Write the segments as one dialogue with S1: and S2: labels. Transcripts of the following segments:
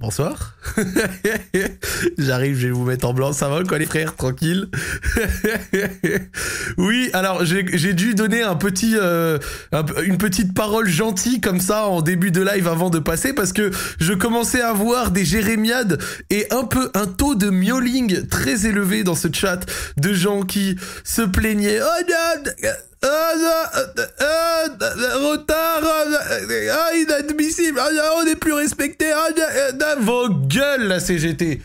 S1: Bonsoir. J'arrive, je vais vous mettre en blanc. Ça va quoi les frères Tranquille Oui, alors j'ai j'ai dû donner un petit, euh, un- une petite parole gentille comme ça en début de live avant de passer parce que je commençais à voir des jérémiades et un peu un taux de miauling très élevé dans ce chat de gens qui se plaignaient. Oh non ah, non, euh, euh, euh, retard, euh, euh, ah, inadmissible, ah, non, on n'est plus respecté, ah, non, euh, non, vos gueules, la CGT.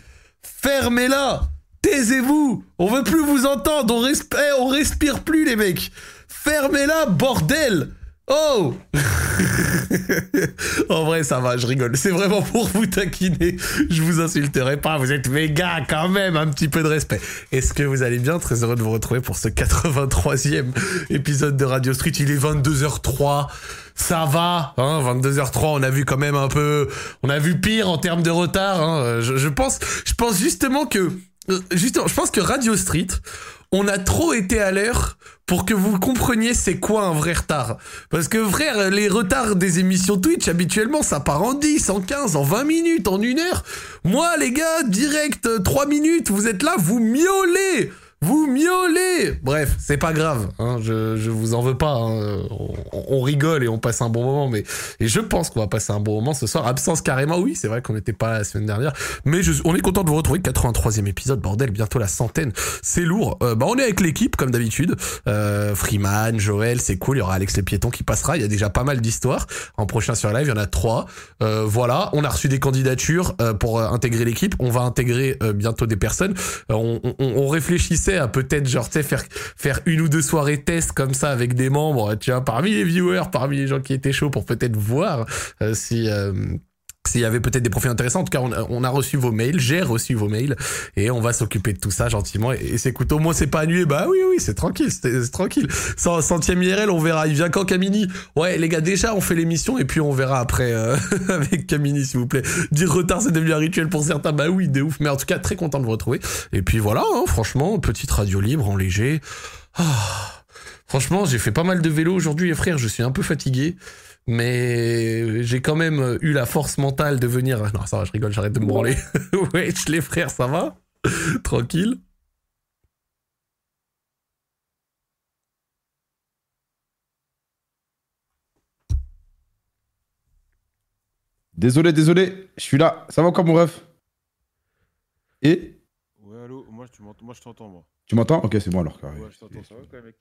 S1: Fermez-la, taisez-vous, on veut plus vous entendre, on, resp- eh, on respire plus, les mecs. Fermez-la, bordel. Oh En vrai, ça va, je rigole. C'est vraiment pour vous taquiner. Je vous insulterai pas. Vous êtes méga quand même, un petit peu de respect. Est-ce que vous allez bien Très heureux de vous retrouver pour ce 83e épisode de Radio Street. Il est 22h03. Ça va, hein, 22h03, on a vu quand même un peu, on a vu pire en termes de retard. hein. Je, je pense, je pense justement que, euh, justement, je pense que Radio Street, on a trop été à l'heure pour que vous compreniez c'est quoi un vrai retard. Parce que frère, les retards des émissions Twitch, habituellement, ça part en 10, en 15, en 20 minutes, en 1 heure. Moi, les gars, direct, euh, 3 minutes, vous êtes là, vous miaulez vous miaulez Bref, c'est pas grave, hein, je, je vous en veux pas, hein, euh, on, on rigole et on passe un bon moment, mais et je pense qu'on va passer un bon moment ce soir. Absence carrément, oui, c'est vrai qu'on n'était pas là la semaine dernière, mais je- on est content de vous retrouver, 83e épisode, bordel, bientôt la centaine, c'est lourd. Euh, bah, on est avec l'équipe, comme d'habitude, euh, Freeman, Joël, c'est cool, il y aura Alex Les Piétons qui passera, il y a déjà pas mal d'histoires, en prochain sur live, il y en a trois. Euh, voilà, on a reçu des candidatures euh, pour euh, intégrer l'équipe, on va intégrer euh, bientôt des personnes, euh, on, on- on réfléchissait à peut-être genre tu sais, faire faire une ou deux soirées test comme ça avec des membres, tu vois, parmi les viewers, parmi les gens qui étaient chauds pour peut-être voir euh, si euh, s'il y avait peut-être des profils intéressants, en tout cas on a, on a reçu vos mails, j'ai reçu vos mails et on va s'occuper de tout ça gentiment. Et, et c'est coûteux, au moins c'est pas annulé. Bah oui oui c'est tranquille, c'est c'est tranquille. Cent- centième IRL, on verra. Il vient quand Camini Ouais les gars déjà on fait l'émission et puis on verra après euh, avec Camini s'il vous plaît. Dire retard c'est devenu un rituel pour certains. Bah oui de ouf. Mais en tout cas très content de vous retrouver. Et puis voilà, hein, franchement, petite radio libre en léger. Ah. franchement, j'ai fait pas mal de vélo aujourd'hui, les frères. Je suis un peu fatigué, mais j'ai quand même eu la force mentale de venir. Non, ça va, je rigole, j'arrête de me branler. Wesh, les frères, ça va Tranquille
S2: Désolé, désolé, je suis là. Ça va encore, mon ref Et
S3: Ouais, allô, moi tu m'entends- moi, je t'entends, moi.
S2: Tu m'entends Ok, c'est bon alors. carré.
S3: Ouais, je t'entends, ça va quoi, mec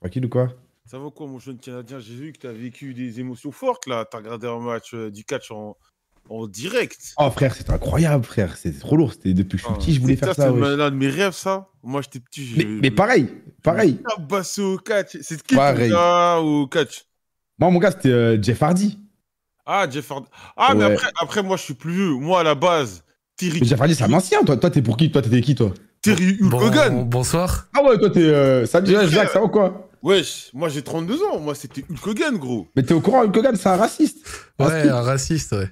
S2: Tranquille ou quoi
S3: Ça va quoi, mon jeune Canadien J'ai vu que t'as vécu des émotions fortes là. T'as regardé un match euh, du catch en, en direct.
S2: Oh, frère, c'était incroyable, frère. C'est trop lourd. C'était depuis que je suis petit, je voulais faire ça.
S3: Ah, C'est
S2: wesh.
S3: l'un de mes rêves, ça. Moi, j'étais petit.
S2: Mais,
S3: j'ai-
S2: mais pareil, pareil.
S3: Tabassé au catch. C'est qui
S2: Pareil.
S3: ton gars au catch
S2: Moi, mon gars, c'était euh, Jeff Hardy.
S3: Ah, Jeff Hardy. Ah, mais
S2: Ouais.
S3: après, après, moi, je suis plus vieux. Moi, à la base, Terry,
S2: Mais Jeff Hardy, c'est un ancien. Toi, toi, t'es pour qui Toi, t'étais qui, toi
S3: Terry Hulk Hogan.
S1: Bonsoir.
S2: Ah ouais, toi, t'es euh, Sammy Jacques, ça va ou quoi
S3: Wesh, moi, j'ai 32 ans. Moi, c'était Hulk Hogan, gros.
S2: Mais t'es au courant, Hulk Hogan, c'est un raciste.
S1: Ouais,
S2: Raciste.
S1: un raciste, ouais.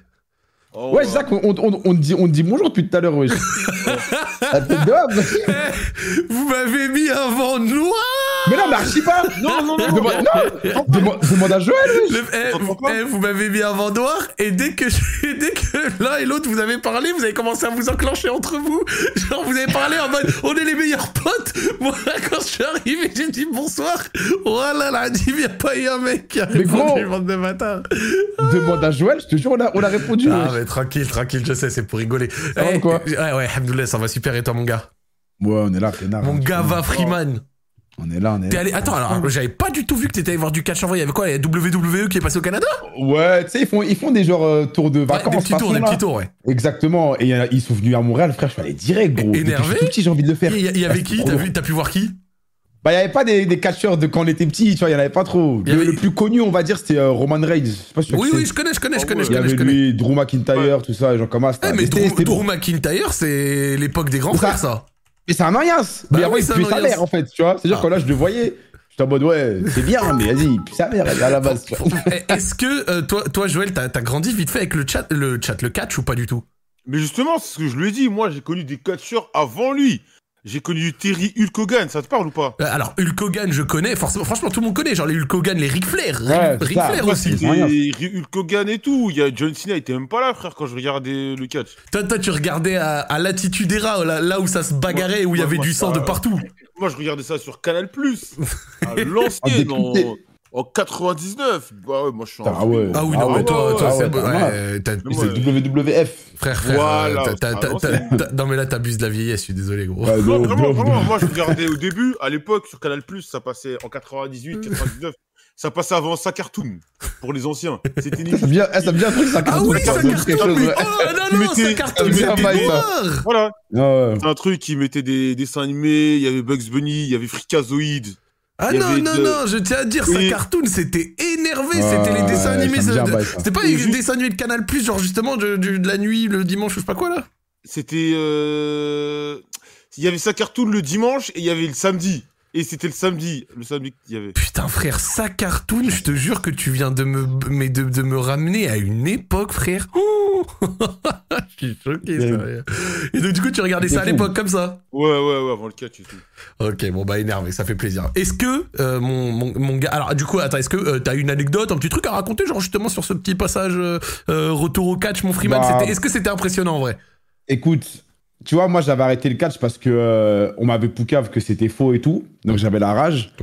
S3: Oh,
S2: Ouais, Jacques, on, on, on, te dit, on te dit bonjour depuis tout à l'heure, wesh. La tête de homme.
S1: Vous m'avez mis un vent noir
S2: Mais non, mais archi pas
S3: Non, non, non.
S2: Demande, non, demande- demande à Joël, wesh.
S1: Le- eh,
S3: t'entends
S1: vous-
S3: pas
S1: eh, Vous m'avez mis un vent noir et dès que, je- dès que l'un et l'autre vous avez parlé, vous avez commencé à vous enclencher entre vous. Genre, vous avez parlé en mode on est les meilleurs potes. Moi, quand je suis arrivé, j'ai dit bonsoir. Oh là là, il n'y a pas eu un mec qui a
S2: Mais gros
S1: répondu bande de matin.
S2: Demande à Joël, je te jure, on a, on a répondu.
S1: Ah,
S2: wesh.
S1: mais tranquille, tranquille, je sais, c'est pour rigoler.
S2: Ça va
S1: Eh,
S2: ou quoi
S1: Ouais, ouais, Hamdoullah, ça va super et toi, mon gars
S2: Ouais, on est là, Renard.
S1: Mon
S2: hein,
S1: gars,
S2: tu vois.
S1: va Freeman.
S2: On est là, on est
S1: T'es
S2: là.
S1: allé... Attends, alors, j'avais pas du tout vu que t'étais allé voir du catch en vrai. Il y avait quoi Il y avait WWE E qui est passé au Canada
S2: Ouais, tu sais, ils font, ils font des genres euh, tours de
S1: Ouais,
S2: vacances.
S1: Des petits
S2: façon,
S1: tours, des
S2: là.
S1: petits tours, ouais.
S2: Exactement. Et euh, ils sont venus à Montréal, frère, je suis allé direct, gros. Depuis que
S1: Énervé
S2: je suis tout petit, j'ai envie de le faire.
S1: Il y, il y avait
S2: Ah,
S1: qui
S2: c'est
S1: T'as
S2: trop
S1: vu- t'as pu voir qui
S2: Bah, il n'y avait pas des, des catcheurs de quand on était petit, tu vois, il n'y en avait pas trop.
S1: Il y
S2: Le,
S1: avait-
S2: le plus connu, on va dire, c'était euh, Roman Reigns. Je sais pas si tu
S1: Oui,
S2: sais.
S1: oui, je connais, je connais, je
S3: Ah
S1: connais, je
S2: Il y
S1: connais,
S2: avait
S1: je connais.
S2: lui, Drew McIntyre, tout ça, les gens comme ça.
S1: Eh,
S2: c'était-
S1: mais
S2: c'était-
S1: Drew,
S2: c'était bon.
S1: Drew McIntyre, c'est l'époque des grands
S2: Ça-
S1: frères, ça.
S2: Mais c'est un Arias
S1: Bah
S2: Mais avant,
S1: oui,
S2: il
S1: c'est un
S2: puait sa
S1: Arias.
S2: mère, en fait, tu vois. C'est-à-dire
S1: Ah.
S2: que là, je le voyais. J'étais en mode, ouais, c'est bien, mais vas-y, il pue sa mère, elle est à la base, tu vois.
S1: Eh, Est-ce que euh, toi, toi, Joël, t'as t'as grandi vite fait avec le chat, le chat, le catch ou pas du tout
S3: Mais justement, c'est ce que je lui ai dit. Moi, j'ai connu des catcheurs avant lui. J'ai connu Terry Hulk Hogan, ça te parle ou pas
S1: Euh, Alors, Hulk Hogan, je connais, forcément, franchement, tout le monde connaît, genre les Hulk Hogan, les Ric Flair,
S2: Ouais,
S1: Ric
S2: putain.
S1: Flair
S3: Moi,
S1: aussi.
S3: c'était
S2: rien.
S3: Hulk Hogan et tout. Il y a John Cena, il était même pas là, frère, quand je regardais le catch.
S1: Toi, toi, tu regardais à, à l'attitude des rats, là, là où ça se bagarrait, où il y
S3: moi,
S1: avait
S3: moi,
S1: du
S3: ça,
S1: sang de
S3: euh,
S1: partout.
S3: Moi, je regardais ça sur Canal Plus, à
S2: Ah,
S3: l'ancienne, en,
S2: dégoûté.
S3: en 99. Bah ouais, moi, je suis
S2: Ah ouais.
S1: Ah oui,
S2: Ah
S1: non,
S2: ouais,
S1: mais toi,
S2: ouais,
S1: toi,
S2: ouais,
S1: c'est-
S2: ouais, t'as mal.
S1: ouais, t'as-
S3: Mais moi,
S2: C'est WWF.
S1: Frère, frère,
S3: Voilà,
S1: euh, t'as-
S3: c'est
S1: t'as- t'as-
S3: avancé.
S1: t'as- non mais là t'abuses de la vieillesse, je suis désolé gros.
S2: Ouais,
S3: Non,
S2: de-
S3: vraiment,
S2: de-
S3: vraiment, moi je regardais au début, à l'époque, sur Canal Plus, ça passait en 98, 99, ça passait avant ça cartoon, pour les anciens. C'était
S2: Ça me
S3: Nick.
S2: vient, eh, ça me vient un truc, ça
S1: Ah
S2: cartonne,
S1: oui,
S2: ça
S1: ça
S2: cartonne quelque
S1: cartonne,
S2: chose,
S1: mais
S2: ouais.
S1: oh
S3: Tu
S1: non non, ça
S3: mettais-
S1: cartonne,
S2: tu
S1: c'est
S2: mettais un
S1: des
S2: bail, ça.
S1: noirs.
S3: Voilà,
S2: Ah
S1: Oh,
S2: ouais.
S3: c'est un truc qui mettait des dessins animés, il y avait Bugs Bunny, il y avait Frikazoid.
S1: Ah
S3: Il y
S1: non
S3: avait
S1: non
S3: deux-
S1: non, je tiens à dire, ça
S3: Oui.
S1: cartoon, c'était énervé,
S2: Ouais,
S1: c'était les dessins
S2: ça me
S1: animés,
S2: dit
S1: ça-
S2: un bail, ça.
S1: c'était pas
S3: Et
S1: les
S3: juste-
S1: dessins animés de Canal Plus, genre justement de, de- de la nuit, le dimanche, ou je sais pas quoi là.
S3: C'était. euh, Il y avait ça cartoon le dimanche et il y avait le samedi. Et c'était le samedi, le samedi qu'il y avait.
S1: Putain frère, ça cartoon, je te jure que tu viens de me, mais de, de me ramener à une époque frère. Ouh. je suis choqué.
S2: Terrible.
S1: sérieux. Et donc du coup tu regardais ça à
S2: C'est fou.
S1: l'époque comme ça.
S3: Ouais, ouais, ouais, avant le catch et tout.
S1: Ok, bon bah énervé, ça fait plaisir. Est-ce que euh, mon, mon, mon gars, alors du coup, attends, est-ce que euh, t'as une anecdote, un petit truc à raconter, genre justement sur ce petit passage euh, euh, retour au catch, mon Freeman,
S2: Bah.
S1: c'était- est-ce que c'était impressionnant en vrai
S2: Écoute, tu vois, moi j'avais arrêté le catch parce que euh, on m'avait poucave que c'était faux et tout, donc j'avais la rage.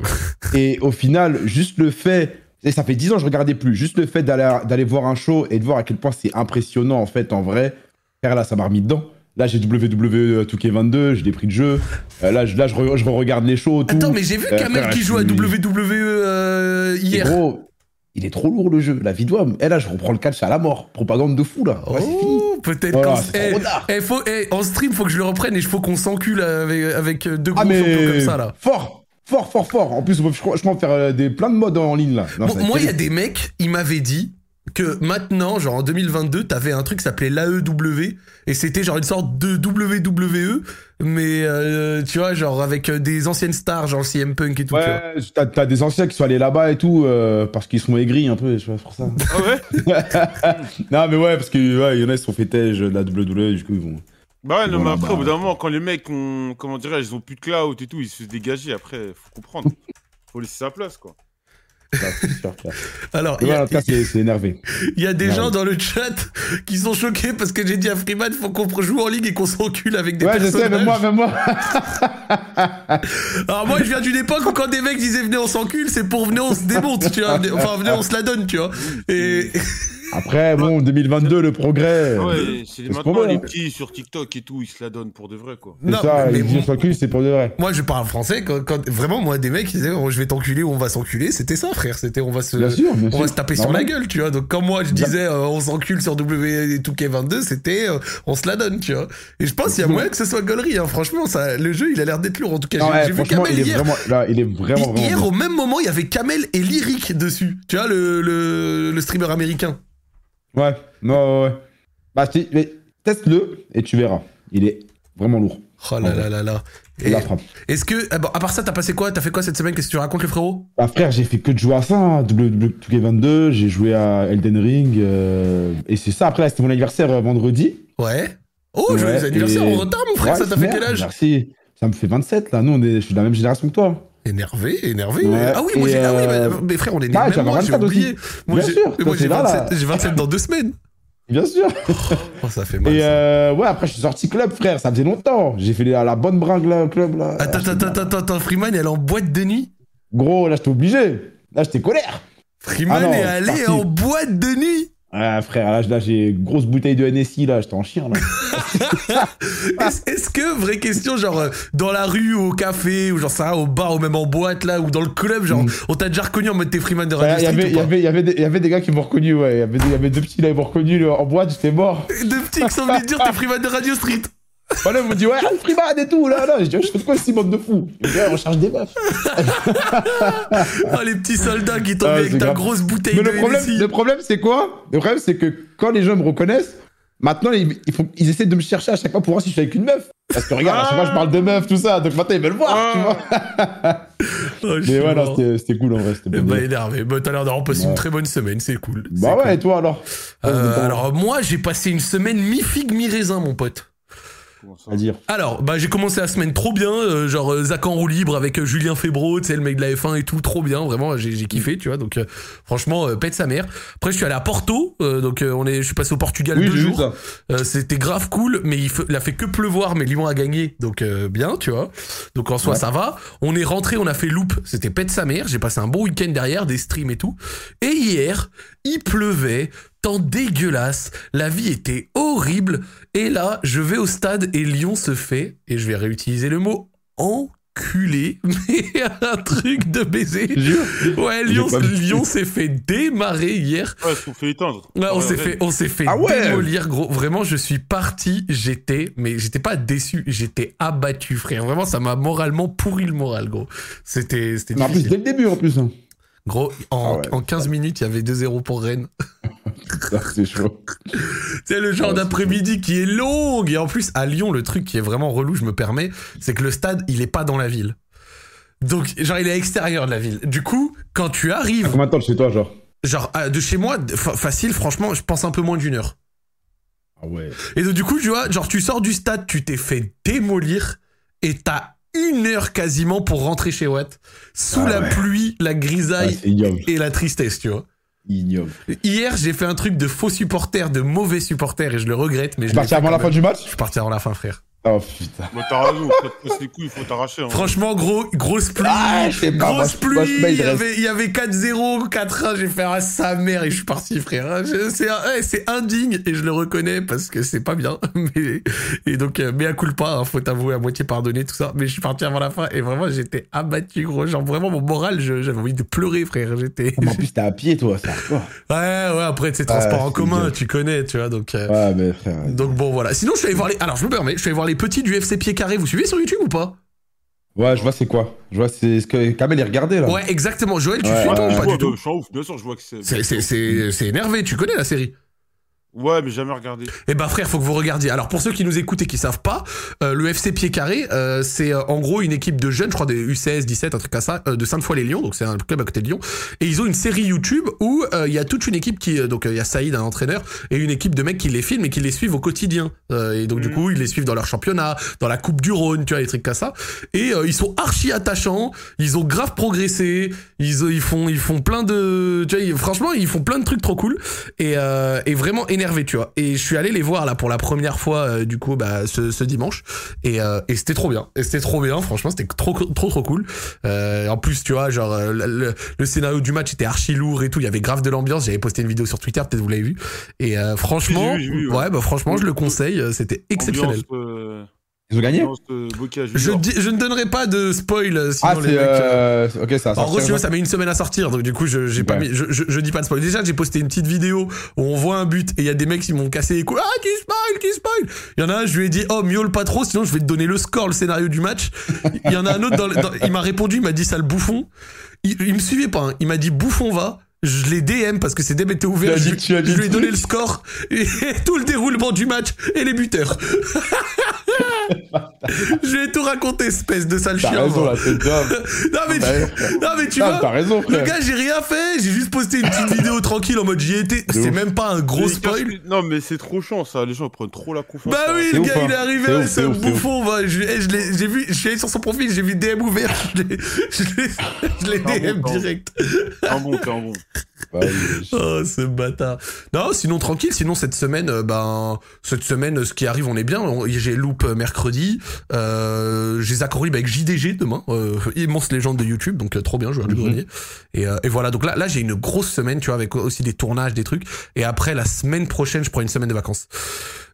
S2: et au final, juste le fait, et ça fait 10 ans que je regardais plus, juste le fait d'aller d'aller voir un show et de voir à quel point c'est impressionnant en fait en vrai. Frère, là, ça m'a remis dedans. Là, j'ai WWE euh, 2K22, j'ai des prix de jeu. Euh, là, je, là, je, re- je regarde les shows. Tout.
S1: Attends, mais j'ai vu
S2: Euh,
S1: qu'un mec
S2: frère,
S1: qui
S2: je
S1: joue à
S2: suis-
S1: WWE euh,
S2: Et
S1: hier.
S2: gros, il est trop lourd le jeu, la vie d'homme. Et là, je reprends le catch à la mort. Propagande de fou là. Ouais, c'est fini.
S1: Oh, peut-être
S2: Voilà,
S1: qu'en
S2: c'est trop tard.
S1: eh, eh, faut- eh, en stream, faut que je le reprenne et je faut qu'on s'encule avec, avec euh, deux
S2: Ah
S1: groupes un peu
S2: mais
S1: comme ça là.
S2: fort, fort, fort, fort. En plus, je crois, je crois faire euh, des plein de modes en ligne là. Non,
S1: Bon,
S2: ça va être
S1: moi, il y a
S2: terrible.
S1: des mecs, ils m'avaient dit que maintenant, genre en 2022, t'avais un truc qui s'appelait l'AEW et c'était genre une sorte de WWE, mais euh, tu vois, genre avec euh, des anciennes stars, genre CM Punk et tout. tu vois.
S2: Ouais, t'as, t'as des anciens qui sont allés là-bas et tout euh, parce qu'ils sont aigris un peu, je vois, pour ça.
S3: Ah ouais
S2: non mais ouais, parce que ouais, il y en a ils se sont fait têche de la WWE, du coup ils vont.
S3: Bah ouais, non,
S2: Voilà,
S3: mais après,
S2: bah.
S3: au bout d'un moment, quand les mecs ont, comment dirais-je, ils ont plus de clout et tout, ils se font dégager, après, faut comprendre. Faut laisser sa place, quoi.
S2: ça, c'est sûr, quoi.
S1: Alors,
S2: Mais
S1: il y
S2: ouais,
S1: a-
S2: en tout cas, c'est, c'est énervé.
S1: il y, a des
S2: Ouais.
S1: gens dans le chat qui sont choqués parce que j'ai dit à Freeman, faut qu'on joue en ligue et qu'on s'encule avec des
S2: ouais, je sais,
S1: personnages.
S2: mais moi, mais moi.
S1: Alors moi, je viens d'une époque où quand des mecs disaient venez on s'encule, c'est pour venez on se démonte, tu vois. Enfin venez on se la donne, tu vois. Et
S2: Après, bon, 2022, le progrès.
S3: Ah ouais, c'est
S2: parce
S3: maintenant
S2: qu'on veut,
S3: les
S2: hein.
S3: petits sur TikTok et tout, ils se la donnent pour de vrai, quoi.
S2: C'est ça,
S1: mais
S2: ils disent sur le cul, c'est pour de vrai.
S1: Moi, je parle français. Quand, quand- vraiment, moi, des mecs, ils disaient, oh, je vais t'enculer ou on va s'enculer. C'était ça, frère. C'était, on va se,
S2: Bien sûr, bien
S1: on va
S2: sûr.
S1: se taper sur
S2: Normal.
S1: la gueule, tu vois. Donc, quand moi, je
S2: Bah.
S1: disais, euh, on s'encule sur W 2K22, c'était, euh, on se la donne, tu vois. Et je pense qu'il y a moyen que ce soit gaulerie, hein. Franchement, ça, le jeu, il a l'air d'être lourd. En tout cas,
S2: Non,
S1: j'ai-
S2: ouais,
S1: j'ai vu
S2: franchement,
S1: Kamel
S2: il est
S1: hier.
S2: vraiment, là, il est vraiment, vraiment.
S1: Hier, au même moment, il y avait Kamel et Lyric dessus. Tu vois, le, le, le streamer américain.
S2: Ouais, non, ouais, ouais. Bah, si, mais teste-le et tu verras. Il est vraiment lourd.
S1: Oh là
S2: Ouais.
S1: là là là.
S2: Il
S1: Et-
S2: la frappe.
S1: Est-ce que, ah bon, à part ça, t'as passé quoi T'as fait quoi cette semaine Qu'est-ce que tu racontes, les frérots
S2: Bah, frère, j'ai fait que de jouer à ça. Hein. WWE 2K22, j'ai joué à Elden Ring. euh, Et c'est ça. Après, là, c'était mon anniversaire euh, vendredi.
S1: Ouais. Oh, joyeux
S2: Ouais,
S1: anniversaire
S2: et-
S1: en retard, mon frère.
S2: Ouais,
S1: ça t'a fait
S2: merde,
S1: quel âge
S2: Merci. Ça me fait 27, là. Nous, on est... je suis de la même génération que toi.
S1: Énervé, énervé.
S2: Ouais,
S1: ah oui, moi
S2: et
S1: j'ai. Ah oui,
S2: euh,
S1: mais- mais frère, on est né
S2: ah,
S1: le
S2: tu
S1: même
S2: avais
S1: mois, j'ai
S2: 24 aussi.
S1: oublié. Moi
S2: Bien
S1: j'ai
S2: sûr, toi,
S1: moi, j'ai
S2: t'es là, là.
S1: 27, j'ai 27 dans deux semaines.
S2: Bien sûr.
S1: Oh, ça fait mal.
S2: Et
S1: ça.
S2: euh, ouais, après, je suis sorti club, frère. Ça faisait longtemps. J'ai fait la, la bonne bringue, là, au club, là.
S1: Attends, attends, attends, attends, attends, Freeman, elle est en boîte de nuit
S2: Gros, là, j'étais obligé. Là, j'étais colère.
S1: Freeman
S2: Ah non,
S1: est allé
S2: parti.
S1: en boîte de nuit
S2: Ah, frère, là, là j'ai une grosse bouteille de NSI, là. J'étais en chien, là. Ah.
S1: Est-ce est-ce que, vraie question, genre euh, dans la rue, au café, ou genre ça, au bar, ou même en boîte là, ou dans le club, genre
S2: Mm.
S1: on t'a déjà reconnu en mode t'es Freeman de
S2: Il y
S1: Radio Street
S2: avait-
S1: ou
S2: y
S1: pas
S2: avait- y avait des- y avait des gars qui m'ont reconnu, ouais. Il y avait des- y avait deux petits là, ils m'ont reconnu le- en boîte, j'étais mort.
S1: Deux petits qui sont venus te dire t'es Freeman de Radio Street
S2: Voilà, ils m'ont dit, ouais, le Freeman et tout, là, là. J'ai dit, je fais de quoi ces bande de fous Ils m'ont dit, Ouais, on charge des meufs.
S1: Oh les petits soldats qui tombent
S2: Ah,
S1: avec
S2: c'est
S1: ta
S2: grave.
S1: grosse bouteille
S2: Mais
S1: de
S2: le problème,
S1: NSI.
S2: le problème c'est quoi Le problème, c'est que quand les gens me reconnaissent, maintenant, ils, ils font- ils essaient de me chercher à chaque fois pour voir si je suis avec une meuf. Parce que regarde, à chaque fois, je parle de meuf, tout ça. Donc maintenant, ils veulent voir, tu vois.
S1: Oh, je suis
S2: Mais ouais, non,
S1: mort.
S2: c'était- c'était cool, en vrai. C'était
S1: Eh
S2: bon.
S1: ben, énervé. Bah, t'as l'air d'avoir passé une
S2: Ouais.
S1: très bonne semaine, c'est cool. C'est
S2: Bah
S1: cool.
S2: ouais, et toi, alors
S1: Euh, alors, moi, j'ai passé une semaine mi-figue, mi-raisin, mon pote.
S3: Comment ça
S2: à dire.
S1: Alors, bah, j'ai commencé la semaine trop bien, euh, genre euh, Zach en roue libre avec euh, Julien Febro, tu sais, le mec de la F1 et tout, trop bien, vraiment, j'ai j'ai kiffé, tu vois, donc euh, franchement, euh, pète sa mère. Après, je suis allé à Porto, euh, donc euh, on est, je suis passé au Portugal
S2: Oui,
S1: deux
S2: j'ai vu
S1: jours.
S2: ça.
S1: Euh, c'était grave cool, mais il, fe- il a fait que pleuvoir, mais Lyon a gagné, donc euh, bien, tu vois. Donc en soi,
S2: Ouais.
S1: ça va. On est rentré, on a fait loop, c'était pète sa mère. J'ai passé un bon week-end derrière, des streams et tout. Et hier, il pleuvait, temps dégueulasse, la vie était horrible. Et là, je vais au stade et Lyon se fait, et je vais réutiliser le mot, enculé, mais un truc de baiser.
S2: Jure.
S1: Ouais,
S2: J'ai
S1: Lyon,
S2: pas vu.
S1: Lyon s'est fait démarrer hier.
S3: Ouais, ce qu'on fait éteindre.
S1: Ouais, Bah, on
S3: Ouais,
S1: s'est
S3: ouais.
S1: fait, on s'est fait
S2: Ah ouais
S1: démolir, gros. Vraiment, je suis parti. J'étais, mais j'étais pas déçu. J'étais abattu, frère. Vraiment, ça m'a moralement pourri le moral, gros. C'était, c'était
S2: Mais en plus,
S1: difficile.
S2: dès le début, en plus. hein.
S1: Gros, en,
S2: Ah ouais.
S1: en 15 minutes, il y avait 2-0 pour Rennes.
S2: Putain, C'est chaud.
S1: C'est le genre
S2: Ah ouais, c'est
S1: d'après-midi qui est longue. Et en plus, à Lyon, le truc qui est vraiment relou, je me permets, c'est que le stade, il est pas dans la ville. Donc, genre, il est à l'extérieur de la ville. Du coup, quand tu
S2: À
S1: arrives,
S2: Combien de temps de chez toi, genre
S1: genre, à- de chez moi, fa- facile, franchement, je pense un peu moins d'une heure.
S2: Ah ouais.
S1: Et donc, du coup, tu vois, genre, tu sors du stade, tu t'es fait démolir et t'as une heure quasiment pour rentrer chez Watt. Sous
S2: Ah
S1: la
S2: ouais.
S1: pluie, la
S2: Ah,
S1: grisaille
S2: c'est ignoble.
S1: et la tristesse, tu vois.
S2: Ignoble.
S1: Hier, j'ai fait un truc de faux supporter, de mauvais supporter et je le regrette, mais je
S2: T'es parti avant la fin du
S1: Je
S2: match
S1: suis parti avant la fin, frère.
S2: Oh putain.
S3: Bah, t'as raison, quand tu casses les couilles, faut t'arracher. hein.
S1: Franchement, gros, grosse pluie.
S2: Ah, je sais pas, moi,
S1: Grosse
S2: je- moi, je
S1: pluie,
S2: mets,
S1: il y
S2: je reste.
S1: avait, il y avait 4-0, 4-1, j'ai fait à sa mère et je suis parti, frère. Je- C'est un- ouais, c'est indigne et je le reconnais parce que c'est pas bien. Mais, et donc, euh, mea culpa, hein, faut t'avouer à moitié pardonner, tout ça. Mais je suis parti avant la fin et vraiment, j'étais abattu, gros. Genre, vraiment, mon moral, je- j'avais envie de pleurer, frère. J'étais.
S2: Mais En plus, t'es à pied, toi, ça. Oh.
S1: Ouais, ouais, après, c'est
S2: Ah,
S1: transport en
S2: c'est
S1: commun,
S2: dur.
S1: tu connais, tu vois. Donc, euh,
S2: Ouais, mais frère.
S1: donc bon, voilà. Sinon, je suis allé voir les. Alors, je me permets, je suis allé voir les petits du FC Pied Carré. Vous suivez sur YouTube ou pas
S2: Ouais, je vois c'est quoi. Je vois c'est ce que Kamel il regardait là.
S1: Ouais, exactement. Joël, tu
S2: Ouais,
S1: suis
S2: ouais,
S1: toi ou
S3: Je
S1: pas
S3: vois,
S1: du tout
S3: bah, Je suis en ouf, bien sûr, je vois que c'est.
S1: C'est- C'est c'est- c'est énervé, tu connais la série.
S3: Ouais, mais jamais regardé.
S1: Eh ben frère, faut que vous regardiez. Alors pour ceux qui nous écoutent et qui savent pas, euh, le FC Pied Carré, euh, c'est euh, en gros une équipe de jeunes, je crois des U16, 17, un truc comme ça, euh, de Sainte-Foy-les-Lyons, donc c'est un club à côté de Lyon. Et ils ont une série YouTube où euh, il y a toute une équipe qui, euh, donc euh, il y a Saïd, un entraîneur, et une équipe de mecs qui les filment et qui les suivent au quotidien. Euh, et donc du
S3: Mhm.
S1: coup, ils les suivent dans leur championnat, dans la Coupe du Rhône, tu vois, des trucs comme ça. Et euh, ils sont archi attachants, ils ont grave progressé, ils, euh, ils font, ils font plein de, tu vois, ils- franchement, ils font plein de trucs trop cool et, euh, et vraiment énervé, tu vois. Et je suis allé les voir là pour la première fois euh, du coup bah, ce, ce dimanche et, euh, et c'était trop bien. Et c'était trop bien, franchement, c'était trop trop trop cool. Euh, en plus, tu vois, genre euh, le, le- le scénario du match était archi lourd et tout. Il y avait grave de l'ambiance. J'avais posté une vidéo sur Twitter, peut-être vous l'avez vu. Et euh, franchement,
S3: Oui, j'ai vu, j'ai vu,
S1: ouais.
S3: ouais.
S1: bah franchement, je le conseille. euh, C'était exceptionnel.
S3: Ambiance, euh,
S2: Ils ont gagné
S3: ambiance, euh, Boca
S1: Je,
S3: Junior.
S1: dis- je ne donnerai pas de spoil euh, sinon
S2: Ah,
S1: les
S2: c'est.
S1: mecs, euh,
S2: Euh... Ok, ça a
S1: en gros,
S2: sorti,
S1: si tu veux,
S2: ça.
S1: ça met une semaine à sortir, donc du coup, je, j'ai pas
S2: Ouais.
S1: mis, je, je, je dis pas de spoil. Déjà, j'ai posté une petite vidéo où on voit un but et il y a des mecs qui m'ont cassé les couilles. Ah, tu spoil, tu spoil. Il y en a un, je lui ai dit, oh, miaule pas trop, sinon je vais te donner le score, le scénario du match. Il y en a un autre, dans le- dans- il m'a répondu, il m'a dit, sale bouffon. Il, il me suivait pas, hein. il m'a dit, bouffon va. Je l'ai DM parce que ses DM étaient ouverts.
S2: Tu as
S1: Je,
S2: dit- tu as dit
S1: je lui ai
S2: le
S1: donné le
S2: truc.
S1: score et tout le déroulement du match et les buteurs. je lui ai tout raconté, espèce de sale
S2: T'as
S1: chien.
S2: raison
S1: moi.
S2: là, c'est dingue.
S1: Non, mais tu-
S2: T'as- t'as-
S1: non mais tu
S2: t'as-
S1: vois,
S2: T'as raison,
S1: le
S2: frère.
S1: gars j'ai rien fait, j'ai juste posté une petite vidéo tranquille en mode j'y étais. C'est
S2: ouf.
S1: même pas un gros
S3: Mais
S1: spoil.
S3: cache- Non, mais c'est trop chiant ça, les gens ils prennent trop la confiance.
S1: Bah oui,
S2: C'est
S1: le
S2: ouf,
S1: gars
S2: hein.
S1: il est arrivé,
S2: C'est
S1: ouais,
S2: ouf,
S1: c'est
S2: c'est
S1: un
S2: ouf, c'est
S1: bouffon. va, je- eh, je l'ai- j'ai vu, je suis allé sur son profil, j'ai vu DM ouvert, je l'ai- je l'ai je l'ai
S3: Ah,
S1: DM
S3: bon,
S1: direct.
S3: T'es un bon, t'es un bon.
S2: Bah oui, je-
S1: Oh ce bâtard. Non, sinon tranquille, sinon cette semaine, euh, ben cette semaine, euh, ce qui arrive, on est bien. On- J'ai loop euh, mercredi, euh, j'ai Zach Horib avec JDG demain, euh, immense légende de YouTube, donc euh, trop bien, joueur du
S2: Mhm.
S1: grenier. Et, euh, et voilà, donc là, là j'ai une grosse semaine, tu vois, avec aussi des tournages, des trucs. Et après la semaine prochaine, je prends une semaine de vacances.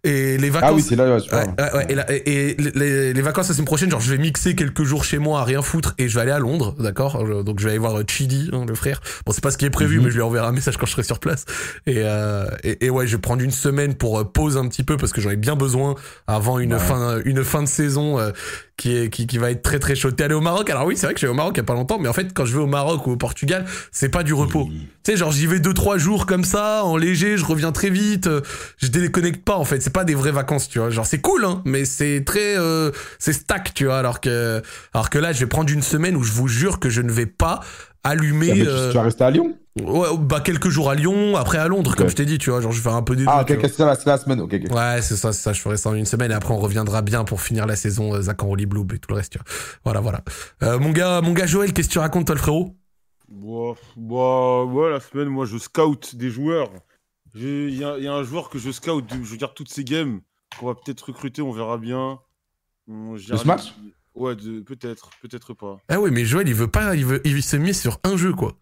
S1: Et les vacances.
S2: Ah oui, c'est là, ouais, je
S1: Ouais,
S2: parle.
S1: ouais, ouais. Et, la- et- et les, les vacances la semaine prochaine, genre je vais mixer quelques jours chez moi à rien foutre et je vais aller à Londres, d'accord Je- Donc je vais aller voir euh, Chidi, hein, le frère. Bon, c'est pas ce qui est prévu,
S2: Mhm.
S1: mais je lui enverrai un message quand je serai sur place. Et, euh, et, et ouais, je vais prendre une semaine pour euh, pause un petit peu parce que j'en ai bien besoin avant une
S2: Ouais.
S1: fin une fin de saison euh, qui est qui, qui va être très très chaude. T'es allé au Maroc Alors oui, c'est vrai que je vais au Maroc il y a pas longtemps, mais en fait quand je vais au Maroc ou au Portugal, c'est pas du repos. Tu sais, genre j'y vais deux trois jours comme ça, en léger, je reviens très vite, euh, je déconnecte pas en fait, c'est pas des vraies vacances, tu vois. Genre c'est cool, hein, mais c'est très, euh, c'est stack, tu vois. Alors que, alors que là, je vais prendre une semaine où je vous jure que je ne vais pas
S2: Ah, mais
S1: allumé.
S2: tu-
S1: euh,
S2: tu vas rester à Lyon
S1: ouais, bah, quelques jours à Lyon, après à Londres, comme
S2: Ok.
S1: je t'ai dit, tu vois. Genre, je vais faire un peu des
S2: Ah,
S1: deux,
S2: ok,
S1: tu
S2: ok,
S1: vois.
S2: c'est ça, c'est la semaine. Ok, ok.
S1: Ouais, c'est ça, c'est ça. Je ferai ça en une semaine et après on reviendra bien pour finir la saison euh, Zach Enroli Bloom et tout le reste, tu vois. Voilà, voilà. Euh, mon gars, mon gars Joël, qu'est-ce que tu racontes, toi, le frérot
S3: Boah, boah, ouais, la semaine, moi, je scout des joueurs. Il y, a- y a un joueur que je scout, je garde toutes ces games. Qu'on va peut-être recruter, on verra bien. Hum, On- j'ai
S2: De ce
S3: un-
S2: match
S3: Ouais, de- peut-être, peut-être pas.
S1: Ah oui, mais Joël, il veut pas, il veut, il s'est mis sur un jeu, quoi.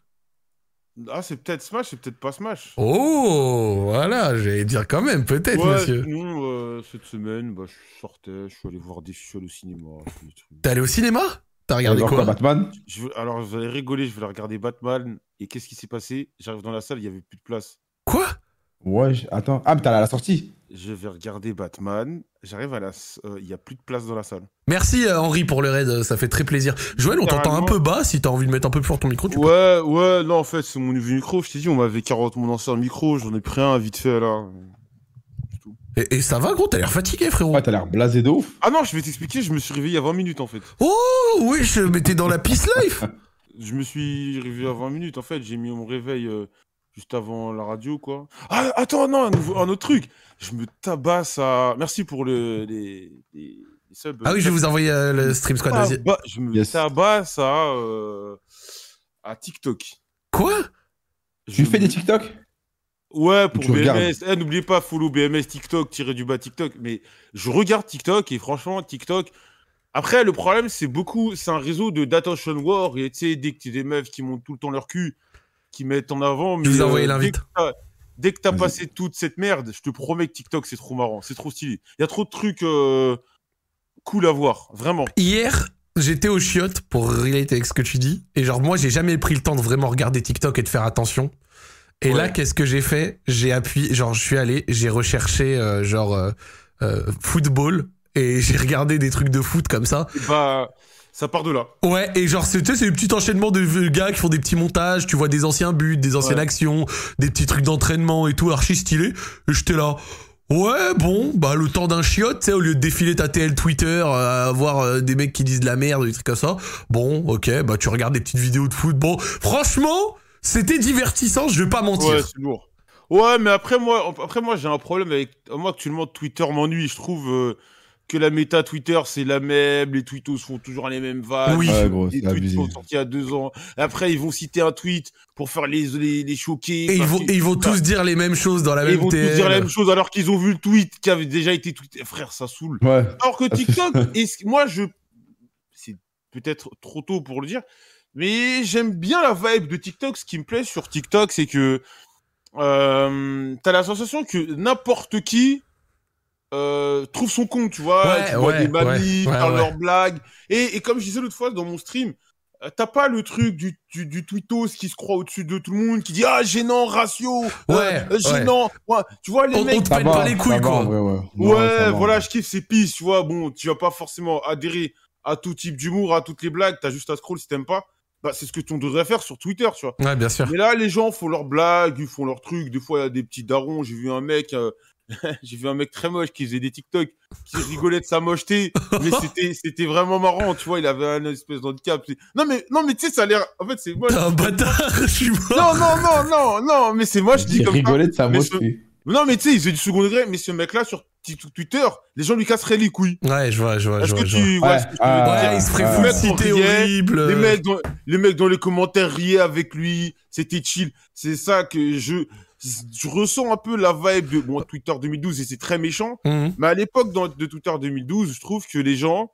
S3: Ah, c'est peut-être Smash, c'est peut-être pas Smash.
S1: Oh, voilà, j'allais dire quand même, peut-être,
S3: ouais,
S1: monsieur.
S3: sinon, euh, cette semaine, bah, je sortais, je suis allé voir des filles au cinéma. je fais des trucs.
S1: T'es allé au cinéma T'as regardé
S2: Genre
S1: quoi
S2: Batman
S3: Je veux- alors, vous allez rigoler, je vais la regarder Batman. Et qu'est-ce qui s'est passé J'arrive dans la salle, il n'y avait plus de place.
S1: Quoi
S2: Ouais, je- attends. Ah, mais t'as la, la sortie
S3: Je vais regarder Batman. J'arrive à la. s- euh, Il n'y a plus de place dans la salle.
S1: Merci euh, Henri pour le raid, euh, ça fait très plaisir. Joël, on t'entend un
S3: Carrément.
S1: peu bas, si t'as envie de mettre un peu plus fort ton micro, tu
S3: Ouais, ouais, non, en fait, c'est mon nouveau micro. Je t'ai dit, on m'avait 40 mon ancien micro. J'en ai pris un vite fait, là.
S1: peux. Et, et ça va, gros, t'as l'air fatigué, frérot.
S2: Ouais, t'as l'air blasé de ouf.
S3: Ah non, je vais t'expliquer. Je me suis réveillé à 20 minutes, en fait.
S1: Oh, oui, je m'étais dans la peace life.
S3: Je me suis réveillé à 20 minutes, en fait. J'ai mis mon réveil euh, juste avant la radio, quoi. Ah, attends, non, un, nouveau- un autre truc. Je me tabasse à. Merci pour le, les, les, les subs.
S1: Ah oui, je vais vous envoyer euh, le stream squad.
S3: Ah,
S1: vas-y.
S3: bah, je me
S2: Yes.
S3: tabasse à, euh, à TikTok.
S1: Quoi
S2: Tu
S3: Je
S2: fais
S3: me-
S2: des TikTok
S3: Ouais, pour
S2: Tu
S3: BMS.
S2: regardes.
S3: Eh, N'oubliez pas, follow BMS TikTok, tirer du bas TikTok. Mais je regarde TikTok et franchement, TikTok. Après, le problème, c'est beaucoup. C'est un réseau de d'attention war. Et tu sais, dès que tu des meufs qui montent tout le temps leur cul, qui mettent en avant. Mais,
S1: Je vous ai envoyé
S3: euh,
S1: l'invite.
S3: dès que t'as- Dès que t'as
S2: Vas-y.
S3: passé toute cette merde, je te promets que TikTok, c'est trop marrant. C'est trop stylé. Il y a trop de trucs euh, cool à voir. Vraiment.
S1: Hier, j'étais au chiottes pour relate avec ce que tu dis. Et genre, moi, j'ai jamais pris le temps de vraiment regarder TikTok et de faire attention. Et là,
S3: Ouais.
S1: qu'est-ce que j'ai fait J'ai appuyé, genre, je suis allé, j'ai recherché, euh, genre, euh, euh, football. Et j'ai regardé des trucs de foot comme ça.
S3: Et bah, ça part de là.
S1: Ouais, et genre, c'est, tu sais, c'est des petits enchaînements de vieux gars qui font des petits montages, tu vois des anciens buts, des anciennes
S3: Ouais.
S1: actions, des petits trucs d'entraînement et tout, archi stylé. Et j'étais là. Ouais, bon, bah, le temps d'un chiotte, tu sais, au lieu de défiler ta TL Twitter, euh, à voir euh, des mecs qui disent de la merde, des trucs comme ça. Bon, ok, bah, tu regardes des petites vidéos de foot. Bon, franchement, c'était divertissant, je vais pas mentir.
S3: Ouais, c'est lourd. Ouais, mais après moi, après moi, j'ai un problème avec moi actuellement. Twitter m'ennuie. Je trouve euh, que la méta Twitter, c'est la même. Les tweetos font toujours les mêmes vannes.
S1: Oui.
S2: Ouais, gros, c'est
S3: Les tweets
S2: abusé.
S3: sont sortis il y a deux ans. Après, ils vont citer un tweet pour faire les, les, les choquer.
S1: et ils
S3: Enfin,
S1: vont, et ils vont
S3: Enfin,
S1: tous dire les mêmes choses dans la
S3: et bah, ils
S1: même
S3: vont tous
S1: TL.
S3: dire la même chose alors qu'ils ont vu le tweet qui avait déjà été tweeté. Frère, ça saoule.
S2: Ouais.
S1: Ah,
S3: Alors que TikTok, est-ce que- moi, je. C'est peut-être trop tôt pour le dire, mais j'aime bien la vibe de TikTok. Ce qui me plaît sur TikTok, c'est que. Euh, T'as la sensation que n'importe qui. euh, trouve son compte, tu vois.
S1: Ouais,
S3: tu vois
S1: ouais,
S3: des mamies,
S1: ouais, ouais,
S3: parlent
S1: ouais.
S3: leurs blagues. Et, et comme je disais l'autre fois dans mon stream, euh, t'as pas le truc du, du, du twittos qui se croit au-dessus de tout le monde, qui dit Ah, gênant, ratio, euh,
S1: Ouais,
S3: euh,
S1: ouais.
S3: gênant. Ouais, Tu vois, les
S1: On- on
S3: mecs.
S1: te pète pas les couilles,
S2: ça va,
S1: quoi.
S2: en vrai, ouais,
S3: Ouais,
S2: Ouais, ça va.
S3: voilà, je kiffe, c'est pisse, tu vois. Bon, tu vas pas forcément adhérer à tout type d'humour, à toutes les blagues, t'as juste à scroll si t'aimes pas. Bah, c'est ce que tu devrais faire sur Twitter, tu vois.
S1: Ouais, bien sûr.
S3: Mais là, les gens font leurs blagues, ils font leurs trucs. Des fois, il y a des petits darons. J'ai vu un mec, euh, j'ai vu un mec très moche qui faisait des TikTok, qui rigolait de sa mocheté. mais c'était, c'était vraiment marrant, tu vois. Il avait un espèce d'handicap. C'est- Non, mais, non, mais tu sais, ça a l'air. En fait, c'est moche.
S1: T'es un bâtard, je suis mort.
S3: Non, non, non, non, non, mais c'est moche, dit
S2: Il
S3: comme ça.
S2: rigolait de sa
S3: Mais
S2: moche.
S3: ce- Non, mais tu sais, il faisait du second degré. Mais ce mec-là, sur TikTok, Twitter, les gens lui casseraient les couilles.
S1: Ouais, je vois, je vois, je
S3: Est-ce que
S1: vois. je vois.
S3: tu.
S2: vois.
S3: ouais, ce que je veux
S2: Ouais,
S3: dire.
S1: Ouais, euh, il se ferait full
S2: ouais. Les
S3: mecs, on
S1: cité
S3: riait,
S1: horrible.
S3: Les mecs, dans, les mecs dans les commentaires riaient avec lui, c'était chill. C'est ça que je, je ressens un peu la vibe de bon, Twitter 2012 et c'est très méchant.
S1: Mhm.
S3: Mais à l'époque dans- de Twitter 2012, je trouve que les gens,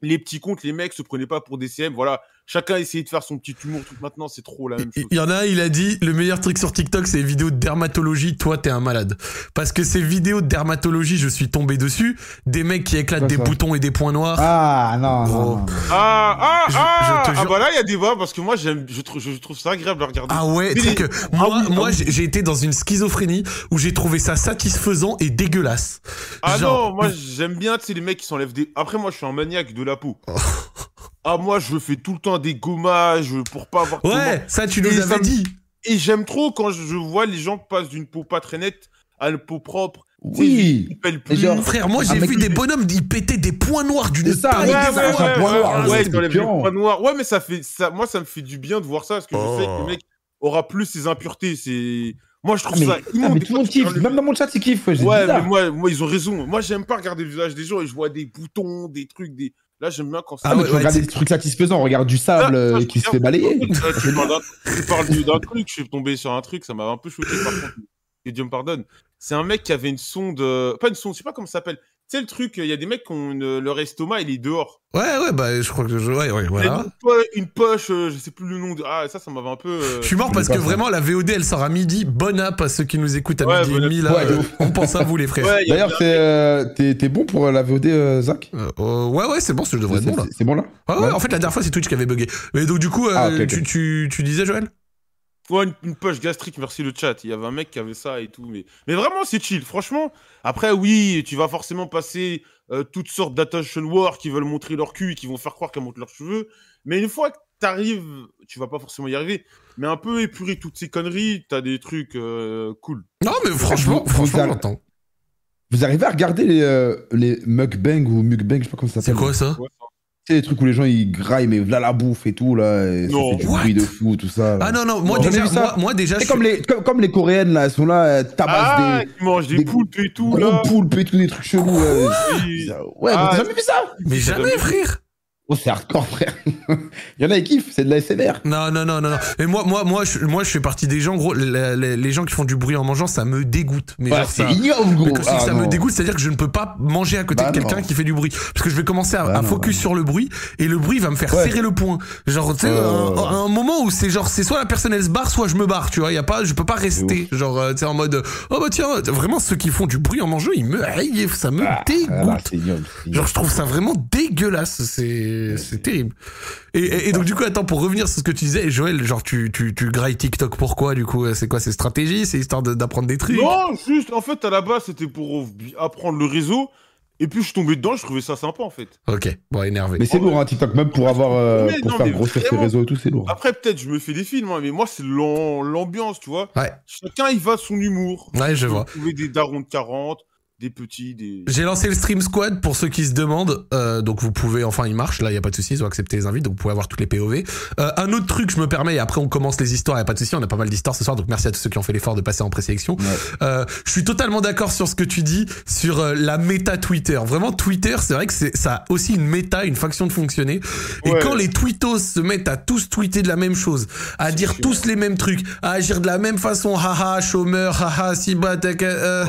S3: les petits comptes, les mecs se prenaient pas pour des CM. Voilà, chacun essayait de faire son petit humour. Tout maintenant, c'est trop la même
S1: Il
S3: chose.
S1: il y en a un, il a dit le meilleur truc sur TikTok, c'est les vidéos de dermatologie. Toi, t'es un malade. Parce que ces vidéos de dermatologie, je suis tombé dessus. Des mecs qui éclatent
S2: Quoi,
S1: des
S2: ça
S1: boutons et des points noirs.
S2: Ah, non,
S1: Gros.
S2: non, non.
S3: Ah ah
S1: Je-
S3: ah
S1: je te
S3: Ah
S1: jure-
S3: bah là, il y a des voix parce que moi, j'aime, je, trou- je trouve ça agréable à regarder.
S1: Ah ouais,
S3: Mais
S1: tu sais
S3: les-
S1: que moi,
S3: oui, ah
S1: moi
S3: oui.
S1: j'ai j'ai été dans une schizophrénie où j'ai trouvé ça satisfaisant et dégueulasse.
S3: Ah
S1: Genre-
S3: non, moi j'aime bien, tu sais, les mecs qui s'enlèvent des. Après, moi je suis un maniaque de la peau. ah, moi je fais tout le temps des gommages pour pas avoir. trop mal.
S1: Ouais, ça tu nous
S3: Et ça
S1: avais
S3: me-
S1: dit.
S3: Et j'aime trop quand je je vois les gens passent d'une peau pas très nette à une peau propre.
S2: Oui.
S3: Il pèle plus.
S2: genre-
S1: Frère, moi
S2: Ah,
S1: j'ai
S2: mec,
S1: vu
S2: il-
S1: des bonhommes, ils pétaient des points noirs d'une
S2: C'est ça,
S1: taille
S3: Ouais,
S2: il
S3: ouais,
S2: dit,
S1: dégueulasse.
S2: ça, c'est un
S3: ouais,
S2: point
S3: ouais,
S2: noir,
S3: ouais,
S2: c'est
S3: t'enlèves le
S2: piquant.
S3: point noir. Ouais, mais ça fait ça. Moi, ça me fait du bien de voir ça parce que je sais que
S1: Oh.
S3: le mec aura plus ses impuretés. C'est moi, je
S2: Ah,
S3: trouve
S2: mais,
S3: ça.
S2: putain,
S3: immonde.
S2: mais
S3: Des
S2: tout
S3: fois,
S2: le monde
S3: tu
S2: kiffe.
S3: regardes le-
S2: Même dans mon chat, c'est kiff. Ouais, c'est
S3: Ouais, mais
S2: bizarre.
S3: moi, moi, ils ont raison. Moi, j'aime pas regarder le visage des gens et je vois des boutons, des trucs, des. Là, j'aime bien quand ça.
S1: Ah
S2: Ah, mais
S1: ouais,
S2: tu
S1: ouais,
S2: regardes
S1: c'est-
S2: des trucs satisfaisants. On regarde du
S3: Ah,
S2: sable euh,
S3: ça,
S2: qui se fait
S3: regarde.
S2: balayer.
S3: Ah, tu parles d'un- tu parles du- d'un truc, je suis tombé sur un truc, ça m'avait un peu choqué par contre. Et Dieu me pardonne. C'est un mec qui avait une sonde. euh, Pas une sonde, je sais pas comment ça s'appelle. Tu sais le truc, il y a des mecs qui ont une- euh, leur estomac, il est dehors.
S1: Ouais, ouais, bah je crois que je. Ouais, ouais,
S3: Il y a
S1: voilà.
S3: Une, po- une poche, euh, je sais plus le nom de. Ah, ça, ça m'avait un peu. euh,
S1: Je suis mort
S2: Je
S1: parce
S2: l'ai
S1: que
S2: pas fait.
S1: vraiment la VOD elle sort à midi. Bonne app à ceux qui nous écoutent à
S3: Ouais,
S1: midi et
S3: bonne
S1: demi là.
S2: Ouais, de
S1: euh,
S2: ouf.
S1: on pense à vous les frères.
S3: Ouais, il y a-
S2: D'ailleurs, t'es, euh, t'es t'es bon pour la VOD, euh, Zach
S1: Euh, euh, ouais, ouais, c'est bon, je devrais
S2: C'est
S1: être bon là.
S2: c'est bon là
S1: Ouais, ouais,
S2: Ouais.
S1: en fait la dernière fois c'est Twitch qui avait bugué. Mais donc du coup, euh,
S2: Ah, ok, ok.
S1: Tu, tu, tu disais Joël
S3: ouais, une, une poche gastrique, merci le chat. Il y avait un mec qui avait ça et tout. Mais, mais vraiment, c'est chill, franchement. Après, oui, tu vas forcément passer euh, toutes sortes d'attention war qui veulent montrer leur cul et qui vont faire croire qu'elles montrent leurs cheveux. Mais une fois que t'arrives, tu vas pas forcément y arriver. Mais un peu épurer toutes ces conneries, t'as des trucs euh, cool.
S1: Non, mais franchement,
S2: vous-
S1: franchement,
S2: vous-
S1: j'entends.
S2: Vous arrivez à regarder les, euh, les mukbang ou mukbang, je sais pas comment ça
S1: C'est
S2: s'appelle.
S1: quoi ça
S3: Ouais, enfin,
S2: C'est les trucs où les gens ils graillent, mais là la bouffe et tout, là, et ça
S3: Non.
S2: fait du
S1: What
S2: bruit de fou, tout ça. là.
S1: Ah non, non, moi
S2: Non,
S1: déjà,
S2: j'ai vu ça.
S1: moi, moi, déjà, je
S2: C'est comme
S1: suis-
S2: les, comme, comme les coréennes là, elles sont là, elles tabassent
S3: Ah,
S2: des
S3: qui mangent des,
S2: des-
S3: poulpes et tout,
S2: gros
S3: là.
S2: poulpes et tout, des trucs chelous. Ouais,
S3: Oui.
S2: ouais
S3: Ah,
S2: mais t'as jamais vu ça
S1: mais jamais,
S3: jamais-
S1: frère.
S2: Oh, c'est hardcore, frère. Il y en a qui kiffent, c'est de la SMR.
S1: Non, non, non, non, non. Mais moi, moi, moi, je, moi, je fais partie des gens, gros. la- la- les gens qui font du bruit en mangeant, ça me dégoûte. Mais genre,
S2: Ah, c'est
S1: ça.
S2: ignoble, gros.
S1: Mais quand je dis que
S2: Ah,
S1: ça me
S2: non.
S1: dégoûte, c'est-à-dire que je ne peux pas manger à côté
S2: Bah
S1: de quelqu'un
S2: non.
S1: qui fait du bruit. Parce que je vais commencer à,
S2: Bah
S1: à
S2: non,
S1: focus
S2: bah
S1: sur le bruit, et le bruit va me faire
S2: Ouais. Euh.
S1: serrer le poing. Genre, tu sais,
S2: Ouais, ouais,
S1: un,
S2: ouais.
S1: un moment où c'est genre, c'est soit la personne elle se barre, soit je me barre, tu vois. Y a pas, je peux pas rester. Genre, euh, tu sais, en mode, oh bah tiens, vraiment, ceux qui font du bruit en mangeant, ils me haïent, ça me
S2: Ah, Ah, non,
S1: dégoûte.
S2: c'est ignoble. c'est ignoble.
S1: Genre, je trouve ça vraiment dégueulasse. C'est, c'est terrible. Et, et- et donc, du coup, attends, pour revenir sur ce que tu disais, Joël, genre, tu, tu, tu grailles TikTok pourquoi, du coup? C'est quoi ces stratégies? C'est histoire de- d'apprendre des trucs?
S3: Non, juste, en fait, à la base, c'était pour apprendre le réseau. Et puis, je suis tombé dedans, je trouvais ça sympa, en fait.
S1: Ok, bon, énervé.
S2: Mais c'est lourd, hein, TikTok, même pour avoir. euh,
S3: Mais
S2: pour
S3: non,
S2: faire
S3: mais
S2: grossir ses
S3: vraiment. Ah.
S2: réseaux et tout, c'est lourd.
S3: Après, peut-être, je me fais des films, hein, mais moi, c'est l'am- l'ambiance, tu vois.
S1: Ouais.
S3: Chacun, il va à son humour.
S1: Ouais, je
S3: Tu
S1: vois.
S3: peux trouver des darons de 40, des petits, des...
S1: J'ai lancé le Stream Squad pour ceux qui se demandent. Euh, donc vous pouvez, enfin il marche, là il y a pas de souci, ils ont accepté les invites, donc vous pouvez avoir toutes les POV. Euh, un autre truc, je me permets, et après on commence les histoires, il y a pas de souci, on a pas mal d'histoires ce soir, donc merci à tous ceux qui ont fait l'effort de passer en présélection.
S2: Ouais.
S1: Euh, je suis totalement d'accord sur ce que tu dis sur euh, la méta Twitter. Vraiment Twitter, c'est vrai que c'est ça a aussi une méta, une faction de fonctionner. Et
S3: Ouais.
S1: quand les tweetos se mettent à tous tweeter de la même chose, à
S3: C'est
S1: dire
S3: sûr.
S1: tous les mêmes trucs, à agir de la même façon, haha chômeur, haha siba, taka, euh,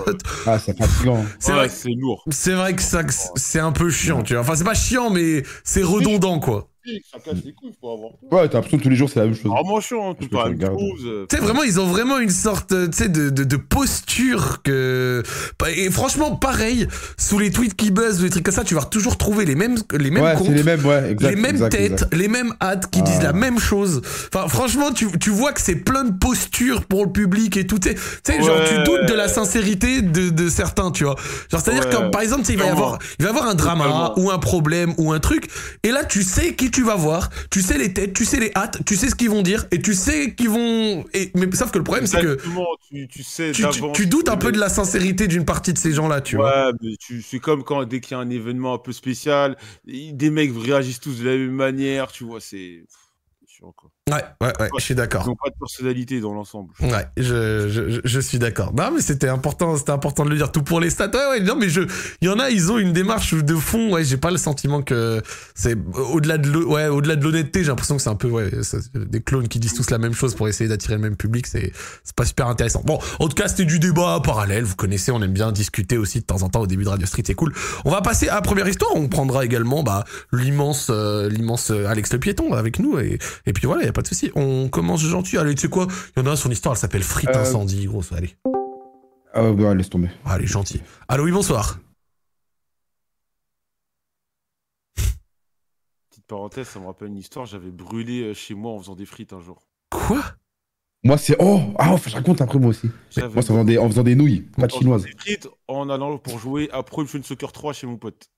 S2: Ah, c'est fatigant.
S1: c'est
S3: Ouais,
S1: vrai que
S3: c'est lourd.
S1: c'est vrai que ça, que c- c'est un peu chiant, tu vois. Enfin, c'est pas chiant, mais c'est redondant, quoi.
S3: Ça casse les couilles, faut avoir peur.
S2: Ouais, t'as l'impression que tous les jours, c'est la même chose.
S3: Vraiment chiant, hein,
S2: Je
S3: tout
S2: peux
S3: pas
S2: te
S3: la même
S2: regarder.
S3: chose. euh,
S1: Tu sais, vraiment, ils ont vraiment une sorte, euh, tu sais, de, de, de posture que... Et franchement, pareil, sous les tweets qui buzzent, ou les trucs comme ça, tu vas toujours trouver les mêmes, les mêmes
S2: ouais,
S1: comptes.
S2: c'est les mêmes, ouais, exact.
S1: les mêmes
S2: exact,
S1: têtes,
S2: exact.
S1: les mêmes hâtes qui disent
S2: Ah.
S1: la même chose. Enfin, franchement, tu, tu vois que c'est plein de postures pour le public et tout. Tu sais- tu sais, genre,
S3: Ouais.
S1: tu doutes de la sincérité de, de certains, tu vois. Genre, c'est-à-dire
S3: Ouais.
S1: que, par exemple, tu sais, il va y
S3: Clairement.
S1: avoir, il va y avoir un drama
S3: Totalement.
S1: ou un problème ou un truc. Et là, tu sais qui tu vas voir, tu sais les têtes, tu sais les hâtes, tu sais ce qu'ils vont dire et tu sais qu'ils vont. Et, mais sauf que le problème, c'est que
S3: exactement, tu, tu sais
S1: tu, tu,
S3: d'avance
S1: tu doutes un
S3: que-
S1: peu de la sincérité d'une partie de ces gens-là, tu vois.
S3: ouais, mais tu, c'est comme quand dès qu'il y a un événement un peu spécial, i- des mecs réagissent tous de la même manière, tu vois, c'est pff, c'est chiant quoi.
S1: Ouais, ouais, ouais, je suis d'accord.
S3: Ils n'ont pas de personnalité dans l'ensemble.
S1: Ouais, je, je, je- je suis d'accord. Non, mais c'était important, c'était important de le dire. Tout pour les stats. Ouais, ouais, non, mais je, il y en a, ils ont une démarche de fond. Ouais, j'ai pas le sentiment que c'est au-delà de l'ho- ouais, au-delà de l'honnêteté. J'ai l'impression que c'est un peu, ouais, ça, c'est des clones qui disent tous la même chose pour essayer d'attirer le même public. C'est, c'est pas super intéressant. Bon, en tout cas, c'était du débat parallèle. Vous connaissez, on aime bien discuter aussi de temps en temps au début de Radio Street. C'est cool. On va passer à la première histoire. On prendra également, bah, l'immense, euh, l'immense euh, Alex le piéton avec nous. Et, et puis voilà, y a pas de souci. On commence gentil. Allez, tu sais quoi? Il y en a un, son histoire, elle s'appelle Frite
S2: Euh.
S1: Incendie, grosse. Allez,
S2: Ah, ouais, laisse tomber.
S1: allez, gentil. Allô, oui, bonsoir.
S3: Petite parenthèse, ça me rappelle une histoire, j'avais brûlé euh, chez moi en faisant des frites un jour.
S1: Quoi
S2: Moi, c'est. Oh Ah, faut que je raconte après, moi aussi.
S3: J'avais
S2: Moi, c'est en faisant des, en faisant des nouilles, pas de
S3: brûlé
S2: chinoises.
S3: des frites en allant pour jouer à Pro Evolution Soccer 3 chez mon pote.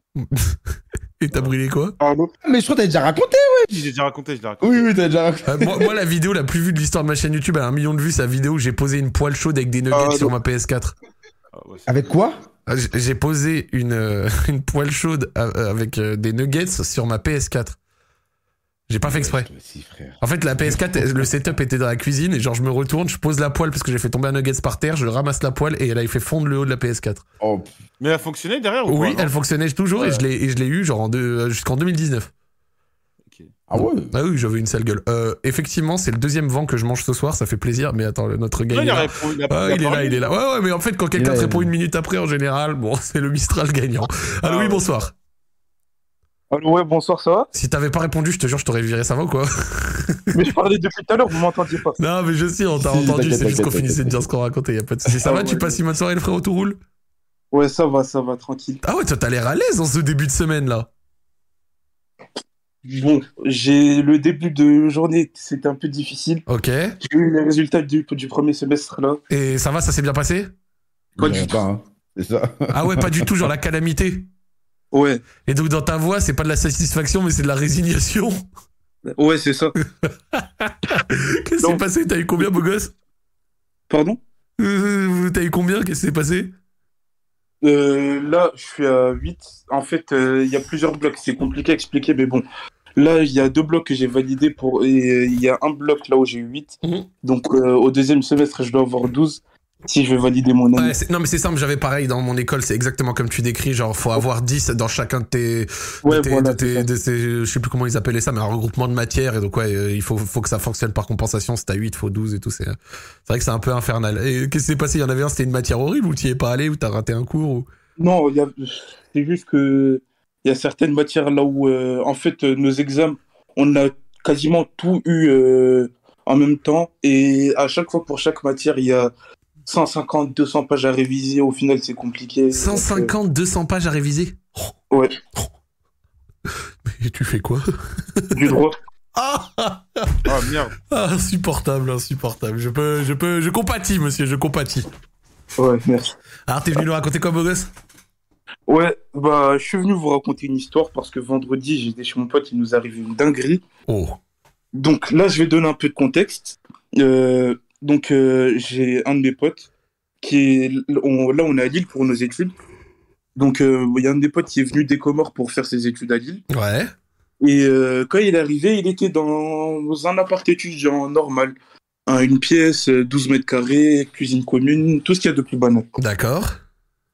S1: Et t'as brûlé quoi
S4: Ah,
S2: Ah, Mais je crois que t'as déjà raconté
S3: J'ai déjà raconté, je l'ai raconté.
S2: Oui, oui, t'as déjà raconté.
S1: Euh, moi, moi, la vidéo la plus vue de l'histoire de ma chaîne YouTube, elle a un million de vues, c'est la vidéo où j'ai posé une poêle chaude avec des nuggets
S2: Ah,
S1: sur ma PS4.
S3: ouais, c'est-
S2: Avec quoi
S1: Ah, j- J'ai posé une, euh, une poêle chaude a- avec euh, des nuggets sur ma PS4. J'ai pas fait exprès.
S2: Ah, Si, frère.
S1: En fait, la PS4, elle- le setup était dans la cuisine et genre je me retourne, je pose la poêle parce que j'ai fait tomber un nuggets par terre, je ramasse la poêle et elle a fait fondre le haut de la PS4.
S2: Oh,
S3: Mais elle a fonctionné derrière ou
S1: Oui,
S3: pas, non
S1: elle fonctionnait toujours et je l'ai et je l'ai eu genre en deux- euh, jusqu'en 2019.
S2: ah ouais
S1: Ah oui, j'avais une sale gueule. Euh, effectivement, c'est le deuxième vent que je mange ce soir, ça fait plaisir. Mais attends, le- notre gars
S3: Non,
S1: il est
S3: il, a
S1: là.
S3: répo- il a-
S1: Ah,
S3: il a
S1: il est là,
S3: parlé.
S1: il est là. Ouais, ouais, mais en fait, quand quelqu'un
S2: là,
S1: te
S2: il-
S1: répond une minute après, en général, bon, c'est le Mistral gagnant. Allô, oui,
S3: Ah, ouais.
S1: bonsoir.
S4: Allô, Ah, ouais, bonsoir, ça va
S1: Si t'avais pas répondu, je te jure, je t'aurais viré, ça va ou quoi
S4: Mais je parlais depuis tout à l'heure, vous m'entendiez pas.
S1: Non, mais je sais, on t'a
S2: Si,
S1: entendu,
S2: t'inquiète,
S1: c'est juste qu'on
S2: t'inquiète,
S1: finissait de dire ce qu'on racontait, y a pas de soucis. Ça
S4: Ah,
S1: va, tu
S4: ouais.
S1: passes une bonne soirée, le frérot, tout roule
S4: Ouais, ça va, ça va, tranquille.
S1: Ah ouais, toi, t'as l'air à l'aise dans ce début de semaine, là.
S4: Bon, j'ai le début de journée, c'était un peu difficile.
S1: Ok.
S4: J'ai eu les résultats du, du premier semestre là.
S1: Et ça va, ça s'est bien passé
S4: Pas
S2: Il
S4: du
S2: y en a
S4: tout.
S2: pas, hein. C'est ça.
S1: Ah ouais, pas du tout, genre la calamité.
S4: Ouais,
S1: Et donc, dans ta voix, c'est pas de la satisfaction, mais c'est de la résignation.
S4: ouais, c'est ça.
S1: Qu'est-ce qui s'est
S4: Non.
S1: passé T'as eu combien, beau gosse
S4: Pardon
S1: Euh, T'as eu combien Qu'est-ce qui s'est passé
S4: Euh, Là, je suis à 8. En fait, euh, il y a plusieurs blocs, c'est compliqué à expliquer, mais bon. Là, il y a deux blocs que j'ai validés pour. et, euh, Il y a un bloc là où j'ai eu 8.
S1: Mhm.
S4: Donc, euh, au deuxième semestre, je dois avoir 12 si je vais valider mon année.
S1: Ouais, c'est- non, mais c'est simple, j'avais pareil dans mon école, c'est exactement comme tu décris, genre, faut avoir 10 dans chacun de tes. de
S4: Ouais,
S1: tes-
S4: voilà,
S1: de tes-
S4: c'est ça.
S1: de tes- je sais plus comment ils appelaient ça, mais un regroupement de matières, et donc, ouais, euh, il faut, faut que ça fonctionne par compensation. Si t'as 8, faut 12 et tout, c'est c'est vrai que c'est un peu infernal. Et euh, qu'est-ce qui s'est passé Il y en avait un, c'était une matière horrible, ou t'y es pas allé, ou t'as raté un cours, ou.
S4: Non, il y a- c'est juste que il y a certaines matières là où, euh, en fait, euh, nos examens, on a quasiment tout eu euh, en même temps. Et à chaque fois, pour chaque matière, il y a 150, 200 pages à réviser. Au final, c'est compliqué. euh,
S1: 150, 200 pages à réviser Oh.
S4: Ouais.
S1: Oh. Mais tu fais quoi
S4: Donc, euh, du droit.
S1: Ah
S3: Ah merde.
S1: Ah, Insupportable, insupportable. Je peux, je peux, je compatis, monsieur, je compatis.
S4: Ouais, merci.
S1: Alors, t'es venu nous raconter quoi, beau gosse
S4: Ouais, bah, je suis venu vous raconter une histoire parce que vendredi, j'étais chez mon pote, il nous arrive une dinguerie.
S1: Oh.
S4: Donc là, je vais donner un peu de contexte. Euh, donc euh, j'ai un de mes potes qui est on- là, on est à Lille pour nos études. Donc euh, il y a un de mes potes qui est venu des Comores pour faire ses études à Lille.
S1: Ouais.
S4: Et euh, quand il est arrivé, il était dans un appart étudiant normal, Hein, une pièce, euh, 12 mètres carrés, cuisine commune, tout ce qu'il y a de plus banal.
S1: D'accord.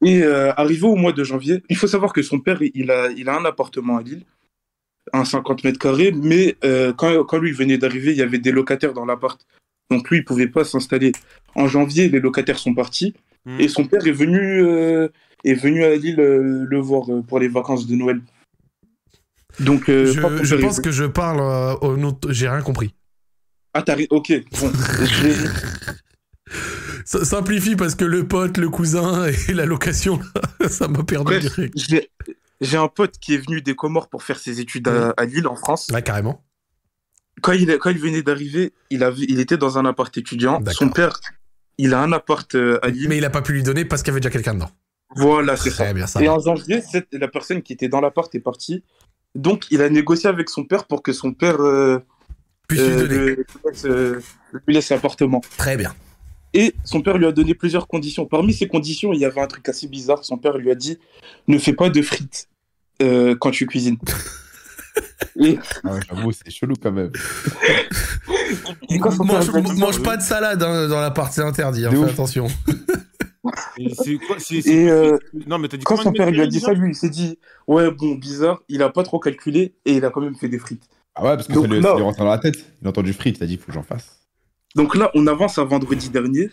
S4: Et euh, arrivé au mois de janvier, il faut savoir que son père, il a, il a un appartement à Lille, un 50 mètres carrés, mais euh, quand, quand lui venait d'arriver, il y avait des locataires dans l'appart. Donc lui, il pouvait pas s'installer. En janvier, les locataires sont partis
S3: Hmm.
S4: et son père est venu, euh, est venu à Lille euh, le voir euh, pour les vacances de Noël. Donc, euh, pas
S1: je
S4: pour
S1: je
S4: faire-
S1: pense que je parle euh, au nom. de- J'ai rien compris.
S4: Ah, t'as ri- ok. Bon, je vais-
S1: Ça simplifie parce que le pote, le cousin et la location, ça m'a perdu
S4: Bref.
S1: direct.
S4: j'ai- j'ai un pote qui est venu des Comores pour faire ses études à- à Lille, en France.
S1: Là, carrément.
S4: quand il, quand il venait d'arriver, il, avait- il était dans un appart étudiant.
S1: D'accord.
S4: Son père, il a un appart euh, à Lille.
S1: Mais il a pas pu lui donner parce qu'il y avait déjà quelqu'un dedans.
S4: Voilà, c'est ça.
S1: Très bien, ça.
S4: Et
S1: va.
S4: en janvier, cette- la personne qui était dans l'appart est partie. Donc, il a négocié avec son père pour que son père euh,
S1: Puis tu lui
S4: euh,
S1: donner.
S4: le- lui laisse, euh, lui laisse l'appartement.
S1: Très bien.
S4: Et son père lui a donné plusieurs conditions. Parmi ces conditions, il y avait un truc assez bizarre. Son père lui a dit Ne fais pas de frites euh, quand tu cuisines. et,
S2: Ah ouais, J'avoue, c'est chelou quand même.
S4: et quand son père
S1: mange,
S4: lui a dit
S1: mange
S4: ça,
S1: pas de salade hein, dans la partie interdite. hein,
S2: De
S1: fais
S2: ouf.
S1: attention.
S3: Et c'est quoi c'est- c'est-
S4: Et euh,
S3: Non, mais t'as dit
S4: Quand
S3: combien
S4: son
S3: de
S4: père lui a
S3: mètres
S4: dit
S3: déjà
S4: ça, lui, il s'est dit Ouais, bon, bizarre, il a pas trop calculé et il a quand même fait des frites.
S2: Ah ouais, parce que
S4: Donc
S2: ça lui,
S4: là-
S2: ça lui rentre dans la tête. Il a entendu frites, il a dit, faut que j'en fasse.
S4: Donc là, on avance à vendredi dernier.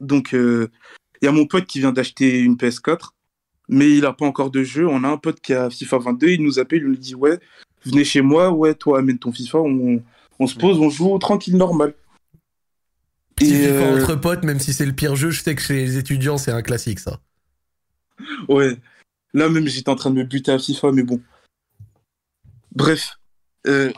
S4: Donc, il y a mon pote qui vient d'acheter une PS4, mais il a pas encore de jeu. On a un pote qui a FIFA 22, il nous appelle, il nous dit Ouais, venez chez moi, ouais, toi, amène ton FIFA, on, on se pose, on joue tranquille, normal.
S1: Petit
S4: Et,
S1: FIFA
S4: euh,
S1: entre potes, même si c'est le pire jeu, je sais que chez les étudiants, c'est un classique, ça.
S4: Ouais. Là même, j'étais en train de me buter à FIFA, mais bon. Bref. Euh,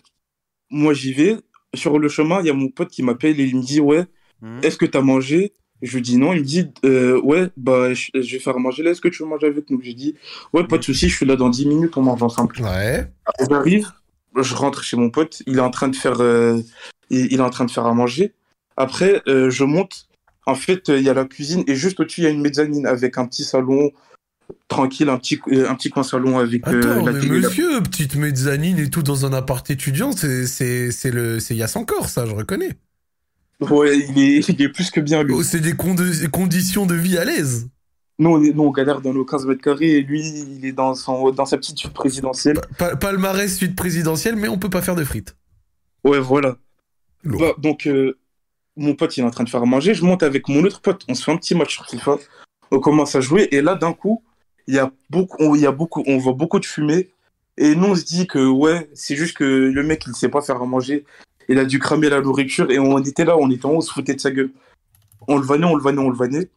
S4: moi, j'y vais. Sur le chemin, il y a mon pote qui m'appelle et il me dit Ouais,
S3: Hmm.
S4: est-ce que t'as mangé Je lui dis non. Il me dit Euh, Ouais, bah, je je vais faire à manger là. Est-ce que tu veux manger avec nous J'ai dit Ouais, pas de souci, je suis là dans 10 minutes, on mange ensemble.
S1: Ouais.
S4: J'arrive, je rentre chez mon pote. Il est en train de faire, euh, il il est en train de faire à manger. Après, euh, je monte. En fait, euh, il y a la cuisine et juste au-dessus, il y a une mezzanine avec un petit salon tranquille, un petit, euh, un petit coin salon avec euh,
S1: Attends,
S4: la
S1: Ah, mais
S4: télé, la-
S1: monsieur, petite mezzanine et tout dans un appart étudiant, c'est c'est c'est le c'est Yass encore ça, je reconnais.
S4: Ouais, il est, il est plus que bien lui.
S1: Oh, c'est des condi- conditions de vie à l'aise.
S4: Nous, on, est, nous, on galère dans nos 15 mètres carrés et lui, il est dans, son, dans sa petite suite présidentielle.
S1: Pa- palmarès suite présidentielle, mais on peut pas faire de frites.
S4: Ouais, voilà.
S1: Lourd.
S4: Bah, donc, euh, mon pote, il est en train de faire à manger. Je monte avec mon autre pote. On se fait un petit match sur FIFA. On commence à jouer. Et là, d'un coup, il y a beaucoup, on, il y a beaucoup, on voit beaucoup de fumée. Et nous, on se dit que, ouais, c'est juste que le mec, il sait pas faire à manger. Il a dû cramer la nourriture. Et on était là, on était en haut, on se foutait de sa gueule. On le vannait, on le vannait, on le vannait.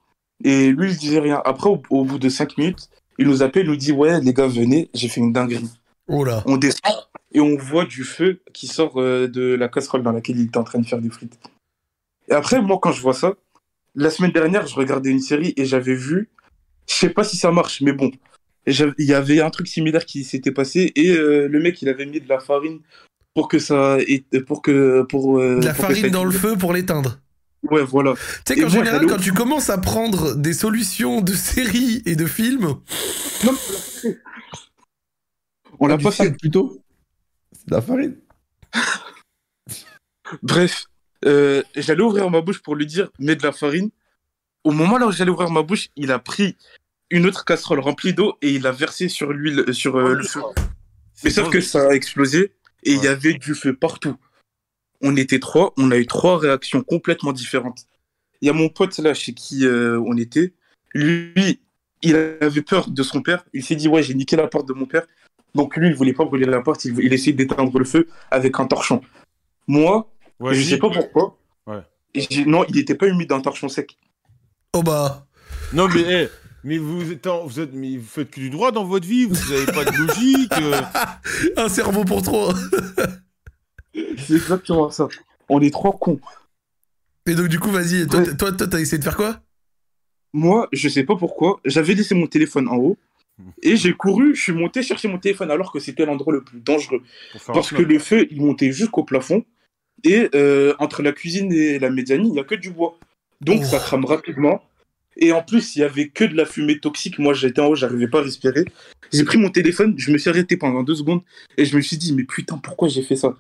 S4: Et lui, il disait rien. Après, au, au bout de 5 minutes, il nous appelle, il nous dit, ouais, les gars, venez, j'ai fait une dinguerie.
S1: Oh là.
S4: On descend et on voit du feu qui sort euh, de la casserole dans laquelle il était en train de faire des frites. Et après, moi, quand je vois ça, la semaine dernière, je regardais une série et j'avais vu, je sais pas si ça marche, mais bon, j'avais- il y avait un truc similaire qui s'était passé et euh, le mec, il avait mis de la farine pour que ça, et pour que pour euh,
S1: De la
S4: pour que ça-
S1: farine dans le feu pour l'éteindre.
S4: Ouais, voilà.
S1: Tu sais qu'en
S4: Et moi,
S1: général,
S4: j'allais au-
S1: quand tu commences à prendre des solutions de séries et de films,
S2: On l'a
S4: du
S2: pas
S4: sel.
S2: fait plutôt C'est de la farine.
S4: Bref, euh, j'allais ouvrir ma bouche pour lui dire mets de la farine. Au moment là où j'allais ouvrir ma bouche, il a pris une autre casserole remplie d'eau et il l'a versée sur l'huile, euh, sur euh, le feu. Mais sauf que ça a explosé et il y
S3: Ouais.
S4: avait du feu partout. On était trois, on a eu trois réactions complètement différentes. Il y a mon pote là chez qui euh, on était. Lui, il avait peur de son père. Il s'est dit ouais j'ai niqué la porte de mon père. Donc lui il voulait pas brûler la porte, il, il essayait d'éteindre le feu avec un torchon. Moi,
S3: Ouais,
S4: je
S3: dis-
S4: sais pas pourquoi.
S3: Ouais.
S4: Et j'ai- non, il était pas humide d'un torchon sec.
S1: oh bah.
S3: Non mais, eh, mais vous êtes, en- vous êtes, mais vous faites que du droit dans votre vie. Vous avez pas de logique. euh.
S1: Un cerveau pour trois.
S4: C'est exactement ça. On est trois cons.
S1: Et donc, du coup, vas-y, toi,
S4: Ouais.
S1: t- toi, toi, t'as essayé de faire quoi
S4: Moi, je sais pas pourquoi, j'avais laissé mon téléphone en haut.
S3: Hmm.
S4: Et j'ai couru, je suis monté chercher mon téléphone alors que c'était l'endroit le plus dangereux.
S3: Pour faire un
S4: Parce que
S3: flop.
S4: le feu, il montait jusqu'au plafond. Et euh, entre la cuisine et la mezzanine, il y a que du bois. Donc
S1: Oh.
S4: ça crame rapidement. Et en plus, il y avait que de la fumée toxique. Moi, j'étais en haut, j'arrivais pas à respirer. J'ai pris mon téléphone, je me suis arrêté pendant deux secondes et je me suis dit, mais putain, pourquoi j'ai fait ça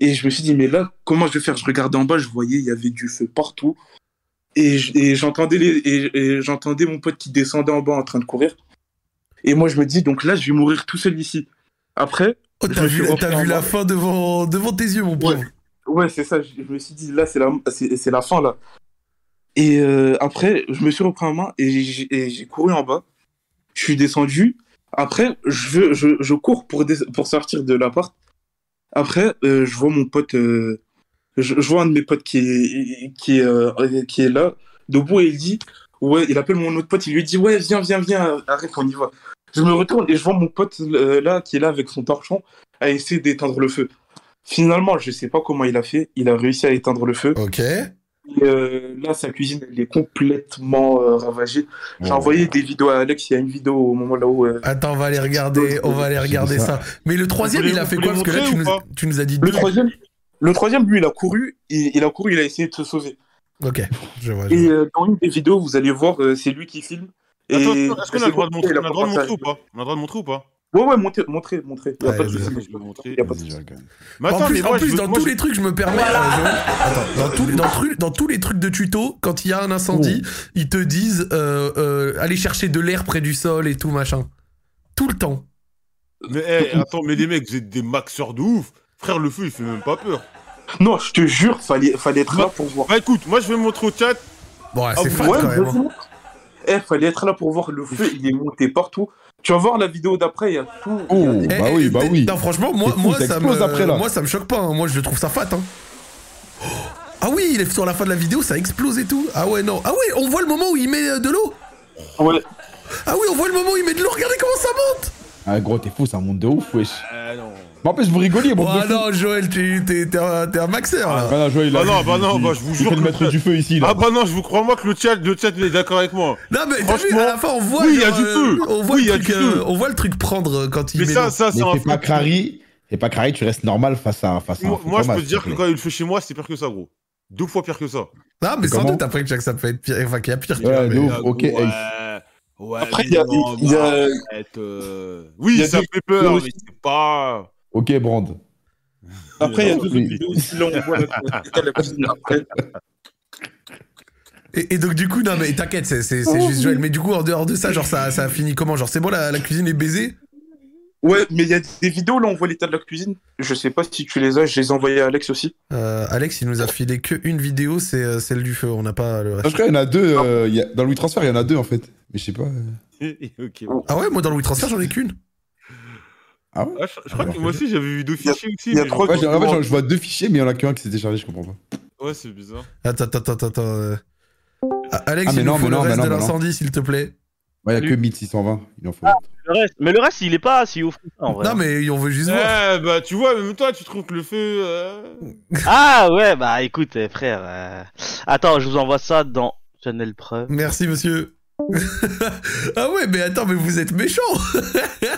S4: Et je me suis dit, mais là, comment je vais faire Je regardais en bas, je voyais, il y avait du feu partout. Et j- et j'entendais les- et- et j'entendais mon pote qui descendait en bas en train de courir. Et moi, je me dis, donc là, je vais mourir tout seul ici. Après,
S1: Oh,
S4: Je
S1: t'as
S4: me suis
S1: vu,
S4: repris
S1: t'as
S4: en
S1: vu la
S4: main.
S1: fin devant, devant tes yeux, mon pauvre.
S4: Ouais, c'est ça. Je je me suis dit, là, c'est la, c'est c'est la fin, là. Et euh, après, je me suis repris en main et j'ai- et j'ai couru en bas. Je suis descendu. Après, je, veux, je, je cours pour, dé- pour sortir de l'appart. Après, euh, je vois mon pote. euh, je, je vois un de mes potes qui est, qui est, euh, qui est là, debout, et il dit Ouais, il appelle mon autre pote. Il lui dit Ouais, viens, viens, viens, arrête, on y va. Je me retourne et je vois mon pote euh, là, qui est là avec son torchon, à essayer d'éteindre le feu. Finalement, je sais pas comment il a fait. Il a réussi à éteindre le feu.
S1: Ok.
S4: Et, euh, là, sa cuisine, elle est complètement euh, ravagée. J'ai
S2: Bon.
S4: envoyé des vidéos à Alex. Il y a une vidéo au moment là où. euh,
S1: Attends, on va aller regarder, on va aller regarder ça. Mais le troisième,
S3: voulez-
S1: il a
S3: vous
S1: fait
S3: voulez
S1: quoi Parce que là,
S3: montrer
S1: tu
S3: ou
S1: nous,
S3: pas
S1: tu nous as dit
S4: Le
S1: deux.
S4: troisième, le troisième, lui, il a couru. Il, il a couru. Il a essayé de se sauver.
S1: Ok, je vois. je
S4: Et
S1: vois.
S4: euh, dans une des vidéos, vous allez voir, euh, c'est lui qui filme. Et
S3: Attends, attends, est-ce qu'on a
S4: c'est
S3: le droit de
S4: pas-
S3: montrer
S4: il a
S3: On a le droit de
S4: pas
S3: montrer ou pas On a le droit de montrer ou pas
S4: Ouais, ouais, montrez, montrez, montrez. Il y a
S1: Ouais,
S4: pas de
S1: vas-y.
S4: souci.
S3: Je vais montrer.
S4: Il y a pas de
S2: Vas-y,
S4: souci.
S2: je regarde.
S3: Mais
S1: en
S3: attends,
S1: plus,
S3: mais
S1: en
S3: moi,
S1: plus,
S3: je-
S1: dans
S3: moi,
S1: tous
S3: je-
S1: les trucs, je me permets. euh, Joël, attends, dans, tous, dans, tous- dans tous les trucs de tuto, quand il y a un incendie, ils te disent euh, euh, allez chercher de l'air près du sol et tout machin. Tout le temps.
S3: Mais eh, attends, mais les mecs, vous êtes des maxeurs de ouf. Frère, le feu, il fait même pas peur.
S4: Non, je te jure, fallait, fallait être là pour voir.
S3: Bah écoute, moi, je vais me montrer au chat.
S1: Bon, ouais,
S3: Ah,
S1: c'est fat
S4: Ouais,
S1: quand même. hein.
S4: vas-y, montre. Eh, fallait être là pour voir le feu, il est monté partout. Tu vas voir la vidéo d'après, il y a tout. il y a
S2: Oh,
S4: des-
S1: Eh,
S2: bah
S1: eh,
S2: oui,
S1: eh,
S2: bah
S1: eh,
S2: oui.
S1: non, franchement, moi,
S2: C'est fou,
S1: moi,
S2: ça
S1: ça
S2: explose
S1: me,
S2: après, là.
S1: moi, ça me choque pas. hein. Moi, je le trouve ça fat. Hein. Ah oui, il est sur la fin de la vidéo, ça explose et tout. Ah ouais, non. Ah ouais, on voit le moment où il met euh, de l'eau.
S4: Ouais.
S1: Ah oui, on voit le moment où il met de l'eau. Regardez comment ça monte.
S2: Ah, gros, t'es fou, ça monte de ouf, wesh.
S3: Ah non.
S2: Mais en plus, vous rigoliez,
S3: Oh,
S2: bon.
S1: Ah non, Joël, tu- t'es t'es un, t'es un maxeur là.
S2: Bah non, Joël, il a-
S3: Ah non, bah bah non,
S2: il-
S3: bah je vous
S2: il
S3: jure
S2: fait le
S3: que-
S2: maître du feu ici, là.
S3: Ah bah non, je vous crois, moi, que le chat, le chat, il est d'accord avec moi.
S1: Non mais t'as vu,
S3: Franchement,
S1: à la fin on voit,
S3: oui, il y a
S1: genre,
S3: du
S1: euh,
S3: feu.
S1: on voit le
S3: Oui, il y a
S1: truc,
S3: du
S1: euh,
S3: feu.
S1: on voit le truc prendre euh, quand il
S3: Mais
S1: met
S3: ça,
S1: l'eau.
S3: ça, c'est
S2: Mais
S3: un
S2: t'es pas
S3: feu.
S2: crari, t'es pas crari, tu restes normal face à face à un
S3: Moi,
S2: feu
S3: moi, je
S2: comme
S3: peux
S2: ça,
S3: te dire que
S2: s'il te
S3: quand il le fait chez moi, c'est pire que ça, gros. deux fois pire que ça.
S1: Non, mais sans
S2: Comment
S1: doute après que Jack, ça peut être pire. Enfin, qu'il y a pire. tu
S2: Ouais,
S1: vois, mais-
S2: de ouf. ok,
S3: Ouais, ouais,
S4: Après,
S3: mais
S4: il y a-
S3: non,
S4: il y a-
S3: bah, arrête, euh, Oui,
S4: il y a
S3: ça
S4: des-
S3: fait peur,
S4: aussi.
S3: mais c'est pas.
S2: Ok, Brand.
S4: Après, il y a
S2: Non,
S4: deux autres
S2: oui.
S4: vidéos aussi, là, on voit la- la personne après.
S1: Et, et donc du coup, non mais t'inquiète, c'est, c'est, c'est juste Joël. Mais du coup, en dehors de ça, genre ça, ça a fini comment Genre c'est bon, la, la cuisine est baisée
S4: Ouais, mais il y a des vidéos, là, on voit l'état de la cuisine. Je sais pas si tu les as, je les ai envoyées à Alex aussi.
S1: Euh, Alex, il nous a filé que une vidéo, c'est euh, celle du feu. On n'a pas le
S2: Je
S1: reste.
S2: crois qu'il y en a deux. euh, il y a- Dans Louis Transfer, il y en a deux en fait. Mais je sais pas. euh.
S3: Ok.
S1: Ah ouais, moi dans le Louis Transfer, j'en ai qu'une.
S2: Ah ouais
S3: Ah, je, je crois que moi aussi j'avais vu deux fichiers aussi.
S4: il y a
S3: mais
S4: trois-
S2: Ouais, j'ai- En fait,
S4: Comment-
S2: j'en- je vois deux fichiers, mais il y en a qu'un qui s'est déchargé, je comprends pas.
S3: Ouais, c'est bizarre.
S1: Attends, attends, attends, attends. euh. Ah, Alex,
S2: Ah, mais
S1: il
S2: non,
S1: nous faut
S2: mais
S1: le
S2: non, mais
S1: reste
S2: non,
S1: de
S2: mais non.
S1: l'incendie, s'il te plaît.
S2: Ouais, il y a
S5: Salut.
S2: que 1620. Il en faut.
S5: Le reste- Mais le reste, il est pas si ouf que ça, en vrai. hein.
S1: Non mais on veut juste voir.
S3: Eh, bah, tu vois, même toi, tu trouves que le feu. euh,
S5: Ah ouais, bah écoute, eh, frère. euh, Attends, je vous envoie ça dans Channel Preuve.
S1: Merci monsieur. ah ouais, mais attends, mais vous êtes méchant.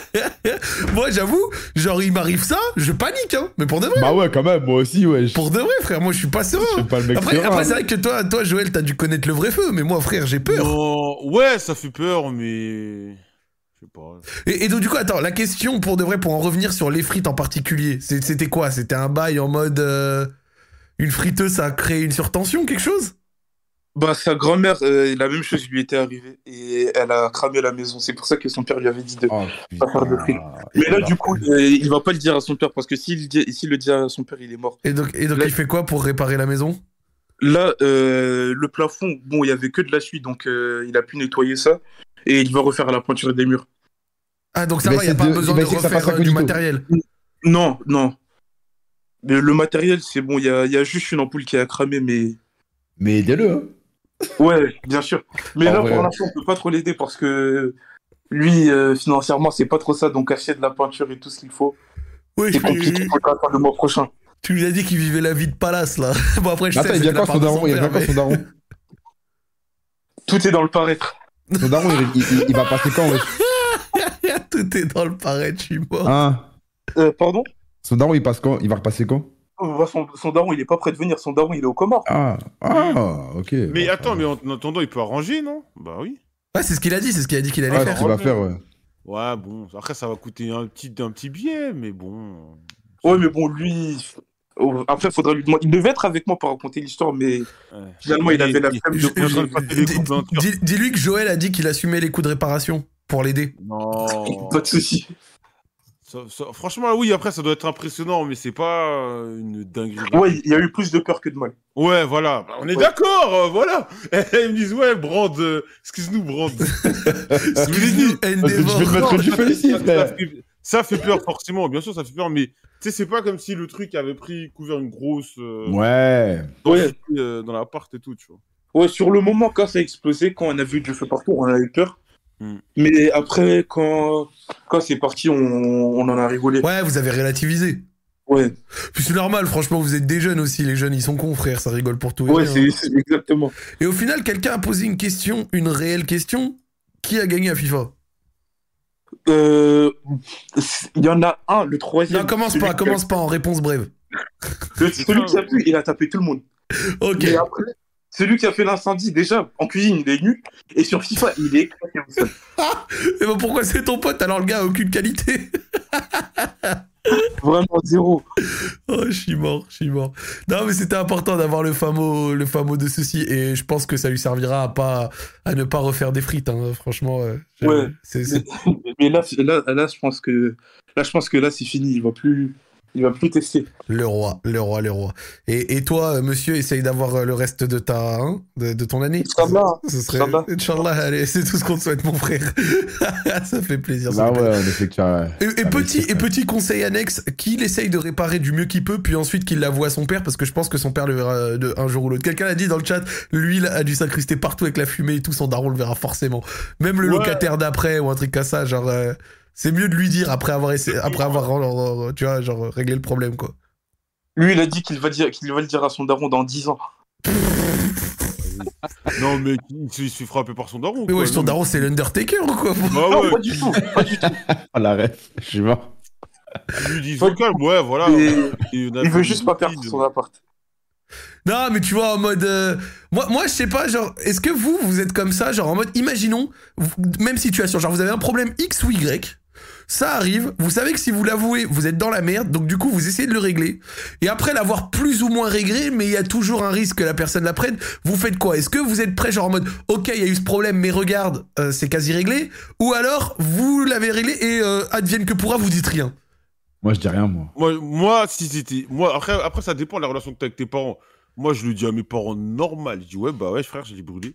S1: moi, j'avoue, genre il m'arrive ça, je panique, hein. Mais pour de vrai,
S2: Bah ouais, quand même, moi aussi, ouais. Je
S1: pour de vrai, frère, moi je suis pas serein.
S2: je suis pas le mec
S1: Après,
S2: serein,
S1: après c'est
S2: hein.
S1: vrai que toi, toi Joël, t'as dû connaître le vrai feu, mais moi, frère, j'ai peur.
S3: Non, Ouais, ça fait peur, mais. Je sais pas.
S1: Et, et donc, du coup, attends, la question pour de vrai, pour en revenir sur les frites en particulier, c'est- c'était quoi C'était un bail en mode. euh, une friteuse, ça a créé une surtension, quelque chose
S4: Bah, sa grand-mère, euh, la même chose lui était arrivée et elle a cramé la maison. C'est pour ça que son père lui avait dit de.
S2: Oh,
S4: Pas faire de fric.
S2: putain.
S4: Mais là, du coup, euh, il va pas le dire à son père parce que s'il le dit- s'il le dit à son père, il est mort.
S1: Et donc, et donc
S4: La-
S1: il fait quoi pour réparer la maison
S4: Là, euh, le plafond, bon, il y avait que de la suie, donc euh, il a pu nettoyer ça et il va refaire la peinture des murs.
S1: Ah, donc ça
S2: Il
S1: va,
S2: va
S1: il a
S2: essayer
S1: pas
S2: bah, de-
S1: besoin
S2: il va
S1: de
S2: essayer que ça
S1: refaire
S2: fasse
S1: euh, du
S2: incognito.
S1: matériel.
S4: Non, non. Mais le matériel, c'est bon, il y a, il y a juste une ampoule qui a cramé, mais.
S2: Mais aidez-le, hein.
S4: Ouais, bien sûr. Mais
S2: En
S4: là,
S2: vrai,
S4: pour
S2: ouais.
S4: l'instant, on peut pas trop l'aider parce que lui, euh, financièrement, c'est pas trop ça, donc acheter de la peinture et tout ce qu'il faut,
S1: Oui,
S4: c'est compliqué pour le faire le mois prochain.
S1: tu lui as dit qu'il vivait la vie de palace, là. Bon, après, je
S2: Attends,
S1: sais
S2: il
S1: c'est
S2: vient
S1: de la
S2: quand
S1: part
S2: son
S1: de son
S2: daron Il vient
S1: père,
S2: quand
S1: mais-
S2: son daron
S4: Tout est dans le paraître.
S2: Son daron, il- il il- il va passer quand, wesh
S1: Tout est dans le pareil, je suis mort.
S2: Hein
S4: Euh, pardon
S2: Son daron, il passe quand Il va repasser quand
S4: Bah, son, son daron, il est pas prêt de venir. Son daron, il est aux Comores.
S2: Ah, ah, ok.
S3: Mais attends, mais en en attendant, il peut arranger, non Bah oui.
S1: Ouais, c'est ce qu'il a dit, c'est ce qu'il a dit qu'il allait
S2: Ouais, c'est
S1: faire.
S2: ce qu'il va faire, ouais.
S3: Ouais, bon. Après, ça va coûter un petit, un petit billet, mais bon.
S4: Ouais, mais bon, lui. oh, Après, faudrait lui demander. Il devait être avec moi pour raconter l'histoire, mais
S3: Ouais.
S4: finalement, il avait la flemme
S1: Je-
S4: de
S1: je-
S4: prendre
S3: passer les coups de peinture.
S1: dis- dis- Dis-lui que Joël a dit qu'il assumait les coups de réparation pour l'aider.
S2: Oh.
S3: Non.
S4: Pas de soucis.
S3: Ça- ça- franchement, oui, après, ça doit être impressionnant, mais c'est pas euh, une dinguerie.
S4: Ouais, il y a eu plus de peur que de mal.
S3: Ouais, voilà. Bah, on est
S4: Ouais.
S3: d'accord, euh, voilà. Ils me disent, ouais, Brand, euh, excuse-nous, Brand.
S1: Excuse-nous,
S2: Parce que tu veux te
S1: Endeavor.
S2: mettre du feu ici,
S3: ça, ça
S2: frère.
S3: fait, ça fait peur, forcément. Bien sûr, ça fait peur, mais tu sais, c'est pas comme si le truc avait pris, couvert une grosse. euh,
S2: Ouais.
S4: Ouais.
S3: euh, dans l'appart et tout, tu vois.
S4: Ouais, sur le moment, quand ça a explosé, quand on a vu du feu partout, on a eu peur.
S3: Hmm.
S4: Mais après, quand, quand c'est parti, on, on en a rigolé.
S1: Ouais, vous avez relativisé.
S4: Ouais,
S1: Puis c'est normal, franchement, vous êtes des jeunes aussi. Les jeunes, ils sont cons, frère, ça rigole pour tout. et
S4: ouais,
S1: rien. hein.
S4: c'est c'est- exactement.
S1: Et au final, quelqu'un a posé une question, une réelle question. Qui a gagné à FIFA
S4: Euh, c'est- Il y en a un, le troisième.
S1: Non, commence
S4: celui
S1: pas,
S4: qui-
S1: commence pas en réponse brève.
S4: le- Celui qui a pu, il a tapé tout le monde.
S1: Ok.
S4: Et après, celui qui a fait l'incendie, déjà, en cuisine, il est nu. Et sur FIFA, il est éclaté au sol.
S1: Et ben pourquoi c'est ton pote alors le gars a aucune qualité
S4: Vraiment zéro.
S1: Oh, je suis mort, je suis mort. Non, mais c'était important d'avoir le famo, le famo de ceci. Et je pense que ça lui servira à, pas, à ne pas refaire des frites, hein, franchement. euh, je-
S4: Ouais.
S1: c'est- c'est-
S4: Mais là, c'est- là, là, je pense que là, je pense que là, c'est fini. Il va plus, il va plus tester.
S1: Le roi, le roi, le roi. Et, et toi, euh, monsieur, essaye d'avoir euh, le reste de ta hein, de, de ton année.
S4: Inch'Allah.
S1: Ce serait...
S4: Inch'Allah.
S1: Inch'Allah, allez, c'est tout ce qu'on te souhaite, mon frère. ça fait plaisir. ça
S2: Bah
S1: fait
S2: ouais, on essaie que ça-
S1: plaisir. Et, et
S2: Ah, mais
S1: petit,
S2: c'est
S1: et
S2: ça.
S1: petit conseil annexe, qu'il essaye de réparer du mieux qu'il peut, puis ensuite qu'il l'avoue à son père, parce que je pense que son père le verra euh, de, un jour ou l'autre. Quelqu'un l'a dit dans le chat, l'huile a dû s'incruster partout avec la fumée et tout, son daron le verra forcément. Même le
S3: Ouais.
S1: locataire d'après ou un truc comme ça, genre, euh, c'est mieux de lui dire après avoir essayé, après avoir, euh, tu vois, genre, réglé le problème, quoi.
S4: Lui, il a dit qu'il va dire, qu'il va le dire à son daron dans 10 ans.
S3: Non, mais il se, il se fait frapper par son daron.
S1: Mais
S3: quoi,
S1: ouais, son
S3: non,
S1: daron, c'est l'Undertaker ou quoi
S3: mais- Bah
S4: non,
S3: ouais,
S4: pas du tout. Pas du tout.
S2: Ah, la ref, je suis mort.
S3: ils lui disent au calme, ouais, voilà.
S4: Et
S3: Et on a
S4: il
S3: fait euh,
S4: veut
S3: une
S4: juste pas
S3: bouteille
S4: perdre
S3: de-
S4: son appart.
S1: Non, mais tu vois, en mode. euh, moi, moi, je sais pas, genre, est-ce que vous, vous êtes comme ça, genre en mode, imaginons, vous- même situation, genre, vous avez un problème X ou Y, ça arrive, vous savez que si vous l'avouez, vous êtes dans la merde, donc du coup, vous essayez de le régler. Et après l'avoir plus ou moins réglé, mais il y a toujours un risque que la personne la prenne, vous faites quoi Est-ce que vous êtes prêt, genre en mode, ok, il y a eu ce problème, mais regarde, euh, c'est quasi réglé Ou alors, vous l'avez réglé et euh, advienne que pourra, vous dites rien
S2: Moi, je dis rien, moi.
S3: Moi, moi, si c'était. Moi, après, après, ça dépend de la relation que t'as avec tes parents. Moi, je le dis à mes parents normal. Je dis, ouais, bah ouais, frère, j'ai brûlé.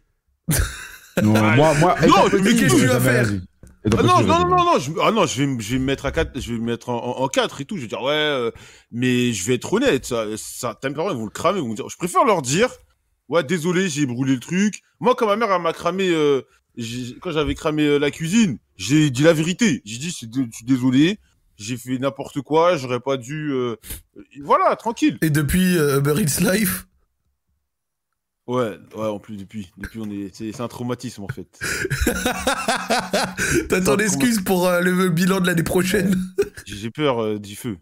S2: Non, moi, moi.
S3: Non,
S2: étant
S3: mais
S2: petit,
S1: qu'est-ce que tu vas
S2: j'aurais jamais
S1: faire
S2: réagi. Étant
S3: Ah
S2: petit,
S3: non,
S2: j'aurais
S3: non,
S2: jamais
S3: non, non,
S2: réagi.
S3: non, je, ah non, je vais, me- je vais me mettre à quatre, je vais me mettre en, en, en quatre et tout. Je vais dire, ouais, euh, mais je vais être honnête. Ça, ça, t'as mes parents, ils vont le cramer. Ils vont me dire, je préfère leur dire, ouais, désolé, j'ai brûlé le truc. Moi, quand ma mère, elle m'a cramé, euh, j'ai- quand j'avais cramé euh, la cuisine, j'ai dit la vérité. J'ai dit, c'est- je suis désolé, j'ai fait n'importe quoi, j'aurais pas dû. euh, Voilà, tranquille.
S1: Et depuis euh, Uber Eats Life
S3: Ouais, ouais, en plus, depuis, depuis on est, c'est c'est un traumatisme en fait.
S1: T'as ton excuse pour euh, le bilan de l'année prochaine
S3: J'ai j'ai peur euh, du feu.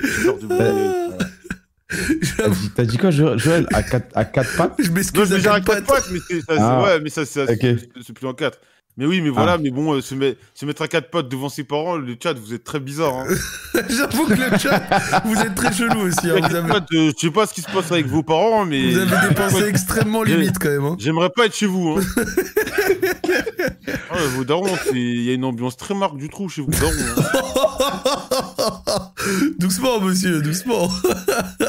S3: J'ai peur de brûler.
S2: T'as
S1: J'avoue,
S2: dit- T'as dit quoi, Jo- Joël À 4 à quatre pattes
S1: Je
S3: Non,
S1: m'excuse
S3: je
S1: à
S3: mets un
S1: quatre pattes.
S3: 4 pattes, mais c'est ça, c'est-
S2: Ah.
S3: ouais, mais ça, ça c'est-
S2: Ok. Ah.
S3: c'est c'est plus en 4. Mais oui, mais voilà, mais bon, euh, se, met- se mettre à 4 pattes devant ses parents, le chat, vous êtes très bizarre. Hein.
S1: J'avoue que le chat, vous êtes très chelou aussi. hein.
S3: À
S1: Vous,
S3: quatre
S1: avez,
S3: pattes, euh, je sais pas ce qui se passe avec vos parents, hein, mais
S1: vous avez des pensées extrêmement limites quand même. hein.
S3: j'aimerais pas être chez vous. Hein. Ouais, vos darons, c'est- il y a une ambiance très marque du trou chez vos darons. hein.
S1: doucement, monsieur, doucement.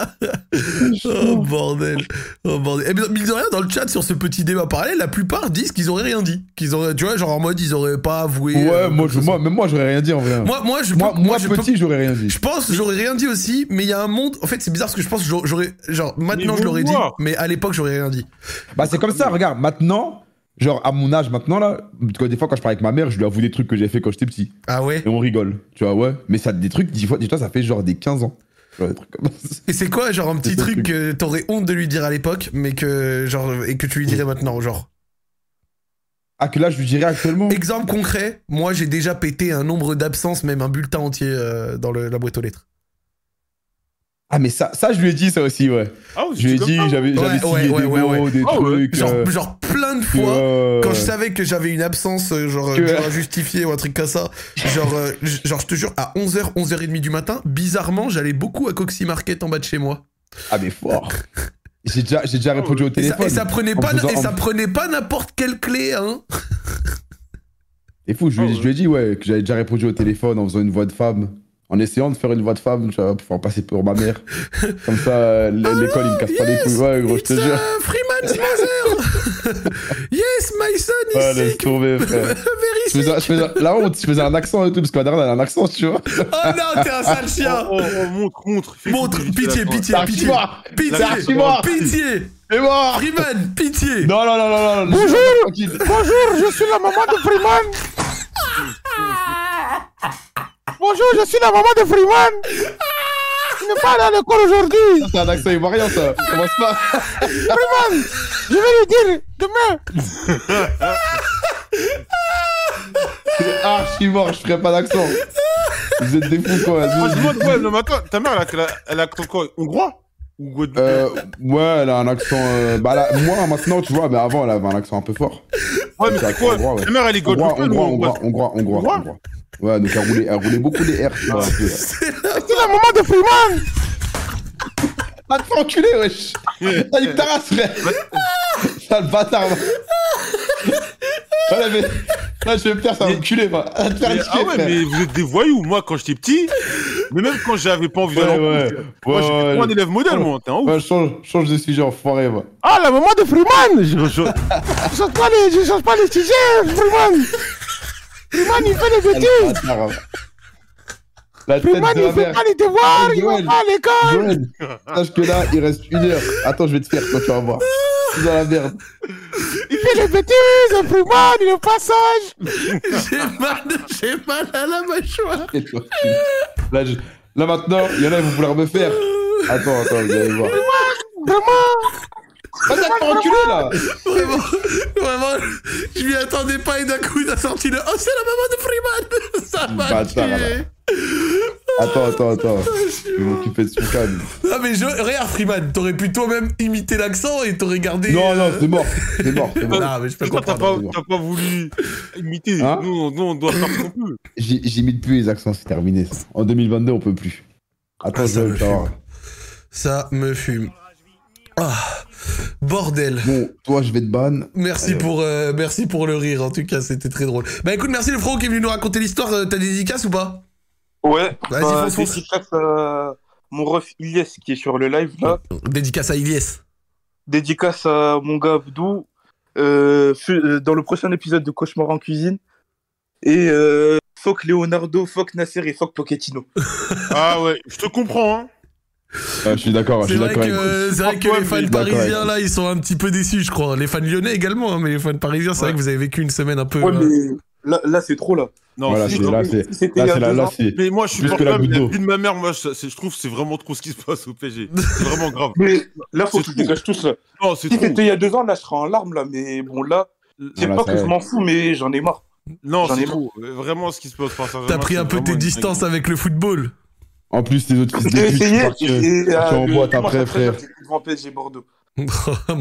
S1: oh bordel. Oh bordel. Eh bien, mine de rien, dans le chat, sur ce petit débat parallèle, la plupart disent qu'ils auraient rien dit. Qu'ils auraient, tu vois, genre en mode, ils auraient pas avoué. euh,
S2: Ouais, moi,
S1: que
S2: je-
S1: ce
S2: moi, même moi, j'aurais rien dit en vrai.
S1: soit.
S2: Moi,
S1: moi, moi, je
S2: moi,
S1: peux- je peux-
S2: petit, j'aurais rien dit.
S1: Je pense, j'aurais rien dit aussi, mais il y a un monde. En fait, c'est bizarre parce que je pense, que j'aurais- j'aurais. Genre, maintenant,
S3: Mais
S1: je l'aurais dit,
S3: voir.
S1: mais à l'époque, j'aurais rien dit.
S2: Bah, c'est comme ça, regarde, maintenant, genre à mon âge maintenant, là, quand- des fois quand je parle avec ma mère, je lui avoue des trucs que j'ai fait quand j'étais petit.
S1: Ah ouais
S2: Et on rigole, tu vois, ouais. Mais ça, des trucs, dis-toi, dis-toi, ça fait genre des 15 ans. Tu vois, des trucs comme ça.
S1: Et c'est quoi, genre, un petit
S2: C'est ça,
S1: truc
S2: le truc.
S1: que t'aurais honte de lui dire à l'époque, mais que, genre, et que tu lui dirais maintenant, genre.
S2: Ah, que là, je lui dirais actuellement.
S1: Exemple concret, moi, j'ai déjà pété un nombre d'absences, même un bulletin entier euh, dans le- la boîte aux lettres.
S2: Ah, mais ça, ça, je lui ai dit ça aussi, ouais.
S3: Ah, vous
S2: Je lui ai
S3: êtes comme
S2: dit,
S3: ça, vous
S2: j'avais j'avais
S1: Ouais,
S2: signé
S1: ouais,
S2: des
S1: ouais, ouais,
S2: mots, des
S3: Ah ouais.
S2: trucs.
S1: Genre,
S2: euh,
S1: genre plein de
S2: que,
S1: fois.
S2: euh,
S1: Quand je savais que j'avais une absence, euh, genre, euh,
S2: Que-
S1: tu vois, justifiée ou un truc comme ça, genre, euh, j- genre, je te jure, à 11h, 11h30 du matin, bizarrement, j'allais beaucoup à Coxy Market en bas de chez moi.
S2: Ah, mais fort. J'ai déjà, j'ai déjà répondu au
S1: Oh. Et ça,
S2: téléphone.
S1: et ça prenait
S2: En
S1: pas,
S2: faisant-
S1: et ça
S2: en-
S1: prenait pas n'importe quelle clé, hein.
S2: Et fou, je lui,
S3: Ah ouais.
S2: je lui ai dit, ouais, que j'avais déjà répondu au téléphone en faisant une voix de femme. En essayant de faire une voix de femme, tu vois, pour faire passer pour ma mère. Comme ça, euh, l-
S1: Allô,
S2: l'école, il me casse pas les
S1: yes,
S2: couilles. Ouais, gros, je
S1: It's
S2: te jure.
S1: a Freeman's mother. yes, my son is
S2: Ouais, laisse
S1: sick.
S2: tomber, frère.
S1: Very
S2: Ah, Je
S1: sick.
S2: faisais, je faisais- la honte, je faisais un accent et tout, parce que ma dernière, elle a un accent, tu vois.
S1: Oh non, t'es un sale chien.
S3: Oh, oh, oh, montre, montre. Fais
S1: Montre,
S3: écouter vite
S1: pitié,
S3: la fin.
S2: Ah,
S1: pitié, pitié. Pitié,
S2: L'archi mort.
S1: pitié.
S2: C'est mort
S1: Freeman, pitié.
S2: Non, non, non, non, non. Bonjour
S6: Bonjour, je suis la maman de Freeman. Bonjour, je suis la maman de Freeman. Je n'est pas allé à l'école aujourd'hui.
S2: C'est un accent ivoirien, ça. Commence pas.
S6: Je vais lui dire demain.
S2: C'est archi mort, je ferai pas d'accent. Vous êtes des fous, quoi.
S3: Moi, je me demande, ouais, le matin, ta mère, elle a, elle a, elle a quoi Hongrois Ou Guadeloupe
S2: Euh, ouais, elle a un accent. euh, bah, là, moi maintenant, tu vois, mais avant, elle avait un accent un peu fort.
S3: Ouais, mais
S2: c'est
S3: c'est quoi
S2: hongrois, ouais.
S3: Ta mère, elle est
S2: Hongrois,
S3: Guadeloupe
S2: hongrois, hongrois, hongrois, hongrois,
S3: Hongrois
S2: hongrois. Ouais, donc elle roulait, elle roulait beaucoup les R, tu vois. un peu.
S6: C'est la maman de Freeman.
S2: Va te faire enculer, wesh T'as dit que ta race, frère Sale bâtard, va Voilà, mais... Là, je vais me faire, ça va
S3: Mais-
S2: me culer, va Va te faire
S3: Mais-
S2: niquer,
S3: ah ouais,
S2: frère.
S3: mais vous êtes des voyous. Moi, quand j'étais petit, mais même quand j'avais pas envie d'aller en
S2: Ouais,
S3: cours,
S2: ouais.
S3: moi, j'étais
S2: Ouais,
S3: trop un
S2: ouais.
S3: élève modèle, moi. T'es un ouf.
S2: Ouais, change, change de sujet, enfoiré, va.
S6: Ah, la maman de Freeman. Je
S3: Je- je-
S6: ne change pas les, je change pas les sujets, Freeman. Freeman, il fait des
S2: Sale
S6: bêtises.
S2: bâtard, va. La tête
S6: Freeman,
S2: de
S6: il
S2: la
S6: fait
S2: mère.
S6: pas les devoirs.
S2: Ouais,
S6: Il va
S2: Joël.
S6: pas à l'école.
S2: Joël, sache que là, il reste une heure. Attends, je vais te faire quand tu vas voir. Je suis dans la merde.
S6: Il fait des bêtises, Freeman. Il est pas sage.
S1: J'ai mal, j'ai mal à la mâchoire.
S2: Et toi, tu- Là, je- là, maintenant, il y en a, ils vont vouloir me faire. Attends, attends, vous allez voir.
S6: Vraiment.
S2: Vas-y, te faire enculer, là
S1: Vraiment, vraiment, je m'y attendais pas et d'un coup, il a sorti le. Oh, c'est la maman de Freeman. Ça m'a
S2: Bâtard,
S1: tué.
S2: Attends, attends, attends. Je vais m'occuper de son calme.
S1: Non, mais je... regarde, Freeman, t'aurais pu toi-même imiter l'accent et t'aurais gardé.
S2: Non, non,
S1: euh,
S2: c'est mort. C'est mort, c'est mort.
S1: Non, mais je peux
S3: Toi, T'as
S1: comprendre.
S3: pas, t'as pas voulu imiter.
S2: Hein
S3: nous, on- nous, on doit faire ce qu'on peut.
S2: J'ai- J'imite plus les accents, c'est terminé. ça. En 2022, on peut plus. Attends,
S1: Ah,
S2: je
S1: ça
S2: vais
S1: me
S2: le faire.
S1: fume. Ça me fume. Ah, bordel.
S2: Bon, toi, je vais te ban.
S1: Merci pour, euh, merci pour le rire, en tout cas, c'était très drôle. Bah écoute, merci le frérot qui est venu nous raconter l'histoire. Euh, T'as des dédicaces ou pas
S4: Ouais,
S1: Vas-y,
S4: bah,
S1: fonce, fonce.
S4: dédicace à mon ref Ilyes qui est sur le live là.
S1: Dédicace à Ilyes.
S4: Dédicace à mon gars Abdou euh, fu- euh, dans le prochain épisode de Cauchemar en cuisine. Et euh, fuck Leonardo, fuck Nasser et fuck Pochettino.
S1: Euh,
S3: Ah ouais, je te comprends. Hein.
S2: Ah, je suis d'accord, je
S1: C'est
S2: suis
S1: vrai
S2: d'accord avec Ah,
S1: que, c'est vrai que
S3: Ouais,
S1: les fans
S3: mais-
S1: parisiens,
S2: D'accord,
S1: là, ils sont un petit peu déçus, je crois. Les fans lyonnais également, hein, mais les fans parisiens, c'est vrai
S3: Ouais.
S1: que vous avez vécu une semaine un peu.
S4: Ouais,
S1: euh,
S4: mais là, là, c'est trop là.
S3: Non,
S2: Voilà,
S3: c'est-
S2: c'est là, Ah, c'est
S4: C'était
S2: là,
S4: il y a
S2: c'est là,
S4: deux
S2: là,
S4: ans.
S2: c'est.
S3: Mais moi, je suis
S2: Plus
S3: pas
S2: que la
S3: comme
S2: goutte
S3: la
S2: d'eau.
S3: vie de ma mère. Moi, ça- c'est- je trouve que c'est vraiment trop ce qui se passe au PSG. C'est vraiment grave.
S4: Mais là, faut
S3: C'est
S4: qu'ils
S3: trop.
S4: dégagent tous là.
S3: Non, c'est
S4: Si
S3: trop.
S4: c'était il y a deux ans, là, je serais en larmes là. Mais bon, là, c'est
S2: Voilà,
S4: pas
S2: ça
S4: que
S2: va.
S4: je m'en fous, mais j'en ai marre.
S3: Non,
S4: J'en ai
S3: c'est trop. Euh, Vraiment, ce qui se passe par Saint-Germain,
S1: T'as pris un
S3: c'est
S1: peu
S3: vraiment
S1: tes
S3: une
S1: distances avec le football.
S2: En plus, les autres fils de
S4: J'ai
S2: pute,
S4: essayé.
S2: partis-
S4: et,
S2: partis
S4: euh,
S2: en
S4: le
S2: boîte
S4: dimanche
S2: après,
S4: après-midi,
S2: frère.
S4: j'étais devant PSG Bordeaux.
S1: Oh,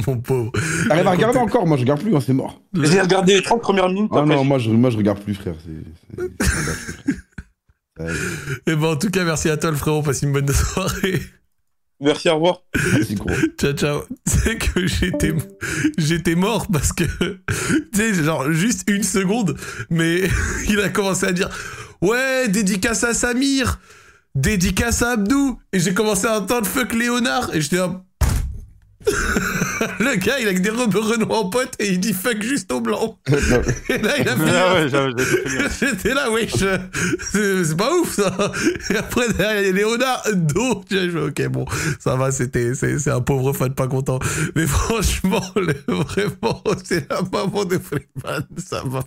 S1: Mon pauvre.
S2: T'arrives à regarder encore Moi, je regarde plus, hein, c'est mort.
S4: J'ai regardé les 30 premières minutes.
S2: Ah
S4: après,
S2: non,
S4: j'ai-
S2: moi, je, moi, je regarde plus, frère. c'est- c'est- je regarde plus, frère. Ouais,
S1: Et ben, en tout cas, merci à toi, le frérot. Passe une bonne soirée.
S4: Merci, au revoir.
S2: Merci, gros.
S1: Ciao, ciao. C'est que j'étais, j'étais mort parce que, tu sais, genre, juste une seconde, mais il a commencé à dire, ouais, dédicace à Samir, dédicace à Abdou, et j'ai commencé à entendre fuck Léonard, et j'étais un... le gars, il a que des robes Renault en pote et il dit fuck juste au blanc.
S2: Non.
S1: Et là, il a fait.
S3: Ah ouais, j'avais j'avais fait bien.
S1: J'étais là, wesh. euh, C'est c'est pas ouf, ça. Et après, derrière, il y a Léonard, dos. J'ai joué, ok, bon, ça va, c'était, c'est c'est un pauvre fan pas content. Mais franchement, le- vraiment, c'est la maman de Freeman. Ça m'a,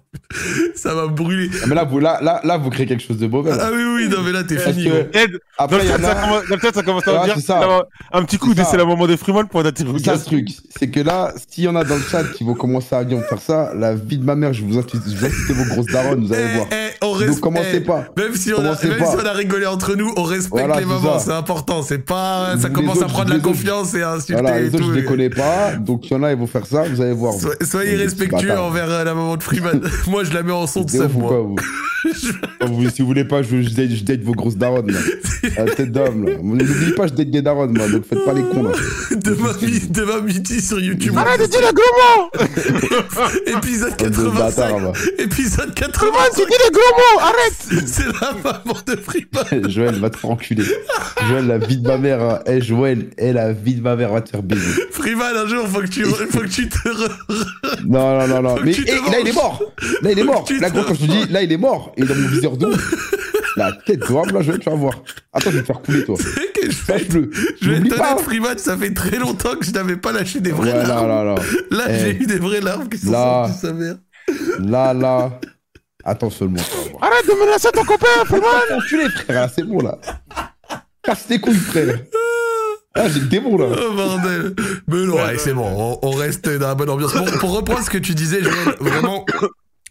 S1: ça m'a brûlé.
S2: Ah, Mais là, vous, là, là, là, vous créez quelque chose de mauvais. là.
S1: Ah oui, oui, non, mais là, t'es
S2: Parce
S1: fini.
S2: que-
S1: ouais.
S3: Eh, Dans
S2: Après,
S3: le
S2: il y
S3: chat,
S2: en
S3: ça
S2: a.
S3: commence- dans le chat, ça commence à
S2: Ah,
S3: dire
S2: c'est ça.
S3: c'est la- un petit coup
S2: C'est
S3: de
S2: ça.
S3: c'est la moment des Freeman pour
S2: C'est ça le
S3: d'interrogation.
S2: truc, c'est que là, s'il y en a dans le chat qui vont commencer à bien faire ça, la vie de ma mère, je vous incite, je vous incite vos grosses daronnes, vous allez
S1: Eh,
S2: voir.
S1: eh, on
S2: Donc
S1: respecte.
S2: commencez pas.
S1: Même, si on, a,
S2: Commencez
S1: même
S2: pas.
S1: si on a rigolé entre nous, on respecte
S2: Voilà,
S1: les
S2: c'est
S1: mamans,
S2: ça.
S1: c'est important. C'est pas, ça
S2: Les
S1: commence à
S2: autres,
S1: prendre la
S2: les autres.
S1: confiance et à insulter
S2: Voilà,
S1: et
S2: les autres,
S1: tout.
S2: je les connais pas, donc il y en a, ils vont faire ça, vous allez voir.
S1: So- soyez
S2: Vous êtes des
S1: respectueux
S2: bâtards.
S1: envers euh, la maman de Freeman. moi, je la mets en son de
S2: Des ouf
S1: seum,
S2: ou
S1: moi.
S2: pas, vous Ah, vous- Si vous voulez pas, je, je, date, je date vos grosses daronnes, là. La tête d'homme, là. N'oubliez pas, je date des daronnes, moi, donc faites pas les cons, là.
S1: demain, mi- demain midi sur YouTube.
S6: Arrête de dire les gros mots
S1: épisode
S2: Bande de bâtards,
S1: 85.
S2: là.
S1: Épisode
S6: Freeman,
S1: 85.
S6: tu dis les gros mots Arrête
S1: C'est la maman de Freeman.
S2: Joël va te faire enculer. Joël, la vie de ma mère, hein. Eh, Joël, eh, la vie de ma mère va te faire baiser.
S1: Freeman, un jour, faut que tu, faut que tu te. re-
S2: Non, non, non, non.
S1: Faut
S2: Mais
S1: que tu te
S2: eh, là, il est mort. Là, il est mort.
S1: Faut que tu
S2: Là,
S1: te
S2: gros, quand je te dis, là, il est mort. Et dans mon viseur d'eau, la tête de homme, là, je vais, tu vas voir. Attends, je vais te faire couler, toi.
S1: que je vais,
S2: Sache-le.
S1: je vais
S2: N'oublie
S1: être
S2: pas.
S1: honnête, Freeman, ça fait très longtemps que je n'avais pas lâché des vraies
S2: Ouais, là,
S1: larmes.
S2: là, là.
S1: Là,
S2: Eh.
S1: j'ai eu des vraies larmes qui sont
S2: Là.
S1: sorties de sa mère.
S2: Là, là. Attends seulement, tu vas voir.
S6: Arrête de menacer ton copain, Freeman
S2: Ah, enculé, frère, là, c'est bon, là. Casse tes couilles, frère. Là, j'ai le démon, là.
S1: Oh bordel Mais non, ouais, c'est bon, on, on reste dans la bonne ambiance. Bon, pour reprendre ce que tu disais, Joël, vraiment...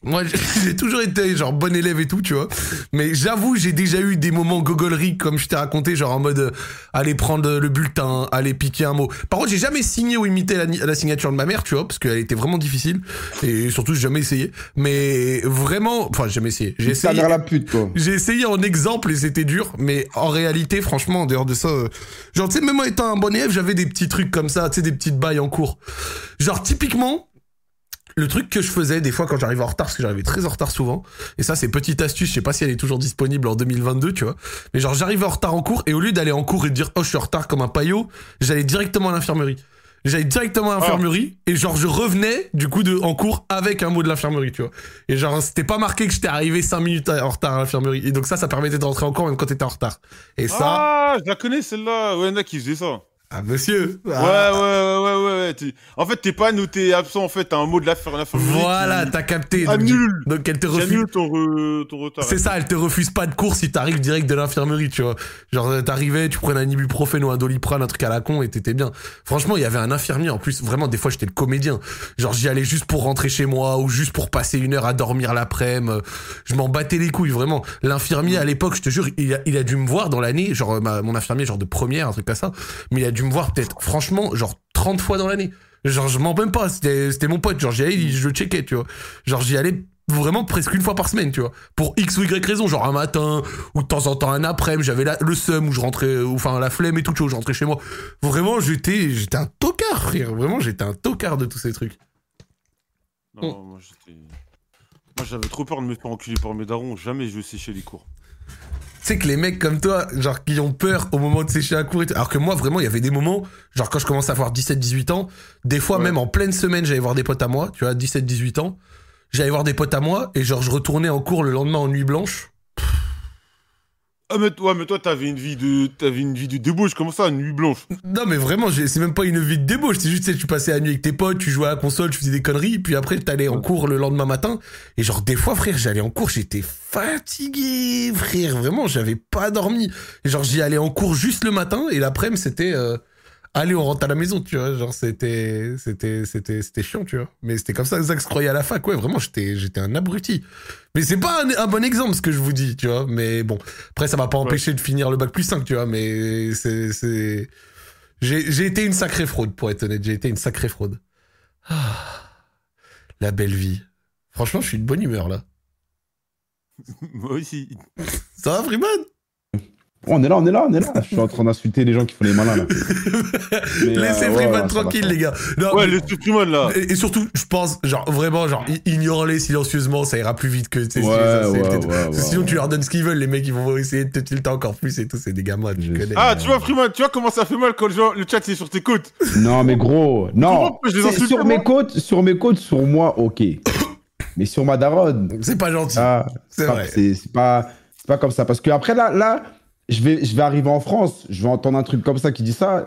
S1: Moi, j'ai- j'ai toujours été genre bon élève et tout, tu vois. Mais j'avoue, j'ai déjà eu des moments gogoleries, comme je t'ai raconté, genre en mode euh, aller prendre le bulletin, aller piquer un mot. Par contre, j'ai jamais signé ou imité la, ni- la signature de ma mère, tu vois, parce qu'elle était vraiment difficile. Et surtout, j'ai jamais essayé. Mais vraiment, enfin, j'ai jamais essayé. J'ai
S2: Ta
S1: essayé.
S2: mère la pute, toi.
S1: J'ai essayé en exemple et c'était dur, mais en réalité, franchement, en dehors de ça, euh, genre, tu sais, même en étant un bon élève, j'avais des petits trucs comme ça, tu sais, des petites bails en cours. Genre, typiquement, le truc que je faisais des fois quand j'arrivais en retard, parce que j'arrivais très en retard souvent, et ça, c'est petite astuce, je sais pas si elle est toujours disponible en 2022, tu vois, mais genre, j'arrivais en retard en cours et au lieu d'aller en cours et de dire, oh, je suis en retard comme un paillot, j'allais directement à l'infirmerie. J'allais directement à l'infirmerie et genre je revenais du coup de en cours avec un mot de l'infirmerie, tu vois. Et genre, c'était pas marqué que j'étais arrivé 5 minutes en retard à l'infirmerie. Et donc ça, ça permettait d'entrer encore même quand t'étais en retard. Et ça,
S3: Ah, je la connais celle-là. Ouais, il y en a qui faisaient ça.
S1: ah monsieur,
S3: Ouais,
S1: ah,
S3: ouais, ouais, ouais, ouais, ouais. t'es- En fait, t'es pas noté absent, en fait, t'as un mot de la fin.
S1: Voilà, t'as capté. Donc,
S3: Annule.
S1: donc elle te refuse.
S3: J'annule ton, re- ton retard.
S1: C'est ça, elle te refuse pas de cours si t'arrives direct de l'infirmerie, tu vois. Genre, euh, t'arrivais, tu prenais un ibuprofène ou un doliprane, un truc à la con, et t'étais bien. Franchement, il y avait un infirmier, en plus, vraiment, des fois, j'étais le comédien. Genre, j'y allais juste pour rentrer chez moi, ou juste pour passer une heure à dormir l'après-midi. euh, Je m'en battais les couilles, vraiment. L'infirmier, à l'époque, je te jure, il a, il a dû me voir dans l'année, genre, euh, ma- mon infirmier, genre de première, un truc comme ça, mais il a dû me voir peut-être, franchement, genre 30 fois dans l'année. Genre, je m'en même pas, c'était c'était mon pote, genre, j'y allais, je le checkais, tu vois. Genre, j'y allais vraiment presque une fois par semaine, tu vois. Pour X ou Y raison, genre un matin, ou de temps en temps un après-midi, j'avais la- le seum, où je rentrais, ou enfin la flemme et tout, tu vois, où je rentrais chez moi. Vraiment, j'étais j'étais un tocard, frère. Vraiment, j'étais un tocard de tous ces trucs.
S3: Non, moi, j'étais. Moi, j'avais trop peur de me faire enculer par mes darons. Jamais je vais sécher les cours.
S1: Tu sais que les mecs comme toi, genre, qui ont peur au moment de sécher un cours et tout. Alors que moi, vraiment, il y avait des moments, genre, quand je commençais à avoir 17, 18 ans, des fois,
S3: Ouais.
S1: même en pleine semaine, j'allais voir des potes à moi, tu vois, 17, 18 ans. J'allais voir des potes à moi, et genre, je retournais en cours le lendemain en nuit blanche.
S3: Ah, mais, toi- ouais, mais toi, t'avais une vie de, t'avais une vie de débauche. Comment ça, nuit blanche
S1: Non mais vraiment, j'ai- c'est même pas une vie de débauche, c'est juste tu sais, tu passais la nuit avec tes potes, tu jouais à la console, tu faisais des conneries, puis après t'allais en cours le lendemain matin. Et genre des fois frère, j'allais en cours, j'étais fatigué frère, vraiment j'avais pas dormi. Et genre j'y allais en cours juste le matin et l'après-midi c'était euh, allez on rentre à la maison, tu vois, genre c'était c'était c'était c'était chiant tu vois. Mais c'était comme ça que ça que se croyait à la fac, ouais vraiment j'étais j'étais un abruti. Mais c'est pas un, un bon exemple ce que je vous dis, tu vois. Mais bon après ça m'a pas empêché de finir le bac plus 5, tu vois. Mais c'est c'est j'ai j'ai été une sacrée fraude, pour être honnête. J'ai été une sacrée fraude. Ah, la belle vie. Franchement, je suis de bonne humeur, là.
S3: Moi aussi.
S1: Ça va, Freeman
S2: Oh, on est là, on est là, on est là. Je suis en train d'insulter les gens qui font les malins là. Mais,
S1: Laissez
S2: euh, ouais, ouais,
S1: Freeman
S2: ça
S1: tranquille,
S2: va, ça
S1: les gars. Non,
S3: Ouais,
S1: mais-
S3: le Superman, là.
S1: et, et surtout, je pense, genre, vraiment, genre, i- ignore-les silencieusement, ça ira plus vite que... tu sais, si
S2: Ouais,
S1: les insultes et
S2: ouais,
S1: tout.
S2: ouais, ouais,
S1: Sinon, tu
S2: ouais.
S1: leur donnes ce qu'ils veulent, les mecs, ils vont essayer de te tilter encore plus et tout, c'est des gamins, tu
S2: Je
S1: connais.
S2: sais.
S3: Ah, tu vois, Freeman, tu vois comment ça fait mal quand le, gens- le chat c'est sur tes côtes.
S2: Non, mais gros, non.
S3: comprends que je les
S2: C'est
S3: insulte,
S2: Sur
S3: moi
S2: mes côtes, sur mes côtes, sur moi, ok. Mais sur ma daronne,
S1: C'est pas gentil,
S2: ah,
S1: c'est
S2: pas-
S1: vrai.
S2: c'est c'est pas, c'est pas comme ça. Parce que après là, là, je vais, je vais arriver en France, je vais entendre un truc comme ça qui dit ça.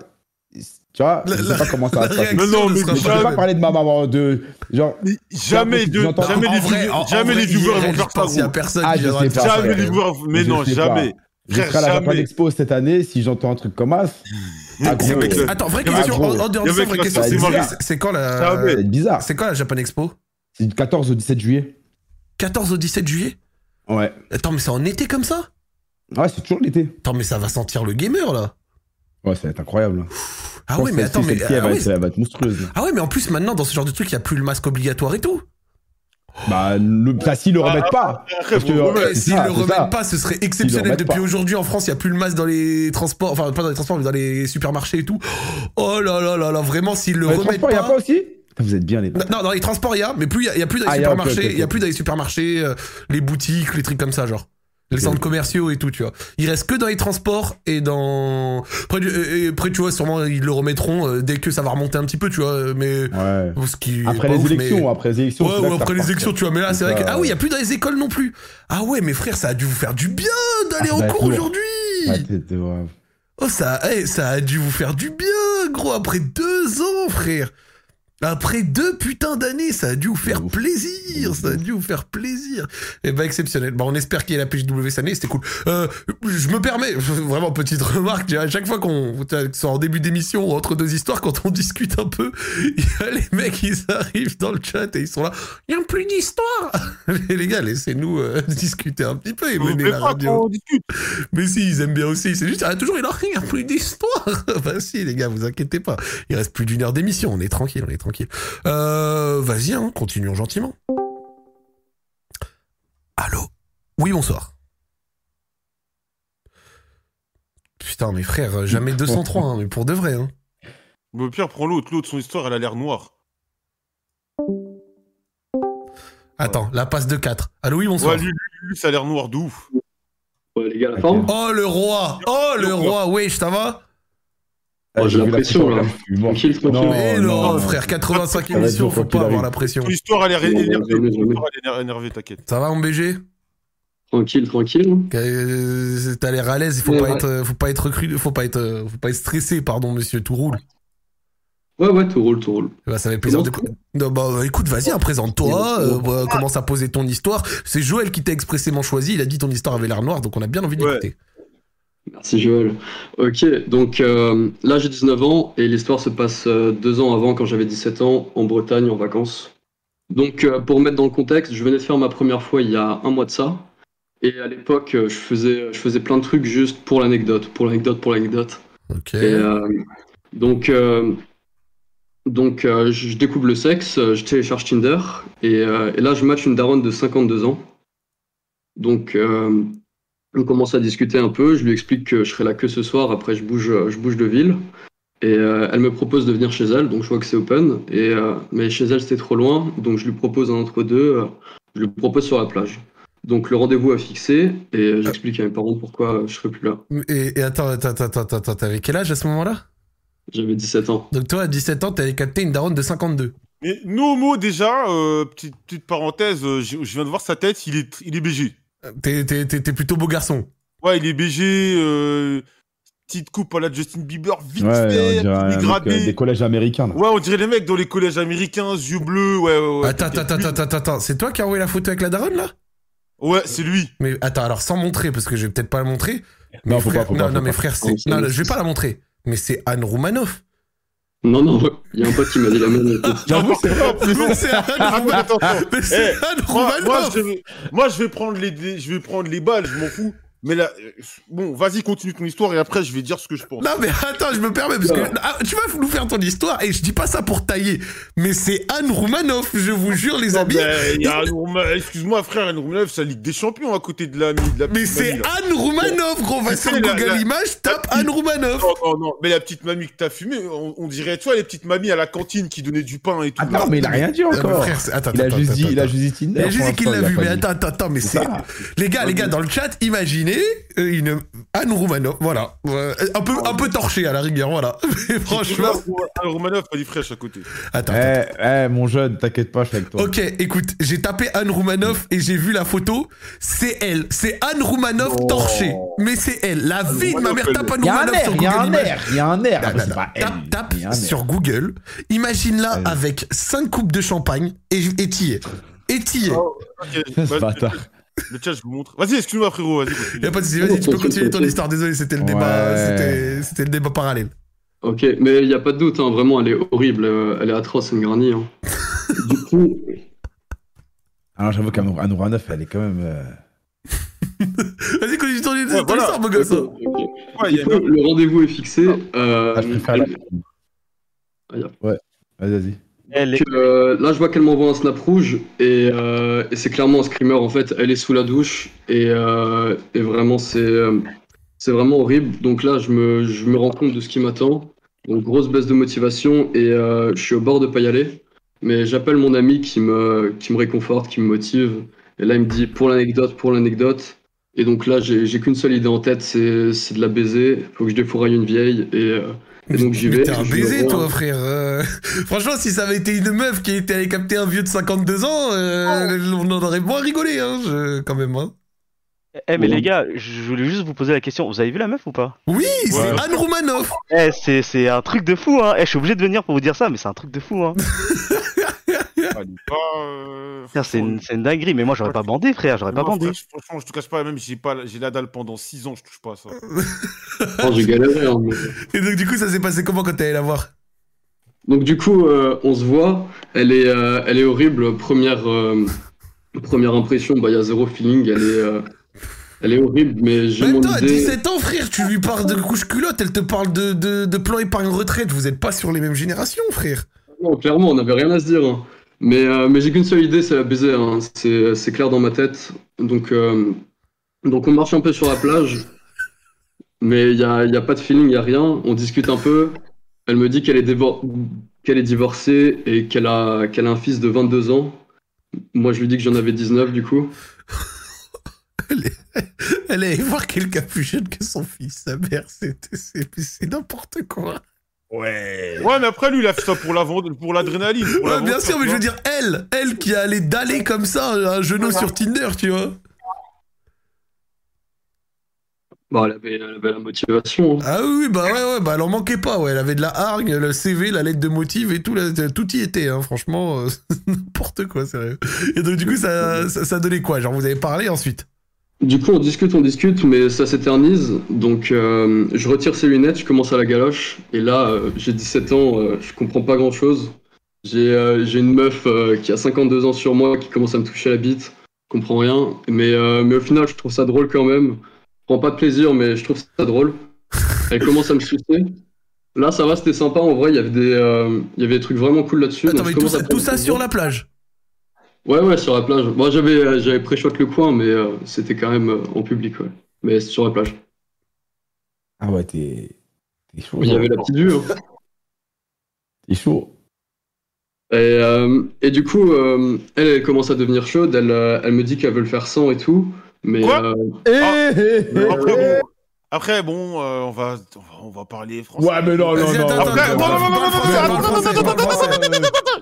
S2: Tu vois,
S1: La-
S2: je
S1: la-
S2: sais pas comment ça
S1: La
S2: va se passer.
S1: réaction
S3: non,
S1: ne
S3: mais
S1: sera
S2: Mais
S3: je
S2: je
S1: pas-
S2: vais
S3: jamais.
S2: pas parler de ma maman, de genre.
S3: Mais Jamais, de,
S2: J'entends-
S3: jamais
S1: En
S3: les,
S1: vrai,
S3: viewers-
S1: en- en
S3: jamais
S1: vrai,
S3: les viewers
S1: IRL,
S3: vont
S1: je
S3: faire ça.
S1: pense qu'il y a
S3: gros.
S1: personne
S2: Ah,
S1: qui
S2: je
S1: viendra me
S2: sais pas,
S1: faire ça.
S3: Jamais
S2: ouais.
S3: les viewers. Mais
S2: Je
S3: non,
S2: sais
S3: jamais.
S2: Je
S3: Frère,
S2: serai à la Japan
S3: jamais.
S2: Expo cette année si j'entends un truc comme ça. Ah, gros,
S3: mec,
S2: euh,
S1: Attends, vraie
S2: Ah,
S1: question,
S2: gros.
S1: en en dehors de
S3: Le
S1: ça,
S3: mec,
S1: vraie
S3: là,
S1: question,
S2: c'est
S1: c'est-
S2: bizarre.
S1: c'est- c'est quand la...
S3: Jamais.
S2: ça va être bizarre.
S1: C'est quand la Japan Expo
S2: C'est du 14 au 17 juillet.
S1: 14 au 17 juillet
S2: Ouais.
S1: Attends, mais c'est en été comme ça
S2: Ah Ouais, c'est toujours l'été.
S1: Attends, mais ça va sentir le gamer là
S2: Ouais, ça va être incroyable. hein.
S1: Ah
S2: Je
S1: ouais,
S2: pense
S1: mais
S2: que
S1: attends, mais.
S2: celle-ci, elle
S1: Ah
S2: va
S1: ouais,
S2: être- elle va être monstrueuse. là.
S1: ah ouais, mais en plus maintenant, dans ce genre de truc, il n'y a plus le masque obligatoire et tout
S2: Bah, le, ça, s'ils le
S1: Ah,
S2: remettent pas.
S3: Après,
S2: Parce que-
S3: bon,
S1: Ouais,
S2: c'est
S1: s'ils
S2: ça,
S1: le
S2: c'est
S1: remettent
S2: ça.
S1: pas, ce serait exceptionnel.
S2: remettent
S1: Depuis
S2: pas.
S1: aujourd'hui en France, il n'y a plus le masque dans les transports, enfin pas dans les transports, mais dans les supermarchés et tout. Oh là là là là, vraiment, s'ils le
S2: Le
S1: remettent
S2: transport, il a
S1: pas.
S2: pas aussi Putain, Vous êtes bien, les
S1: Non, dans les transports, il y a, mais plus il y a, il y a plus dans les
S2: Ah, il y a, ok,
S1: supermarchés, il
S2: ok, ok.
S1: y a plus dans les supermarchés, euh, les boutiques, les trucs comme ça, genre. Les
S2: Ok.
S1: centres commerciaux et tout, tu vois. Il reste que dans les transports et dans. Après, du- euh, et après, tu vois, sûrement ils le remettront euh, dès que ça va remonter un petit peu, tu vois. euh, Mais
S2: Ouais.
S1: ce qui est
S2: Après
S1: pas
S2: les
S1: ouf, mais-
S2: élections, après les élections. c'est
S1: Ouais,
S2: là
S1: ou
S2: que ça
S1: après les
S2: repart.
S1: élections, tu vois. Mais là, c'est
S2: Donc,
S1: vrai que.
S2: euh,
S1: Ah oui, il n'y a plus dans les écoles non plus. Ah ouais, mais frère, ça a dû vous faire du bien d'aller
S2: Ah,
S1: en
S2: bah,
S1: cours
S2: lourd.
S1: aujourd'hui.
S2: Ouais, t'es- t'es- ouais.
S1: Oh, ça, eh, ça a dû vous faire du bien, gros, après deux ans, frère. Après deux putains d'années, ça a dû vous faire
S2: De ouf. De
S1: plaisir,
S2: ouf,
S1: ça a
S2: de
S1: dû vous faire plaisir. Eh ben, exceptionnel. Bon, on espère qu'il y ait la PJW cette année, c'était cool. Euh, je me permets, vraiment petite remarque, à chaque fois qu'on, tu vois, que ce soit en début d'émission ou entre deux histoires, quand on discute un peu, il y a les mecs, ils arrivent dans le chat et ils sont là, il n'y a plus d'histoire. Mais les gars, laissez-nous euh, discuter un petit peu et
S3: ça vous
S1: mener
S3: plaît
S1: la
S3: pas
S1: radio.
S3: qu'on discute.
S1: Mais si, ils aiment bien aussi. C'est juste, ah, toujours, il en reste plus d'histoire. bah si, les gars, vous inquiétez pas. Il reste plus d'une heure d'émission. On est tranquille, on est tranquille. Euh, vas-y, hein, continuons gentiment. Allô Oui, bonsoir. Putain, mes frères, jamais 203, hein, mais pour de vrai. Hein.
S3: Mais au pire, prends l'autre. L'autre, son histoire, elle a l'air noire.
S1: Attends, la passe de 4. Allô, oui, bonsoir.
S3: Ouais, lui, lui, lui, ça a l'air noir de ouf.
S7: Ouais, les gars, la
S2: Ok.
S7: forme
S1: Oh, le roi Oh, le roi Wesh, ça va
S7: Oh, j'ai
S2: vu
S7: la pression,
S1: hein.
S7: là.
S2: je suis mort.
S7: Tranquille, tranquille.
S2: Non,
S1: Eh
S2: non,
S1: non,
S2: non.
S1: frère, 85
S3: Ça va
S2: être
S1: émissions,
S2: dur,
S1: faut
S2: quoi qu'il
S1: pas avoir
S2: arrive.
S1: la pression.
S3: Son histoire, elle a l'air
S7: Non,
S3: énervée.
S7: jamais,
S3: Son
S7: jamais.
S3: histoire, elle a l'air énervée, t'inquiète.
S1: Ça va, mon BG
S7: Tranquille, tranquille.
S1: Euh, T'as l'air à l'aise, il faut
S7: Ouais,
S1: pas
S7: ouais.
S1: être, faut pas être recru, faut pas être, faut pas être stressé, pardon, monsieur, tout roule.
S7: Ouais, ouais, tout roule, tout roule.
S1: Bah, ça fait plaisir
S7: Non.
S1: de... Non, bah, écoute, vas-y, hein, présente-toi, euh,
S7: ah.
S1: bah, commence à poser ton histoire. C'est Joël qui t'a expressément choisi, il a dit ton histoire avait l'air noire, donc on a bien envie
S3: Ouais.
S1: d'écouter.
S7: Merci Joël. Ok, donc euh, là j'ai 19 ans et l'histoire se passe euh, deux ans avant quand j'avais 17 ans en Bretagne en vacances. Donc euh, pour mettre dans le contexte, je venais de faire ma première fois il y a un mois de ça. Et à l'époque, euh, je faisais, je faisais plein de trucs juste pour l'anecdote, pour l'anecdote, pour l'anecdote.
S1: Ok.
S7: Et euh, donc, euh, donc euh, je je découvre le sexe, euh, je télécharge Tinder, et, euh, et là je match une daronne de 52 ans. Donc euh, on commence à discuter un peu, je lui explique que je serai là que ce soir, après je bouge, euh, je bouge de ville. Et euh, elle me propose de venir chez elle, donc je vois que c'est open. Et, euh, mais chez elle c'était trop loin, donc je lui propose un entre-deux, euh, je lui propose sur la plage. Donc le rendez-vous est fixé, et euh, j'explique à mes parents pourquoi euh, je serai plus là.
S1: Et, et attends, attends, attends, attends, attends, t'avais quel âge à ce moment-là
S7: J'avais 17 ans.
S1: Donc toi, à 17 ans, t'avais capté une daronne de 52.
S3: Mais Nomo, déjà, euh, petite, petite parenthèse, euh, je, je viens de voir sa tête, il est, il est BG.
S1: T'es- T'es t'es- t'es plutôt beau garçon.
S3: Ouais, il est BG, euh, petite coupe à la Justin Bieber, vite fait,
S2: Ouais, on dirait un
S3: dégradé.
S2: mec, euh, des collèges américains. là.
S3: Ouais, on dirait les mecs dans les collèges américains, yeux bleus, ouais, ouais, ouais.
S1: attends, attends, attends, attends, attends, c'est toi qui as envoyé la photo avec la daronne, là
S3: Ouais, c'est lui.
S1: Mais attends, alors sans montrer, parce que je vais peut-être pas la montrer.
S2: Non,
S1: Mais
S2: faut
S1: frère-
S2: pas, faut
S1: non,
S2: pas,
S1: non,
S2: faut
S1: mais
S2: pas.
S1: frère,
S7: Non,
S1: c'est...
S7: c'est-
S1: Non, là, je vais pas la montrer. Mais c'est Anne Roumanoff.
S7: Non, non, il y a un pote qui m'a dit la même.
S3: J'avoue, c'est pas plus long.
S1: Mais c'est
S2: Ah,
S1: Anne
S3: Attends,
S1: Roumanoff.
S3: attends, attends.
S1: Mais c'est
S3: Eh,
S1: Anne
S3: Moi, moi,
S1: Roumanoff.
S3: je vais, moi, je vais prendre les, les- je vais prendre les balles, je m'en fous. Mais là, euh, bon, vas-y, continue ton histoire et après, je vais dire ce que je pense.
S1: Non, mais attends, je me permets, parce que Ah, tu vas nous faire ton histoire, et je dis pas ça pour tailler, mais c'est Anne Roumanoff, je vous jure, les amis.
S3: Ben, il y a un Nourma- Excuse-moi, frère, un Nourma- c'est la Ligue des Champions à côté de la. de la
S1: Mais
S3: petite
S1: c'est
S3: mamie, là.
S1: Anne Roumanoff, gros, va
S3: Tu
S1: sur
S3: sais, la-
S1: Google
S3: la-
S1: Images, tape Anne Roumanoff.
S3: Non, non, non, mais la petite mamie que t'as fumée, on, on dirait, tu vois, les petites mamies à la cantine qui donnaient du pain et tout.
S2: Attends, mais il a rien dit
S1: Ah, mais
S2: encore.
S1: frère, c'est- attends,
S2: Il a
S1: attends,
S2: juste
S1: attends,
S2: dit, il a
S1: attends.
S2: juste dit Tinder.
S1: Il a juste dit
S2: pour
S1: qu'il l'a
S2: l'instant,
S1: vu,
S2: il a
S1: mais
S2: pas dit.
S1: attends, attends, attends, mais c'est.
S2: Ça.
S1: Les gars, les gars, dans le chat, imaginez euh, une Anne Roumanoff, voilà. Euh, un, peu, un peu torché à la rigueur, voilà. Mais franchement.
S3: Un Romanov, pas du fraîche à côté.
S1: Attends, attends.
S2: Eh, eh, mon jeune, t'inquiète pas, je suis avec Eh, toi.
S1: Ok, écoute, j'ai tapé Anne Roumanoff et j'ai vu la photo. C'est elle. C'est Anne Roumanoff
S2: Oh.
S1: torchée. Mais c'est elle. La vie de ma mère tape Anne
S2: Il y a un
S1: Roumanoff sur
S2: air, il y a
S1: Google
S2: un
S1: Images.
S2: air, il y a un air.
S1: Non,
S2: Ah, bah,
S1: non,
S2: c'est
S1: non.
S2: pas
S1: Tape,
S2: elle,
S1: tape
S2: il y a un air.
S1: sur Google. Imagine-la
S2: Elle.
S1: avec 5 coupes de champagne et et t'y es. Et t'y es.
S3: Ok,
S2: Ce
S3: vas-y,
S2: bâtard.
S3: Le chat, je vous montre. Vas-y, excuse-moi, frérot, vas-y. continue.
S1: Y a pas de souci, vas-y, tu peux continuer ton histoire. Désolé, c'était le débat,
S2: Ouais.
S1: c'était- c'était le débat parallèle.
S7: Ok, mais il n'y a pas de doute, hein, vraiment, elle est horrible, euh, elle est atroce, une granny. hein. du coup,
S2: Alors j'avoue qu'un Anoura 9, elle est quand même. euh,
S1: Vas-y, continue ton, ton
S3: Ouais, voilà.
S1: histoire, beau gosse.
S7: ok.
S3: Ouais, il y
S7: Du
S3: a
S7: coup, le rendez-vous est fixé. euh,
S2: Ah, je préfère la.
S7: Ah, y a-
S2: Ouais, vas-y, vas-y.
S5: Elle est...
S7: que, euh, là, je vois qu'elle m'envoie un snap rouge et, euh, et c'est clairement un screamer. En fait, elle est sous la douche et, euh, et vraiment, c'est euh, c'est vraiment horrible. Donc là, je me, je me rends compte de ce qui m'attend. Donc, grosse baisse de motivation et euh, je suis au bord de pas y aller. Mais j'appelle mon ami qui me, qui me réconforte, qui me motive. Et là, il me dit pour l'anecdote, pour l'anecdote. Et donc là, j'ai j'ai qu'une seule idée en tête c'est c'est de la baiser. Faut que je défouraille une vieille et. euh, Et donc, j'y
S1: Mais
S7: vais,
S1: T'es un
S7: je me
S1: baiser,
S7: vois.
S1: toi, frère. Euh, Franchement, si ça avait été une meuf qui était allée capter un vieux de 52 ans, euh, on en aurait moins rigolé, hein, je- quand même. hein.
S5: Eh, mais
S7: Ouais.
S5: les gars, je voulais juste vous poser la question. Vous avez vu la meuf ou pas
S1: Oui, c'est
S3: Ouais.
S1: Anne Roumanoff.
S5: Eh, c'est c'est un truc de fou, hein. Eh, je suis obligé de venir pour vous dire ça, mais c'est un truc de fou, hein.
S3: Ah, il est pas, euh,
S5: Putain, C'est une, c'est une dinguerie, mais moi j'aurais pas bandé, frère, j'aurais pas
S3: Moi,
S5: bandé.
S3: frère, je- Franchement, je te cache pas, même j'ai pas, la- j'ai la dalle pendant 6 ans, je touche pas à ça.
S7: Oh, j'ai galéré. hein, mais-
S1: Et donc, du coup, ça s'est passé comment quand t'es allé la voir
S7: Donc du coup, euh, on se voit. Elle est, euh, elle est horrible. Première, euh, première impression, bah il y a zéro feeling. Elle est, euh, elle est horrible. Mais j'ai
S1: Même
S7: mon
S1: toi, à
S7: idée.
S1: 17 ans, frère, tu lui parles de couche-culotte, elle te parle de, de, de plan épargne-retraite. Vous êtes pas sur les mêmes générations, frère.
S7: Non, clairement, on n'avait rien à se dire. hein. Mais, euh, mais j'ai qu'une seule idée, c'est la baiser. hein. C'est, c'est clair dans ma tête. Donc, euh, donc on marche un peu sur la plage. Mais il n'y a, il y a pas de feeling, il n'y a rien. On discute un peu. Elle me dit qu'elle est, dévor- qu'elle est divorcée et qu'elle a, qu'elle a un fils de 22 ans. Moi, je lui dis que j'en avais 19 du coup.
S1: Elle allait voir quelqu'un plus jeune que son fils, sa mère. C'est c'est- c'est n'importe quoi.
S2: Ouais.
S3: Ouais, mais après, lui, il a fait ça pour l'avant- pour l'adrénaline. pour
S1: Ouais, bien
S3: l'aventure,
S1: sûr, mais
S3: tu
S1: je veux
S3: vois.
S1: dire, elle, elle qui allait d'aller comme ça, un genou sur Tinder, tu vois.
S7: Bah, elle, avait, elle avait la motivation. hein.
S1: Ah oui, bah ouais, ouais, bah elle en manquait pas, ouais. Elle avait de la hargne, le CV, la lettre de motive et tout, là, tout y était, hein, franchement, euh, n'importe quoi, sérieux. Et donc du coup, ça, ça, ça donnait quoi Genre, vous avez parlé ensuite
S7: Du coup, on discute, on discute, mais ça s'éternise. Donc, euh, je retire ses lunettes, je commence à la galoche. Et là, euh, j'ai 17 ans, euh, je comprends pas grand chose. J'ai euh, j'ai une meuf euh, qui a 52 ans sur moi, qui commence à me toucher la bite. Je comprends rien. Mais, euh, mais au final, je trouve ça drôle quand même. Je prends pas de plaisir, mais je trouve ça drôle. Elle commence à me sucer. Là, ça va, c'était sympa. En vrai, il y avait des, euh, il y avait des trucs vraiment cool là-dessus.
S1: Attends,
S7: donc
S1: mais
S7: je
S1: tout
S7: commence à
S1: ça, tout
S7: prendre
S1: ça
S7: plaisir.
S1: sur la plage
S7: Ouais, ouais, sur la plage. Moi, j'avais, euh, j'avais pré le coin, mais euh, c'était quand même euh, en public, ouais. Mais c'est sur la plage.
S2: Ah ouais, t'es. T'es chaud.
S7: Il y avait la petite vue. hein.
S2: T'es chaud.
S7: Et, euh, et du coup, euh, elle, elle commence à devenir chaude. Elle, euh, elle me dit qu'elle veut le faire sans et tout. Mais
S3: Quoi
S7: euh,
S2: Eh, eh, eh,
S1: euh,
S3: Après, bon, après, bon, euh, on, va, on va- on va parler français.
S2: Ouais, mais non, non,
S1: Vas-y,
S2: non.
S1: attends,
S3: Après,
S1: attends,
S3: non, non,
S1: attends,
S3: non, non,
S1: attends,
S3: non,
S1: attends,
S3: non,
S1: attends,
S3: non, non, non,
S1: attends,
S3: non,
S1: attends, attends,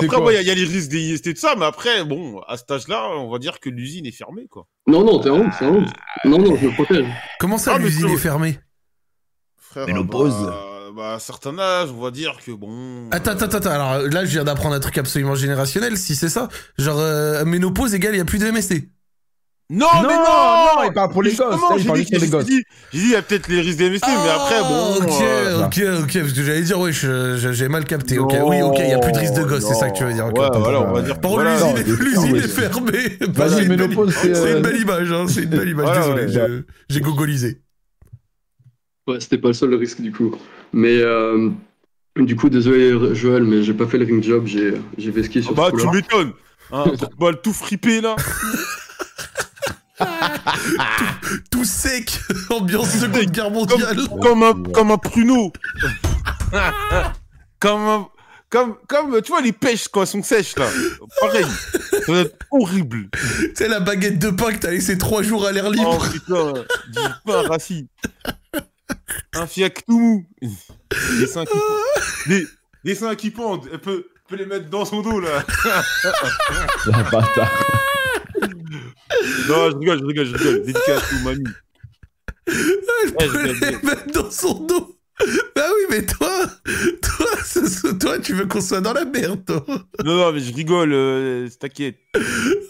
S2: c'est
S3: après,
S2: quoi
S3: moi, il y, a- il y a les risques d'IST et tout ça, mais après, bon, à cet âge-là, on va dire que l'usine est fermée, quoi.
S7: non, non, t'es en honte, t'es en honte. Non, non, je me protège.
S1: Comment ça,
S3: Ah, mais
S1: l'usine
S3: c'est-
S1: est fermée
S3: Frère,
S2: Ménopause.
S3: Bah, bah, à certains âges, on va dire que bon.
S1: Attends, attends, attends, alors là, je viens d'apprendre un truc absolument générationnel, si c'est ça. Genre, euh, ménopause égale, il n'y a plus de MST.
S3: Non,
S2: Non,
S3: mais non,
S2: non, il parle pour les gosses.
S3: Justement,
S2: ça, Il
S3: j'ai
S2: parle
S3: dit
S2: juste pour les
S3: j'ai
S2: gosses.
S3: dit- j'ai dit, il y a peut-être les risques d'IST, mais après, bon.
S1: Ah, Ok,
S3: euh,
S1: ok, ok, parce que j'allais dire, ouais, je- je- j'ai mal capté. ok, oui, ok, il n'y a plus de risque de gosse, c'est ça que tu veux dire. ok,
S3: Ouais,
S1: attends.
S3: voilà, on
S2: voilà.
S3: va dire.
S1: Par
S3: voilà,
S1: contre,
S2: non,
S1: l'usine,
S2: mais-
S1: l'usine
S2: non,
S1: est
S2: mais-
S1: fermée. Bah, c'est
S2: Vas-y,
S1: une belle-
S2: ménopause, c'est.
S1: C'est
S2: euh,
S1: une belle image, hein, c'est une belle image.
S3: Voilà,
S1: Désolé,
S3: ouais.
S1: je- j'ai gogolisé.
S7: Ouais, c'était pas le seul risque du coup. Mais euh, du coup, désolé Joël, mais j'ai pas fait le ring job, j'ai, j'ai vesqué sur
S3: Bah,
S7: ce
S3: tu
S7: coup-là.
S3: m'étonnes. Hein, football tout fripé là.
S1: Tout sec, ambiance Seconde Guerre
S3: Comme,
S1: mondiale.
S3: comme, un, comme un pruneau. comme un- Comme, comme, tu vois, les pêches quand elles sont sèches, là. Pareil. Ça doit être horrible.
S1: C'est la baguette de pain que t'as laissé trois jours à l'air libre.
S3: Oh putain, du pain rassis. Un fiac tout mou. Des seins qui pendent. Des, des seins qui pendent. Elle peut, peut les mettre dans son dos, là.
S2: la bâtard.
S3: Non, je rigole, je rigole, je rigole. Dédicace tout, mamie. Ouais, je l'ai dit.
S1: même dans son dos. Bah oui, mais toi, toi, ce- ce- toi, tu veux qu'on soit dans la merde, toi.
S3: Non, non, mais je rigole, euh, t'inquiète.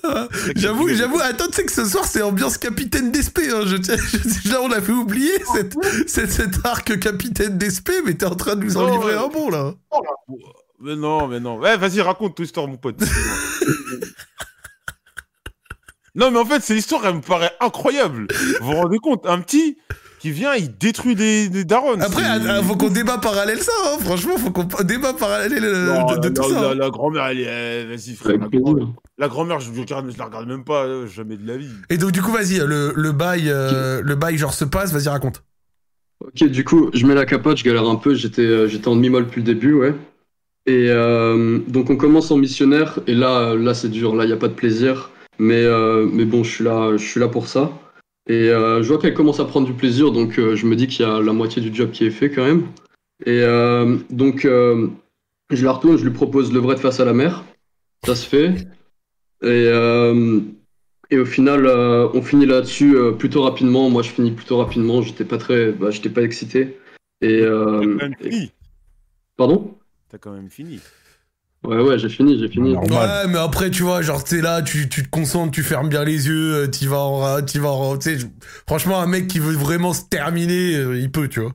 S1: Ah,
S3: T'inquiète,
S1: J'avoue,
S3: je rigole.
S1: j'avoue. Attends, tu sais que ce soir, c'est ambiance capitaine d'Espé. Hein. Je, tiens- je- là, on avait oublié cette, cette, cet arc capitaine d'Espé, mais t'es en train de nous en
S3: Oh,
S1: livrer
S3: ouais.
S1: un bon, là.
S3: Mais non, mais non. Ouais, vas-y, raconte ton histoire, mon pote. non, mais en fait, cette histoire, elle me paraît incroyable. Vous vous rendez compte Un petit qui vient, il détruit des, des darons.
S1: Après,
S3: C'est-
S1: ah, ah, faut qu'on débat parallèle ça, hein. franchement, faut qu'on débat parallèle euh,
S3: Non,
S1: de, de
S3: la-
S1: tout
S3: la,
S1: ça.
S3: la- la grand-mère, elle est. euh, Vas-y, frère. La,
S7: Avec plaisir.
S3: la grand-mère, je, je regarde- je la regarde même pas, euh, jamais de la vie.
S1: Et donc, du coup, vas-y, le, le bail, euh, le bail genre se passe, vas-y, raconte.
S7: Ok, du coup, je mets la capote, je galère un peu, j'étais euh, j'étais en demi-molle depuis le début, ouais. Et euh, donc on commence en missionnaire, et là, euh, là c'est dur, là, il n'y a pas de plaisir. Mais, euh, mais bon, je suis là, je suis là pour ça. Et euh, je vois qu'elle commence à prendre du plaisir, donc euh, je me dis qu'il y a la moitié du job qui est fait quand même. Et euh, donc, euh, je la retourne, je lui propose le vrai de face à la mer. Ça se fait. Et, euh, et au final, euh, on finit là-dessus euh, plutôt rapidement. Moi, je finis plutôt rapidement. J'étais pas très, bah, j'étais pas excité. Et, euh,
S3: T'as quand même
S7: et-
S3: fini.
S7: pardon
S3: T'as quand même fini.
S7: Ouais, ouais, j'ai fini, j'ai fini.
S2: Alors, Normal.
S1: Ouais, mais après, tu vois, genre, t'es là, tu, tu te concentres, tu fermes bien les yeux, euh, t'y vas en ra- t'y vas en- tu sais, je- franchement, un mec qui veut vraiment se terminer, euh, il peut, tu vois.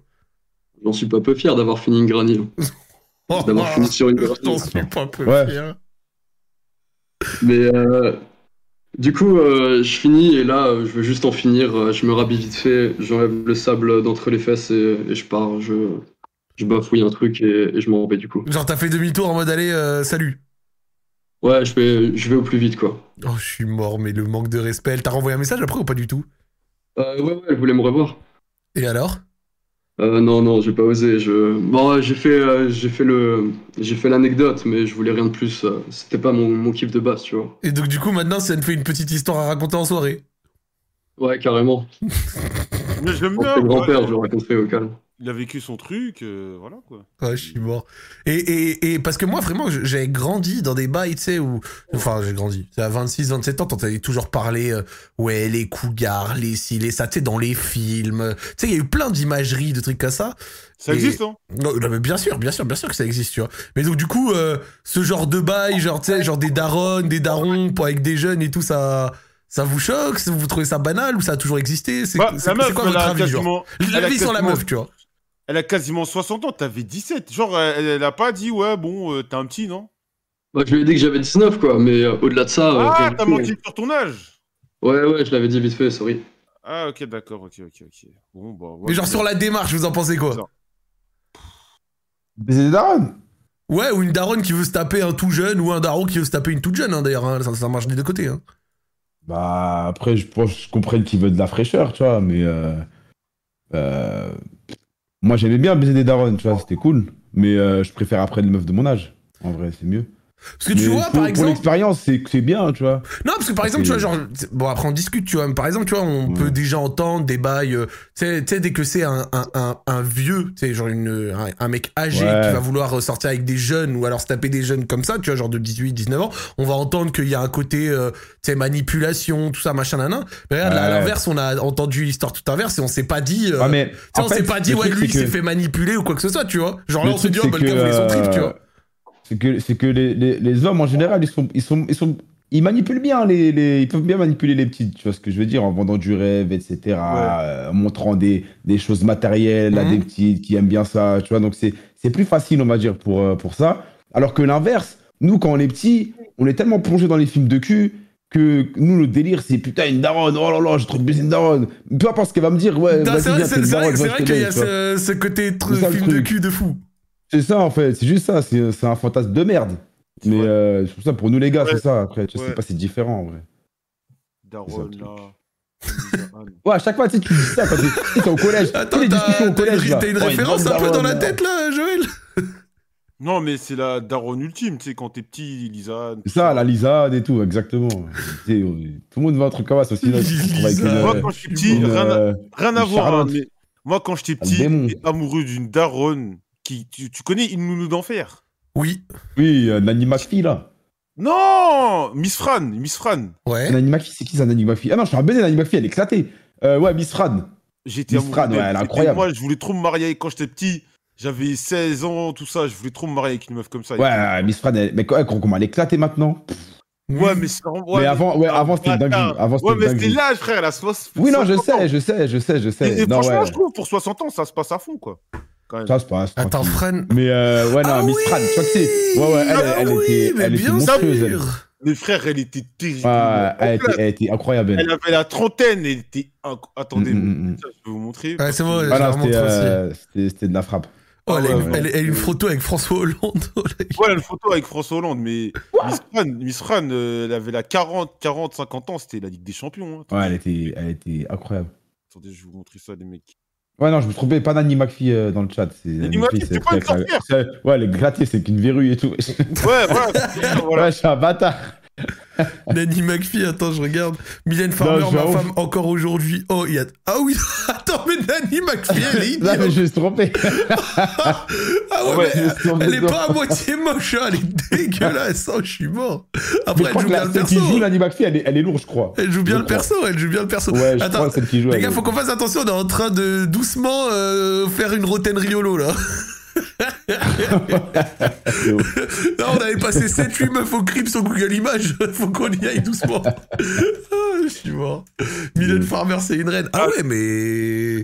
S7: J'en suis pas peu fier d'avoir fini une granille.
S1: Oh,
S7: D'avoir fini sur une
S1: je t'en
S7: granille.
S1: suis pas peu
S2: Ouais.
S1: fier.
S7: Mais euh, du coup, euh, je finis et là, euh, je veux juste en finir. Euh, Je me rhabille vite fait, j'enlève le sable d'entre les fesses et, et je pars. Je, je bafouille un truc et, et je m'en vais du coup.
S1: Genre, t'as fait demi-tour en mode, allez, euh, salut.
S7: Ouais, je vais, je vais au plus vite quoi.
S1: Oh, je suis mort, mais le manque de respect. Elle t'a renvoyé un message après ou pas du tout
S7: Euh, ouais, ouais, elle voulait me revoir.
S1: Et alors
S7: Euh, non, non, j'ai pas osé. Je... Bon, ouais, j'ai fait, euh, j'ai fait le, j'ai fait l'anecdote, mais je voulais rien de plus. euh, C'était pas mon, mon kiff de base, tu vois.
S1: Et donc, du coup, maintenant, ça me fait une petite histoire à raconter en soirée.
S7: Ouais, carrément.
S3: Mais je
S7: Mon
S3: meurs.
S7: grand-père,
S3: ouais.
S7: je le raconterai au calme.
S3: il a vécu son truc, euh, voilà quoi.
S1: Ouais, je suis mort. Et, et, et parce que moi, vraiment, je- j'ai grandi dans des bails, tu sais, où. Enfin, j'ai grandi. C'est à 26, 27 ans, t'entendais toujours parler, euh, ouais, les cougars, les ci, les ça, tu sais, dans les films. Tu sais, il y a eu plein d'imageries, de trucs comme ça.
S3: Ça
S1: Et-
S3: existe, hein
S1: Non, non, mais bien sûr, bien sûr, bien sûr que ça existe, tu vois. Mais donc, du coup, euh, ce genre de bail, genre, tu sais, genre des darons, des darons, pas avec des jeunes et tout, ça. Ça vous choque Vous trouvez ça banal ou ça a toujours existé C'est
S3: Bah,
S1: c'est-
S3: la
S1: c'est
S3: meuf,
S1: quoi
S3: elle
S1: votre
S3: a
S1: avis, genre
S3: quasiment, elle a
S1: L'avis sur la
S3: quasiment-
S1: meuf, tu vois.
S3: elle a quasiment 60 ans, t'avais 17. Genre, elle, elle a pas dit, ouais, bon, euh, t'es un petit, non
S7: Bah, je lui ai dit que j'avais 19, quoi, mais euh, au-delà de ça. euh,
S3: Ah,
S7: rien du
S3: t'as
S7: tout. hein.
S3: menti sur ton âge
S7: Ouais, ouais, je l'avais dit vite fait, sorry.
S3: Ah, ok, d'accord, ok, ok, ok. Bon, bah, ouais,
S1: Mais genre
S3: bon.
S1: sur la démarche, vous en pensez quoi
S2: Baiser des darons
S1: Ouais, ou une daronne qui veut se taper un tout jeune, ou un daron qui veut se taper une toute jeune, hein, d'ailleurs. hein. Ça, ça marche des deux côtés. Hein.
S2: Bah, après, je pense je comprends qu'il veut de la fraîcheur, tu vois, mais. euh, euh, moi, j'aimais bien baiser des darons, tu vois, c'était cool. Mais euh, je préfère après les meufs de mon âge. En vrai, c'est mieux.
S1: Parce que tu
S2: Mais
S1: vois,
S2: pour,
S1: par
S2: pour
S1: exemple.
S2: l'expérience, c'est c'est bien, tu vois.
S1: Non, parce que par exemple, tu vois,
S2: Parce que-
S1: genre. c'est- Bon, après, on discute, tu vois. Mais par exemple, tu vois, on
S2: Ouais.
S1: peut déjà entendre des bails. euh, tu sais- tu sais, dès que c'est un, un, un, un vieux, tu sais, genre une, euh, un, un mec âgé
S2: Ouais.
S1: qui va vouloir sortir avec des jeunes, ou alors se taper des jeunes comme ça, tu vois, genre de 18, 19 ans, on va entendre qu'il y a un côté, euh, tu sais, manipulation, tout ça, machin, nanan. Mais regarde, là, à
S2: Ouais.
S1: l'inverse, on a entendu l'histoire tout inverse et on s'est pas dit. euh,
S2: Ouais, Ah, mais.
S1: Tu sais,
S2: en
S1: on s'est
S2: fait,
S1: pas dit,
S2: le
S1: ouais,
S2: truc,
S1: lui, il
S2: c'est
S1: s'est
S2: que-
S1: fait manipuler ou quoi que ce soit, tu vois. Genre là,
S2: Le
S1: on se
S2: truc,
S1: dit, oh,
S2: c'est
S1: bah, le
S2: que,
S1: gars voulait son trip, tu
S2: euh,
S1: vois.
S2: C'est que, c'est que les, les, les hommes en général, ils sont, ils sont, ils sont, ils manipulent bien les, les- ils peuvent bien manipuler les petites. Tu vois ce que je veux dire en vendant du rêve, etc., euh, en montrant des, des choses matérielles à
S1: Mhm.
S2: des petites qui aiment bien ça. Tu vois, donc c'est, c'est plus facile, on va dire, pour, euh, pour ça. Alors que l'inverse, nous, quand on est petit, on est tellement plongé dans les films de cul que nous, le délire, c'est putain, une daronne, oh là là, j'ai trop de baiser une daronne. Peu importe ce qu'elle va me dire, ouais,
S1: Putain,
S2: vas-y,
S1: C'est vrai,
S2: viens, t'es
S1: c'est-
S2: une
S1: c'est
S2: daronne,
S1: vrai,
S2: va,
S1: c'est
S2: je
S1: vrai
S2: te
S1: qu'il y a
S2: laisse, tu vois.
S1: ce, ce côté tr-
S2: C'est ça, le
S1: film de
S2: truc.
S1: cul de fou.
S2: C'est ça en fait, c'est juste ça, c'est c'est un fantasme de merde.
S3: Ouais.
S2: Mais euh, c'est pour ça, pour nous les gars,
S3: Ouais.
S2: c'est ça. Après, tu sais
S3: Ouais.
S2: pas, c'est différent en vrai.
S3: Daronne,
S2: C'est un
S3: là. Daronne.
S2: Ouais, à chaque fois, tu sais, tu dis ça quand t'es- tu sais, t'es au collège.
S1: Attends,
S2: tu sais, les
S1: t'as
S2: discussions au
S1: t'as une,
S2: collège.
S1: ré-
S2: là.
S1: t'as une
S2: Oh,
S1: référence
S2: grande
S1: un peu dans
S2: daronne,
S1: la
S2: là.
S1: tête, là, Joël
S3: non, mais c'est la daronne ultime, tu sais, quand t'es petit, Lisanne.
S2: C'est ça, la lisade et tout, exactement. Tu sais, on- tout le monde veut un truc comme ça, c'est aussi là, tu te retrouves avec une,
S1: Lisade.
S3: Moi,
S2: euh,
S3: quand j'étais petit,
S2: une,
S3: rien à-
S2: euh,
S3: Rien à
S2: Une
S3: voir, hein,
S2: Charlotte.
S3: mais moi quand j'étais
S2: Un
S3: petit,
S2: démon.
S3: j'étais amoureux d'une daronne qui. Tu, tu connais une nounou d'enfer
S2: euh,
S1: Oui,
S2: Oui, euh, Nanny McPhee là.
S3: Non Miss Fran, Miss Fran
S1: ouais.
S2: Nanny McPhee, c'est qui ça, Nanny McPhee Ah non, je suis un baiser, Nanny McPhee, elle est éclatée. Euh, ouais, Miss Fran.
S3: J'étais
S2: Miss
S3: amoureux
S2: Fran,
S3: d'elle.
S2: ouais, elle est
S3: C'était-
S2: incroyable.
S3: Moi je voulais trop me marier quand j'étais petit, j'avais 16 ans, tout ça, je voulais trop me marier avec une meuf comme ça.
S2: Ouais, Miss Fran, elle... mais quoi, comment elle est éclatée maintenant
S3: Ouais, mais c'est vraiment- ouais,
S2: Mais avant, ouais, avant c'était une dinguerie. Avant, c'était
S3: Ouais,
S2: une
S3: mais c'était
S2: dinguerie.
S3: l'âge, frère, la soix-
S2: Oui, non, je
S3: 60 ans.
S2: sais, je sais, je sais, je sais.
S3: Et, et
S2: non,
S3: franchement,
S2: ouais,
S3: je trouve, pour 60 ans, ça se passe à fond, quoi. Quand même.
S2: ça se passe.
S1: Attends,
S2: tranquille.
S1: Fran.
S2: Mais euh, ouais, non,
S1: Ah
S2: Miss Fran, tu vois que c'est. Ouais, ouais, elle,
S1: Ah
S2: elle
S1: oui,
S2: était,
S1: mais
S2: elle était
S1: bien
S2: monstrueuse. Elle.
S1: sûr.
S3: Mais frère, elle était terrible.
S2: Ouais, elle, était, elle était incroyable. Elle.
S3: Elle avait la trentaine, elle était. inc- Attendez,
S2: Mm, mm, mm.
S3: ça, je vais vous montrer.
S1: Ouais, c'est bon, je
S2: Ah
S1: la
S2: non,
S1: remontre
S2: c'était,
S1: aussi.
S2: euh, c'était- c'était de la frappe.
S1: Oh, elle a
S3: ouais,
S1: une-
S3: ouais.
S1: elle- elle a une photo avec François Hollande.
S3: Voilà une photo avec François Hollande, mais Miss Fran, Miss Fran, euh, elle avait la 40, 40, 50 ans, c'était la Ligue des Champions. hein.
S2: Ouais, elle était, elle était incroyable.
S3: Attendez, je vais vous montrer ça, les mecs.
S2: Ouais, non, je me trompais, pas Nanny McPhee euh, dans le chat. C'est, Nanny
S3: McPhee,
S2: McPhee,
S3: c'est pas une
S2: très- c'est- Ouais, elle est grattée, c'est qu'une verrue et tout.
S3: Ouais, voilà. voilà.
S2: Ouais, je suis un bâtard.
S1: Nanny McPhee, attends, je regarde. Mylène Farmer,
S2: Non, je
S1: ma
S2: vois.
S1: femme, encore aujourd'hui. Oh, il y a. Ah oui, attends, mais Nanny McPhee, elle est
S2: Non, mais
S1: idiote.
S2: je me suis trompé.
S1: Ah ouais, mais
S2: Je me suis trompé
S1: Elle est
S2: de-
S1: pas à moitié moche, hein, elle est dégueulasse, hein, je suis mort.
S2: Mais
S1: Après,
S2: je
S1: elle
S2: crois
S1: joue
S2: que
S1: bien
S2: la-
S1: le
S2: celle qui
S1: perso.
S2: joue Nanny McPhee, elle est, elle est lourde, je crois.
S1: Elle joue bien
S2: Je
S1: le
S2: crois.
S1: perso, elle joue bien le perso.
S2: Ouais, je
S1: Attends,
S2: crois que celle qui joue.
S1: les
S2: elle
S1: gars,
S2: est-
S1: faut qu'on fasse attention, on est en train de doucement euh, faire une rotaine riolo là. Là, on avait passé 7-8 meufs au crime sur Google Images, faut qu'on y aille doucement. Ah, je suis mort. Mylène Farmer, c'est une reine. Ah ouais, mais.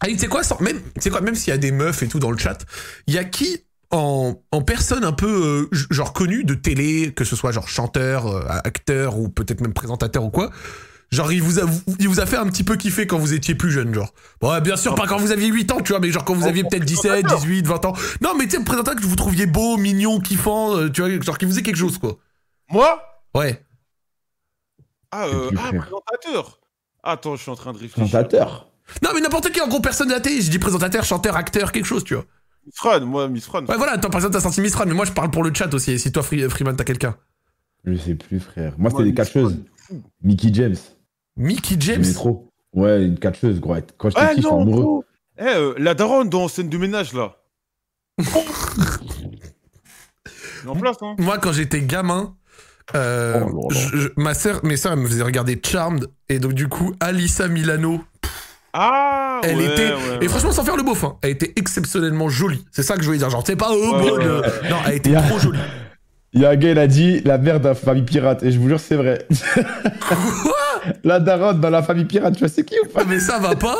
S1: Ah, tu sais quoi, sans- même, tu sais quoi, même s'il y a des meufs et tout dans le chat, il y a qui en, en personne un peu euh, j- genre connue de télé, que ce soit genre chanteur, euh, acteur ou peut-être même présentateur ou quoi, genre il vous, a, il vous a fait un petit peu kiffer quand vous étiez plus jeune, genre. Bon, ouais, bien sûr, pas quand vous aviez 8 ans, tu vois, mais genre quand vous aviez peut-être 17, 18, 20 ans. Non, mais tu sais, le présentateur que vous trouviez beau, mignon, kiffant, euh, tu vois, genre qui faisait quelque chose, quoi.
S3: Moi
S1: Ouais.
S3: Ah,
S2: Qu'est-ce
S3: euh,
S2: que tu
S3: ah,
S2: fais
S3: présentateur. Attends, je suis en train de réfléchir.
S2: Présentateur.
S1: Non, mais n'importe qui, en gros, personne de la télé, je dis présentateur, chanteur, acteur, quelque chose, tu vois.
S3: Miss Fran, moi, Miss Fran.
S1: Ouais, voilà, toi, par exemple, t'as sorti Mistral, mais moi, je parle pour le chat aussi, et si toi, Free- euh, Freeman, t'as quelqu'un.
S2: Je sais plus, frère. Moi, c'était
S3: Ouais,
S2: des
S3: mais
S2: catcheuses. Mickey James.
S1: Mickey James
S2: J'aimais trop. Ouais, une catcheuse, gros. Quand j'étais
S3: Ah
S2: petit, j'étais
S3: non,
S2: amoureux.
S3: gros. Eh, euh, la daronne dans scène de ménage, là. Elle est en place, hein.
S1: Moi, quand j'étais gamin, euh,
S2: Oh, non, non.
S1: je- je- ma sœur, mes sœurs, elles me faisaient regarder Charmed. Et donc, du coup, Alissa Milano.
S3: Ah
S1: Elle
S3: ouais,
S1: était-
S3: ouais,
S1: Et
S3: ouais.
S1: franchement, sans faire le beauf, hein, elle était exceptionnellement jolie. C'est ça que je voulais dire. Genre, t'es pas au mode,
S3: ouais,
S1: euh, Non, elle était
S2: Y a-
S1: trop jolie.
S2: Il y a un gars, il a dit la mère d'un famille pirate. Et je vous jure, c'est vrai. la daronne dans la famille pirate, tu vois, c'est qui ou pas
S1: Ah, Mais ça va pas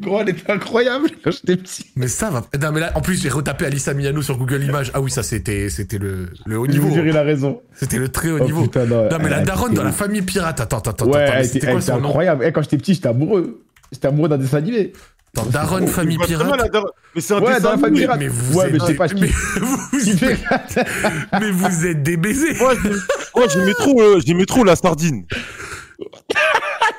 S2: Gros, elle était incroyable quand j'étais petit.
S1: Mais ça va. Non, mais là, en plus, j'ai retapé Alissa Milano sur Google Images. Ah oui, ça, c'était, c'était le, le haut
S2: Je vous
S1: niveau.
S2: jure, il a raison.
S1: C'était le très haut
S2: Oh,
S1: niveau.
S2: putain, non,
S1: Non, mais
S2: elle
S1: la
S2: a
S1: daronne
S2: été
S1: dans la
S2: ouf.
S1: famille pirate. Attends, attends, attends.
S2: Ouais,
S1: attends mais
S2: elle était,
S1: c'était quoi
S2: elle était
S1: son nom
S2: incroyable. Eh, quand j'étais petit, j'étais amoureux. J'étais amoureux d'un dessin animé.
S1: Dans Daronne Famille
S3: Pas très
S1: Pirate.
S3: mal, la daronne. Mais c'est un
S2: Ouais,
S3: dessin
S2: dans la
S3: animé.
S2: famille pirate.
S1: Mais vous
S2: Ouais,
S1: êtes
S2: mais je sais
S1: des-
S2: pas ce qu'il-
S1: mais vous- mais vous êtes des baisers.
S3: Moi, j'aimais- moi, j'aimais trop, euh, j'aimais trop la sardine.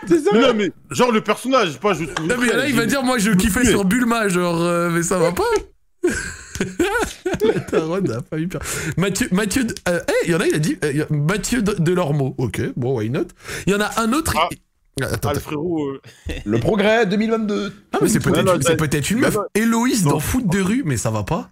S3: Mais non, mais genre le personnage, pas je trouve.
S1: Non mais là il va
S3: J'ai-
S1: dire moi je kiffais
S3: tuez.
S1: sur Bulma genre euh, mais ça va pas La daronne a pas eu peur. Mathieu Mathieu de- euh, eh, il y en a il a dit euh, il y a- Mathieu de- Delormeau ok bon why not il y en a un autre
S3: Ah.
S1: Ah, attends,
S3: Ah, le
S1: attends.
S3: frérot. euh,
S2: Le progrès 2022.
S1: Ah, mais c'est peut-être
S3: non,
S1: c'est
S3: non,
S1: peut-être une
S3: non,
S1: meuf
S3: non.
S1: Héloïse dans
S3: Non.
S1: foot de rue mais ça va pas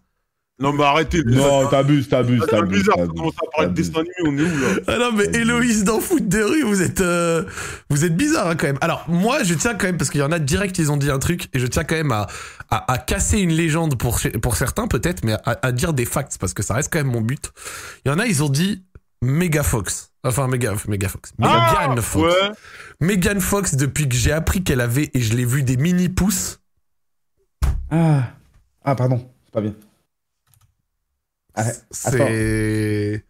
S3: Non, mais arrêtez. les-
S2: Non, t'abuses, t'abuses,
S3: Ah, C'est
S2: t'abuses.
S3: bizarre, ça
S2: t'abuses,
S3: commence à parler de
S2: t'abuses.
S3: dessin animé, on est où là
S1: Ah non, mais Héloïse dans foot des rues, vous êtes, euh, vous êtes bizarre hein, quand même. Alors, moi, je tiens quand même, parce qu'il y en a direct, ils ont dit un truc, et je tiens quand même à, à, à casser une légende pour, chez- pour certains, peut-être, mais à, à dire des facts, parce que ça reste quand même mon but. Il y en a, ils ont dit Mega Fox. Enfin, Mega, Mega Fox. Megan Fox.
S3: Ah, Ouais.
S1: Megan Fox, depuis que j'ai appris qu'elle avait, et je l'ai vu, des mini-pouces,
S2: Ah. Ah, pardon, c'est pas bien. Ah,
S1: c'est.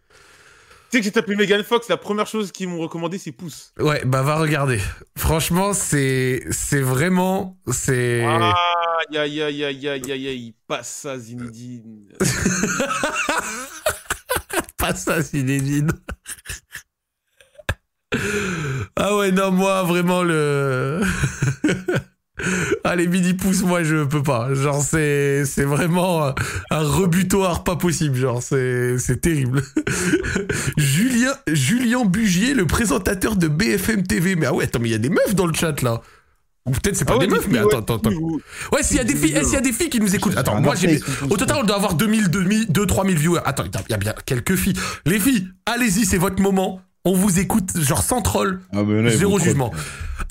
S3: Tu sais que j'ai tapé Megan Fox, la première chose qu'ils m'ont recommandé, c'est pouce.
S1: Ouais, bah va regarder. Franchement, c'est. C'est vraiment. C'est.
S3: Ah, ya ya ya ya ya ya, il passe ça, Zinedine.
S1: pas ça, Zinedine. ah ouais, non, moi, vraiment, le... Allez, mini pouce, moi, je peux pas. Genre, c'est, c'est vraiment un rebutoir pas possible. Genre, c'est, c'est terrible. Julien, Julien Bugier, le présentateur de BFM TV. Mais ah ouais, attends, mais il y a des meufs dans le chat, là. Ou peut-être c'est pas
S3: Ah ouais,
S1: des meufs,
S3: filles,
S1: mais
S3: ouais,
S1: attends, attends, attends.
S3: des filles, vous-
S1: Ouais, s'il y a des filles, eh, s'il y a des filles qui nous écoutent. Attends, moi, j'ai, au total, on doit avoir 2000, 2000, 2 3000 viewers. Attends, il y a bien quelques filles. Les filles, allez-y, c'est votre moment. On vous écoute, genre sans troll.
S2: Ah, mais là, ils
S1: Zéro
S2: vont
S1: jugement.
S2: trop-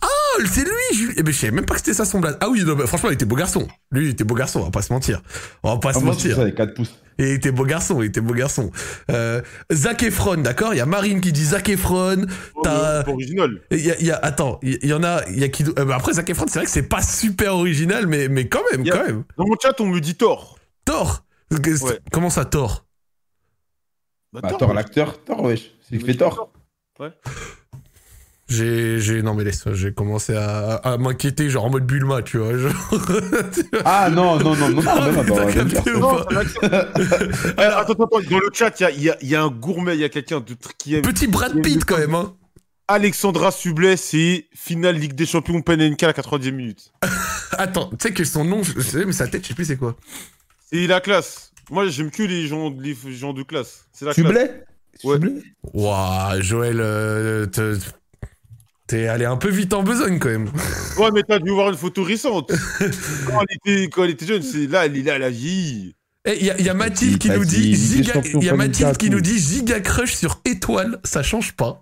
S1: Oh, c'est lui, Jules. Eh ben, je savais même pas que c'était ça son blaze. Ah oui, non, bah, franchement, il était beau garçon. Lui, il était beau garçon, on va pas se mentir. On va pas
S2: Ah,
S1: se
S2: moi, c'est
S1: mentir.
S2: ça, les 4 pouces.
S1: Et il était beau garçon, il était beau garçon. Euh, Zac Efron, d'accord Il y a Marine qui dit Zac Efron.
S3: Oh,
S1: T'as-
S3: mais c'est original.
S1: Il y a, il y a- attends, il y, il y en a, il y a qui. euh, bah, après, Zac Efron, c'est vrai que c'est pas super original, mais, mais quand même,
S3: Il y a-
S1: quand même.
S3: Dans mon chat, on me dit tort.
S1: Thor Que-
S3: Ouais.
S1: Comment ça, Thor
S2: Bah, Thor, l'acteur, Thor, wesh. C'est qui fait Thor.
S1: J'ai, j'ai, non mais laisse, j'ai commencé à, à m'inquiéter, genre en mode Bulma, tu vois. Genre...
S2: Ah, bah, non, non, non, non, non,
S1: Ah,
S2: non,
S1: mais
S2: non,
S1: t'as
S2: non,
S1: capté
S2: non,
S1: ou
S2: non.
S1: pas
S3: Non,
S2: bah.
S3: Attends, attends, attends, dans le chat, il y a, il y a- il y a un gourmet, il y a quelqu'un de tr- qui aime
S1: Petit Brad Pitt quand même, hein.
S3: Alexandra Sublet, c'est finale Ligue des Champions PNNK à la 90e minute.
S1: Attends, tu sais que son nom, je je sais, mais sa tête, je sais plus c'est quoi.
S3: C'est la classe. Moi, j'aime que les gens, les gens de classe. C'est la
S2: Tu
S3: classe.
S2: blais
S3: Ouais.
S1: Waouh, Joël, euh, te- t'es allé un peu vite en besogne quand même.
S3: Ouais, mais t'as dû voir une photo récente. quand, elle était, quand elle était jeune, c'est là, elle est là, elle a vieilli.
S1: Eh, il y, a- il y a Mathilde qui
S2: Vas-y,
S1: nous dit,
S2: Ligue des
S1: giga,
S2: Champions,
S1: il y a
S2: Panenka,
S1: Mathilde qui
S2: tout.
S1: nous dit giga crush sur étoile, ça change pas.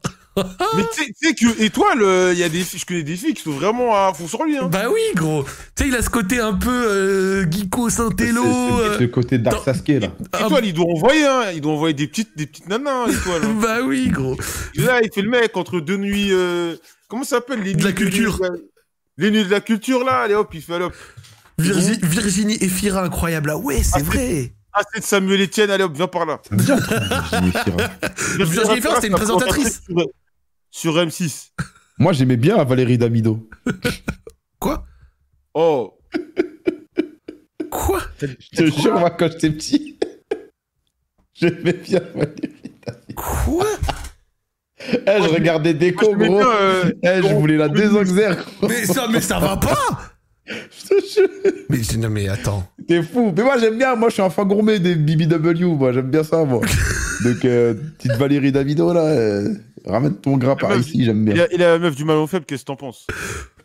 S3: Mais tu sais- tu sais que Étoile, euh, il y a des filles, je connais des filles qui sont vraiment à fond sur lui. Hein.
S1: Bah oui, gros. Tu sais, il a ce côté un peu euh, geeko Saint-Hélo.
S2: C'est
S1: euh,
S2: le côté de Dark
S1: dans-
S2: Sasuke, là.
S1: un-
S3: Étoile, il doit envoyer, hein. il doit envoyer des petites, des petites nanas, hein, Étoile. hein.
S1: Bah oui, gros.
S3: Et là, il fait le mec entre deux nuits. euh, Comment ça s'appelle les
S1: De la
S3: nuits-
S1: culture.
S3: Les nuits de la culture, là, allez hop, il fait allez, hop.
S1: Virgi- Virginie Efira, incroyable. Ah ouais, c'est
S3: Ah,
S1: vrai.
S3: Assez de Samuel Etienne, allez hop, viens par là.
S2: Ça me dit un truc, Virginie Efira.
S1: Virginie Efira, c'était une présentatrice.
S3: Sur- Sur M6.
S2: Moi, j'aimais bien Valérie Damido.
S1: Quoi
S3: Oh,
S1: Quoi
S2: Je te jure, moi, quand j'étais petit, j'aimais bien Valérie.
S1: Quoi
S2: Eh, je regardais Déco,
S3: Moi, je
S2: gros.
S3: mets bien, euh,
S2: Eh, je voulais la désoxère, gros.
S1: Mais ça, mais ça va pas
S2: Je te jure.
S1: Mais je- non, mais attends.
S2: T'es fou. Mais moi, j'aime bien. Moi, je suis un fan gourmet des BBW. Moi, j'aime bien ça, moi. Donc, euh, petite Valérie Davido, là. euh, Ramène ton gras par
S3: meuf-
S2: ici, j'aime
S3: Et
S2: bien.
S3: la, et la meuf du mal au faible, qu'est-ce que t'en penses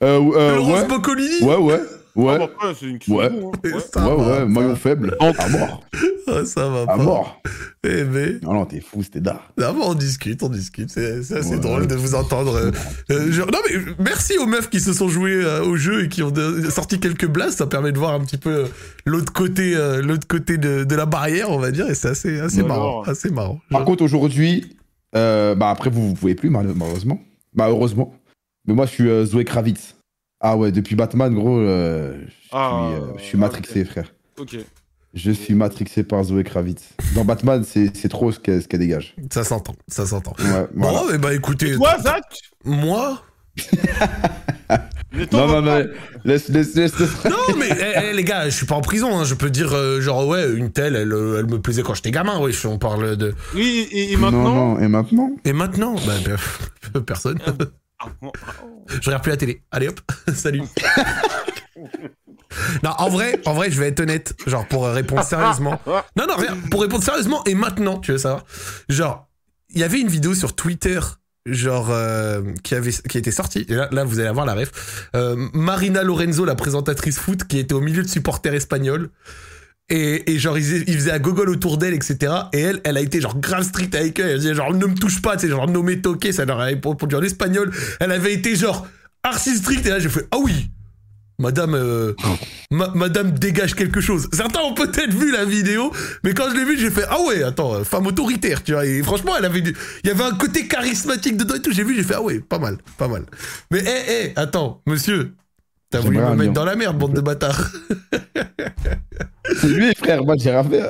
S2: Euh, euh,
S1: le rose
S2: ouais,
S1: Boccolini
S2: ouais, ouais,
S3: Ah,
S2: ouais,
S3: bah, après, c'est une question
S2: Ouais.
S3: de goût, hein.
S1: Et
S3: Ouais.
S1: Ça
S2: ouais,
S1: va
S2: ouais, maillon faible. À mort,
S1: pas. Ah, ça va
S2: à
S1: pas.
S2: mort.
S1: Eh mais,
S2: Non, non, t'es fou, c'était d'art.
S1: non, mais on discute, on discute. C'est c'est assez
S2: Ouais.
S1: drôle de vous entendre. euh, euh, genre- non mais euh, merci aux meufs qui se sont jouées euh, au jeu et qui ont de- sorti quelques blasts. Ça permet de voir un petit peu euh, l'autre côté, euh, l'autre côté de, de la barrière, on va dire. Et c'est assez, assez
S3: Ouais,
S1: marrant,
S3: alors.
S1: assez marrant.
S2: Par contre, aujourd'hui, euh, bah après, vous, vous pouvez plus, mal- malheureusement. Bah, heureusement. Mais moi, je suis euh, Zoé Kravitz. Ah ouais, depuis Batman, gros, euh, je suis,
S3: Ah,
S2: euh, je suis matrixé, frère.
S3: Ok.
S2: Je suis matrixé par Zoé Kravitz. Dans Batman, c'est c'est trop ce qu'elle ce qu'elle dégage.
S1: Ça s'entend, ça s'entend.
S2: Ouais, voilà.
S1: Bon, mais bah écoutez,
S3: Toi, Zach
S1: moi,
S3: mais t'en
S2: Non,
S3: vas
S2: non, non,
S3: pas.
S2: laisse, laisse, laisse. laisse.
S1: Non, mais eh, eh, les gars, je suis pas en prison. hein. Je peux dire, euh, genre, ouais, une telle, elle, euh, elle me plaisait quand j'étais gamin. Oui, je- on parle de.
S3: Oui, et, et
S2: non,
S3: maintenant
S2: non, et maintenant
S1: Et maintenant Bah, bah, personne.
S3: Ah, bon.
S1: Je regarde plus la télé. Allez hop, salut. non, en vrai, en vrai, je vais être honnête. Genre, pour répondre sérieusement. Non, non, rien. Pour répondre sérieusement, et maintenant, tu veux savoir Genre, il y avait une vidéo sur Twitter, genre, euh, qui, avait, qui était sortie. Et là, là, vous allez avoir la ref. Euh, Marina Lorenzo, la présentatrice foot, qui était au milieu de supporters espagnols. Et, et genre, ils, faisaient- ils faisaient à gogol autour d'elle, etc. Et elle, elle a été genre grave strict avec eux. Elle disait genre, ne me touche pas, tu sais, genre, nommé toqué. Ça leur avait répondu en espagnol. Elle avait été genre, archi strict. Et là, j'ai fait, ah oui! Madame, euh, ma- Madame dégage quelque chose. Certains ont peut-être vu la vidéo, mais quand je l'ai vue, j'ai fait ah ouais, attends, euh, femme autoritaire, tu vois. Et franchement, elle avait, du- il y avait un côté charismatique dedans et tout. J'ai vu, j'ai fait ah ouais, pas mal, pas mal. Mais hé, hé, attends, monsieur, t'as voulu
S2: J'aimerais
S1: me
S2: un
S1: mettre
S2: lion.
S1: dans la merde, bande de bâtards.
S2: C'est lui, frère, moi, j'ai rien fait.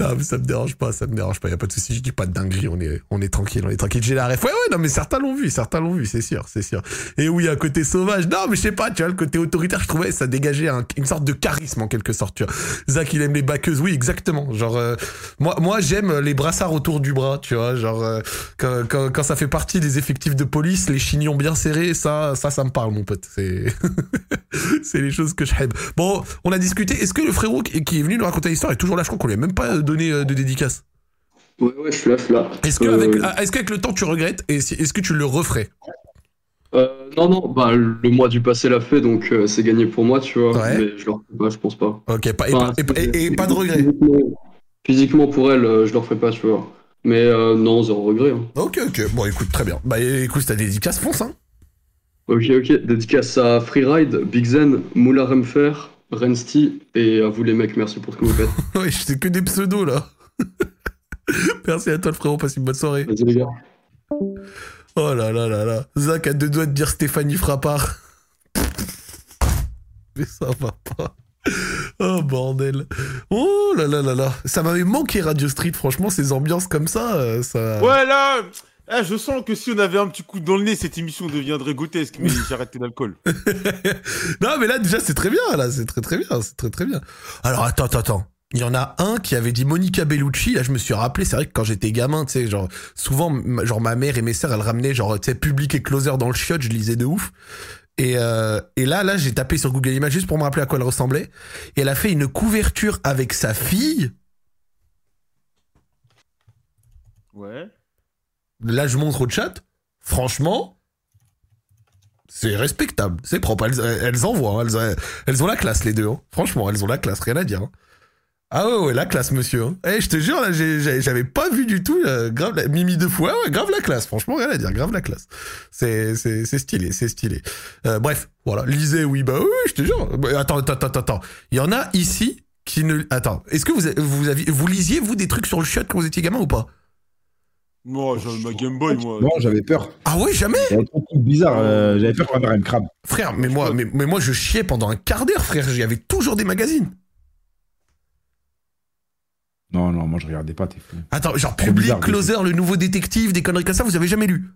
S1: Non, mais ça me dérange pas, ça me dérange pas, y a pas de souci, je dis pas de dinguerie, on est, on est tranquille, on est tranquille. J'ai la ref. Ouais, ouais, non, mais certains l'ont vu, certains l'ont vu, c'est sûr, c'est sûr. Et oui, un côté sauvage. Non, mais je sais pas, tu vois, le côté autoritaire, je trouvais, ça dégageait un- une sorte de charisme en quelque sorte, tu vois. Zach, il aime les baqueuses, oui, exactement. Genre, euh, moi, moi j'aime les brassards autour du bras, tu vois. Genre, euh, quand, quand, quand ça fait partie des effectifs de police, les chignons bien serrés, ça, ça, ça me parle, mon pote. C'est. C'est les choses que je aime. Bon, on a discuté. Est-ce que le frérot qui qui est venu nous raconter l'histoire est toujours là Je crois qu'on lui a même pas donné euh, de dédicace.
S7: Ouais, ouais, je suis là, je suis là.
S1: Est-ce que
S7: Euh,
S1: avec, ah, est-ce qu'avec le temps tu regrettes et si- est-ce que tu le referais
S7: euh, non, non, bah, le mois du passé l'a fait, donc euh, c'est gagné pour moi, tu vois.
S1: Ouais.
S7: Mais je le refais pas, je pense pas.
S1: Ok, pas, et,
S7: Enfin,
S1: pas- et pas- et- et pas de regret.
S7: Physiquement, physiquement, pour elle, euh, je le referai pas, tu vois. Mais euh, non, zéro regret. hein.
S1: Ok, ok. Bon, écoute, très bien. Bah, écoute, ta dédicace fonce, hein.
S7: Ok, ok. Dédicace à Freeride, Big Zen, Moula Remfer, Rensty et à vous les mecs, merci pour ce que vous faites.
S1: Ouais, je sais que des pseudos là. Merci à toi, le frérot. Passe une bonne soirée.
S7: Vas-y les gars.
S1: Oh là là là là. Zach a deux doigts de dire Stéphanie Frappard. Mais ça va pas. Oh bordel. Oh là là là là. Ça m'avait manqué Radio Street, franchement, ces ambiances comme ça. euh, ça...
S3: Ouais, là ah, je sens que si on avait un petit coup dans le nez, cette émission deviendrait grotesque, mais j'ai arrêté l'alcool.
S1: non, mais là, déjà, c'est très bien. Là, c'est très très bien. C'est très très bien. Alors, attends, attends, attends. Il y en a un qui avait dit Monica Bellucci. Là, je me suis rappelé, c'est vrai que quand j'étais gamin, tu sais, genre, souvent, ma- genre, ma mère et mes sœurs, elles ramenaient, genre, tu sais, public et closer dans le chiotte, je lisais de ouf. Et, euh, et là, là, j'ai tapé sur Google Images juste pour me rappeler à quoi elle ressemblait. Et elle a fait une couverture avec sa fille.
S3: Ouais.
S1: Là, je montre au chat. Franchement, c'est respectable. C'est propre. Elles, elles envoient. Elles, elles ont la classe, les deux. hein. Franchement, elles ont la classe. Rien à dire. hein. Ah ouais, ouais, la classe, monsieur. hein. Eh, je te jure, là, j'ai- j'ai- j'avais pas vu du tout. euh, grave la, Mimi deux fois. Ouais, ouais, grave la classe. Franchement, rien à dire. Grave la classe. C'est c'est- c'est stylé. C'est stylé. Euh, bref, voilà. Lisez, oui, bah oui, je te jure. Bah, Attends, attends, attends, attends. Il y en a ici qui ne. Attends. Est-ce que vous, vous, aviez, vous lisiez, vous, des trucs sur le shot quand vous étiez gamin ou pas
S3: Moi, j'avais ma Game Boy, moi.
S2: Non, j'avais peur.
S1: Ah ouais, jamais
S2: J'avais trop de trucs bizarres. euh, j'avais peur que ma mère, elle me crabe.
S1: Frère, mais moi, mais, mais moi, je chiais pendant un quart d'heure, frère. J'y avais toujours des magazines.
S2: Non, non, moi, je regardais pas, t'es fou.
S1: Attends, genre
S2: Trop
S1: Public,
S2: bizarre,
S1: Closer, Le Nouveau Détective, des conneries comme ça, vous avez jamais lu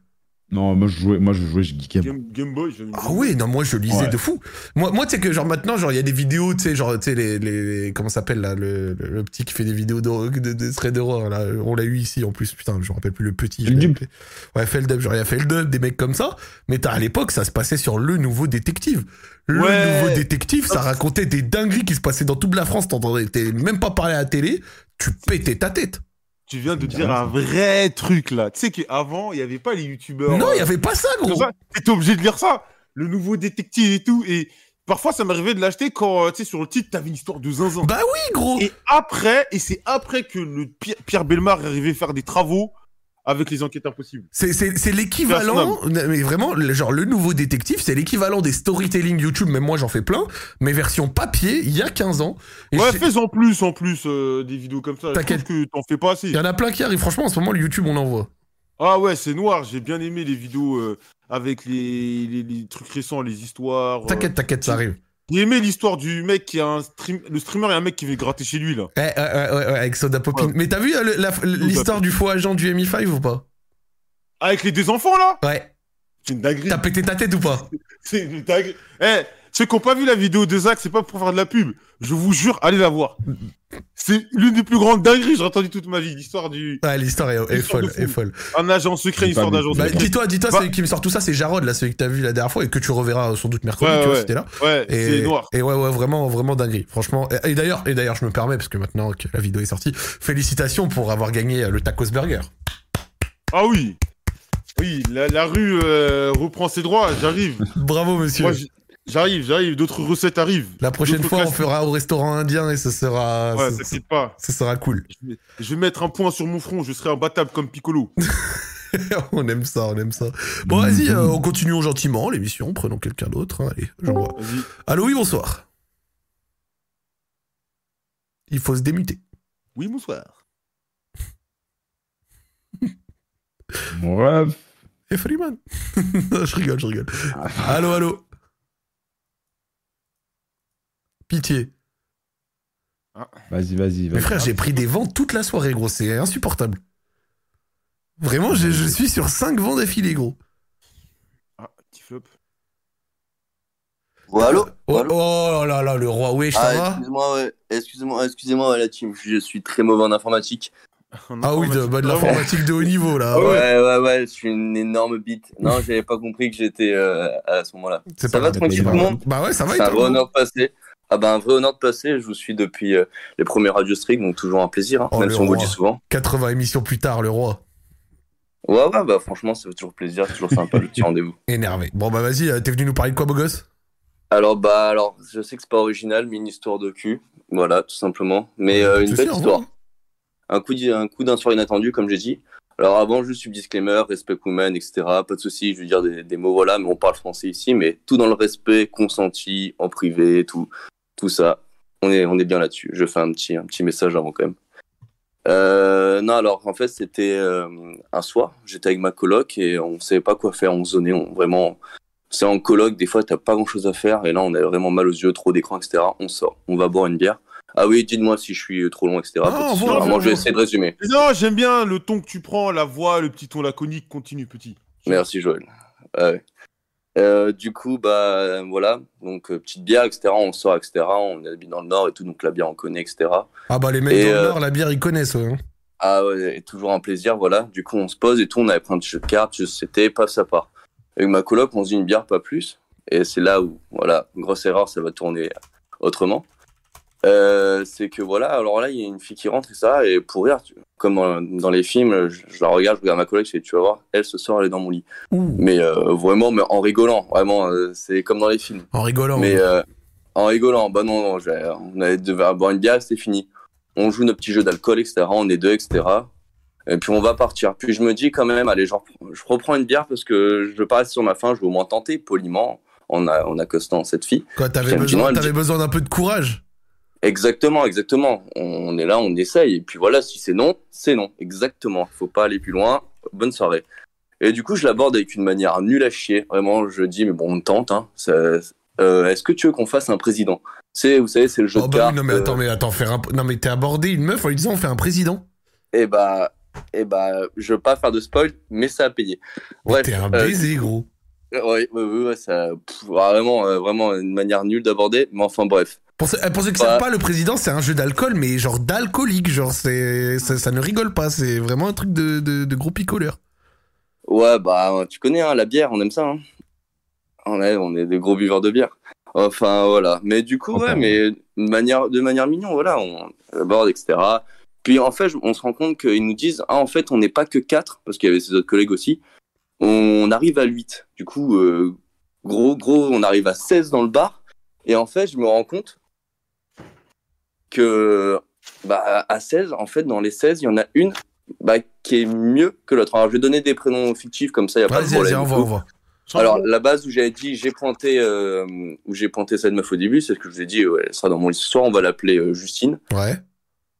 S2: Non, moi, je jouais, moi, je, jouais, je geekais.
S3: Game, Game Boy, j'avais une
S1: Ah
S3: Game
S1: ouais, non, moi, je lisais
S2: Ouais.
S1: de fou. Moi, moi tu sais que, genre, maintenant, genre, il y a des vidéos, tu sais, genre, tu sais, les, les, les- Comment ça s'appelle, là le, le- le petit qui fait des vidéos d'horreur- de, de thread d'horreur, là. On l'a eu ici, en plus, putain, je me rappelle plus le petit. je l'ai
S2: Feldup.
S1: appelé. Ouais, Feldup, genre, il y a Feldup, des mecs comme ça. Mais t'as, à l'époque, ça se passait sur Le Nouveau Détective. Le
S3: Ouais.
S1: Nouveau Détective, ça racontait des dingueries qui se passaient dans toute la France. T'entendais, t'es même pas parlé à la télé. Tu pétais ta tête.
S3: Tu viens de dire un vrai truc là. Tu sais qu'avant, il n'y avait pas les youtubeurs.
S1: Non, il
S3: euh,
S1: n'y avait pas ça,
S3: comme
S1: gros.
S3: ça. T'étais obligé de lire ça. Le nouveau détective et tout. Et parfois, ça m'arrivait de l'acheter quand, euh, tu sais, sur le titre, t'avais une histoire de zinzin.
S1: Bah oui, gros.
S3: Et après, et c'est après que le Pierre, Pierre Belmar est arrivé faire des travaux avec les enquêtes impossibles.
S1: C'est- C'est c'est l'équivalent, mais vraiment, le- genre le nouveau détective, c'est l'équivalent des storytelling YouTube, même moi j'en fais plein, mais version papier, il y a 15 ans. Et
S3: ouais,
S1: c'est-
S3: fais-en plus, en plus, euh, des vidéos comme ça. Je
S1: T'inquiète.
S3: trouve que t'en fais pas assez.
S1: il y en a plein qui arrivent, franchement en ce moment le YouTube on en voit.
S3: Ah ouais, c'est noir. J'ai bien aimé les vidéos euh, avec les, les- les trucs récents, les histoires. euh.
S1: T'inquiète, t'inquiète, ça arrive.
S3: J'ai aimé l'histoire du mec qui a un stream... Le streamer et un mec qui veut gratter chez lui, là.
S1: Eh, ouais, ouais, ouais, ouais, avec Soda Popin.
S3: Ouais.
S1: Mais t'as vu euh, le- la- l'histoire du faux agent du MI5 ou pas
S3: Avec les deux enfants, là
S1: Ouais.
S3: C'est une dinguerie.
S1: T'as pété ta tête ou pas
S3: C'est une dinguerie. Eh, ceux qui n'ont pas vu la vidéo de Zach, c'est pas pour faire de la pub. Je vous jure, allez la voir. C'est l'une des plus grandes dingueries que j'ai entendues toute ma vie. L'histoire du...
S1: Ouais, l'histoire est, est
S3: L'histoire de
S1: folle, est
S3: fou.
S1: folle.
S3: Un agent secret, une
S2: J'ai pas
S3: histoire
S2: vu.
S3: d'agent
S1: Bah,
S3: secret.
S1: dis-toi, dis-toi,
S3: Bah-
S1: celui qui me sort tout ça, c'est Jarod, là, celui que t'as vu la dernière fois et que tu reverras sans doute mercredi,
S3: Ouais,
S1: tu vois,
S3: ouais.
S1: c'était là.
S3: Ouais,
S1: Et,
S3: c'est noir.
S1: et ouais, ouais, vraiment, vraiment dinguerie. Franchement. Et, et d'ailleurs, et d'ailleurs, je me permets, parce que maintenant que la vidéo est sortie, félicitations pour avoir gagné euh, le Tacos Burger.
S3: Ah oui Oui, la, la rue euh, reprend ses droits, j'arrive.
S1: Bravo, monsieur.
S3: Moi, j- j'arrive, j'arrive, d'autres recettes arrivent.
S1: la prochaine
S3: d'autres
S1: fois, on
S3: classiques.
S1: fera au restaurant indien et ce sera,
S3: Ouais,
S1: ce,
S3: t'inquiète pas.
S1: ce sera cool.
S3: Je vais mettre un point sur mon front, je serai imbattable comme Piccolo.
S1: on aime ça, on aime ça. Bon, vas-y, euh, on continue gentiment l'émission. Prenons quelqu'un d'autre. hein. Allez, j'envoie.
S3: Vas-y.
S1: Allô, oui, bonsoir. Il faut se démuter.
S3: Oui, bonsoir.
S2: Mon rêve.
S1: Et Freeman. Non, je rigole, je rigole.
S8: Ah.
S1: Allô, allô. Pitié.
S2: Vas-y, vas-y,
S1: Mais
S2: vas-y.
S1: frère, j'ai pris des vents toute la soirée, gros. C'est insupportable. Vraiment, je, je suis sur 5 vents d'affilée, gros.
S3: Ah, petit flop.
S8: Ouais, allô
S1: oh,
S8: Allô
S1: oh là là, le roi Wesh, ça
S8: Ah,
S1: va
S8: excusez-moi, ouais. excusez-moi, excusez-moi, ouais, la team, je suis très mauvais en informatique.
S1: Ah oui, de, bah, de l'informatique de haut niveau, là.
S8: ouais, ouais, ouais, je suis une énorme bite. Non, j'avais pas compris que j'étais euh, à ce moment-là.
S1: C'est pas
S8: Ça va
S1: grave,
S8: tranquille
S1: c'est
S8: tout
S1: pas
S8: le
S1: grave.
S8: monde
S1: Bah ouais, ça va
S8: C'est
S1: et
S8: un
S1: toi
S8: vrai honneur de passer. Ah bah un vrai honneur de passer, je vous suis depuis euh, les premiers Radio Streak, donc toujours un plaisir, hein,
S1: Oh,
S8: même
S1: le
S8: si on vous
S1: roi.
S8: le dit souvent.
S1: 80 émissions plus tard, le roi.
S8: Ouais, ouais, bah franchement, ça fait toujours plaisir, toujours sympa le petit rendez-vous.
S1: Énervé. Bon, bah vas-y, euh, t'es venu nous parler de quoi, beau gosse
S8: Alors, bah, alors, je sais que c'est pas original, mais une histoire de cul, voilà, tout simplement. Mais euh, une
S1: C'est
S8: belle
S1: sûr, hein.
S8: histoire.
S1: ouais.
S8: Un coup d'hi- un coup d'un soir inattendu, comme j'ai dit. Alors avant, juste un disclaimer, respect woman, etc. Pas de souci, je veux dire des, des mots, voilà, mais on parle français ici, mais tout dans le respect, consenti, en privé, tout, tout ça. On est, on est bien là-dessus. Je fais un petit, un petit message avant quand même. Euh, non, alors en fait, c'était euh, un soir, j'étais avec ma coloc et on savait pas quoi faire, on zonait, on vraiment. C'est en coloc, des fois, t'as pas grand chose à faire et là, on a vraiment mal aux yeux, trop d'écran, etc. On sort, on va boire une bière. Ah oui, dites-moi si je suis trop long, etc.
S1: Ah,
S8: Pas de souci,
S1: voilà,
S8: vraiment,
S1: voilà.
S8: je vais essayer de résumer.
S3: Non, j'aime bien le ton que tu prends, la voix, le petit ton laconique, continue petit.
S8: Merci Joël. Ah Ouais. Euh, du coup, bah euh, voilà, donc euh, petite bière, etc. On sort, etc. On habite dans le nord et tout, donc la bière on connaît, etc.
S1: Ah bah les mecs
S8: Et,
S1: dans le
S8: euh,
S1: Nord, la bière, ils connaissent, ouais. hein.
S8: Ah ouais, et toujours un plaisir, voilà. Du coup, on se pose et tout, on avait pris un petit jeu de cartes, je- c'était pas ça part. Avec ma coloc, on se dit une bière, pas plus. Et c'est là où, voilà, grosse erreur, ça va tourner autrement. Euh, c'est que voilà, alors là, il y a une fille qui rentre et ça, et pour rire, tu- comme dans, dans les films, je, je la regarde, je regarde ma coloc, je fais, tu vas voir, elle ce soir, elle est dans mon lit.
S1: Ouh,
S8: Mais euh, vraiment, mais en rigolant, vraiment, euh, c'est comme dans les films.
S1: en rigolant. hein.
S8: Mais
S1: ouais.
S8: euh, en rigolant, bah non, non, j'ai- on allait devoir boire une bière, c'était fini. On joue nos petits jeux d'alcool, etc. On est deux, etc. Et puis on va partir. Puis je me dis quand même, allez, je reprends- je reprends une bière parce que je passe sur ma faim, je vais au moins tenter, poliment, en, a- en accostant cette fille.
S1: Quoi, t'avais
S8: J'aime bien,
S1: besoin,
S8: elle
S1: t'avais
S8: dit-
S1: besoin d'un peu de courage.
S8: Exactement, exactement. On est là, on essaye. Et puis voilà, si c'est non, c'est non. Exactement. Faut pas aller plus loin. Bonne soirée. Et du coup, je l'aborde avec une manière nulle à chier. Vraiment, je dis, mais bon, on tente. Hein. Ça- euh, Est-ce que tu veux qu'on fasse un président C'est, vous savez, c'est le jeu
S1: Oh
S8: de
S1: bah oui,
S8: cartes.
S1: non mais
S8: euh,
S1: attends, mais attends, faire un... Non mais t'es abordé une meuf en lui disant on fait un président.
S8: Eh bah, eh bah, je veux pas faire de spoil, mais ça a payé. Bref,
S1: T'es un
S8: euh,
S1: baiser, gros.
S8: ouais, ouais, ouais, ouais, ça, pff, vraiment, euh, vraiment une manière nulle d'aborder. Mais enfin, bref.
S1: Pour ceux, euh, pour ceux qui
S8: Ouais.
S1: savent pas, le président, c'est un jeu d'alcool, mais genre d'alcoolique, genre c'est ça, ça ne rigole pas, c'est vraiment un truc de, de, de gros picoleur.
S8: Ouais, bah, tu connais, hein, la bière, on aime ça. Hein. On, est, on est des gros buveurs de bière. Enfin, voilà. Mais du coup, ouais,
S2: Enfin.
S8: mais de manière, de manière mignon, voilà, on aborde, etc. Puis en fait, je- on se rend compte qu'ils nous disent Ah, en fait, on n'est pas que 4, parce qu'il y avait ses autres collègues aussi. On arrive à 8. Du coup, euh, gros, gros, on arrive à 16 dans le bar. Et en fait, je me rends compte que bah, à 16, en fait, dans les 16, il y en a une bah, qui est mieux que l'autre. Alors, je vais donner des prénoms fictifs, comme ça, il n'y a pas de
S1: Vas-y, vas-y,
S8: problème.
S1: envoie, envoie.
S8: Alors, la base où j'avais dit, j'ai pointé, euh, où j'ai pointé cette meuf au début, c'est ce que je vous ai dit, ouais, elle sera dans mon histoire, on va l'appeler euh, Justine.
S1: Ouais.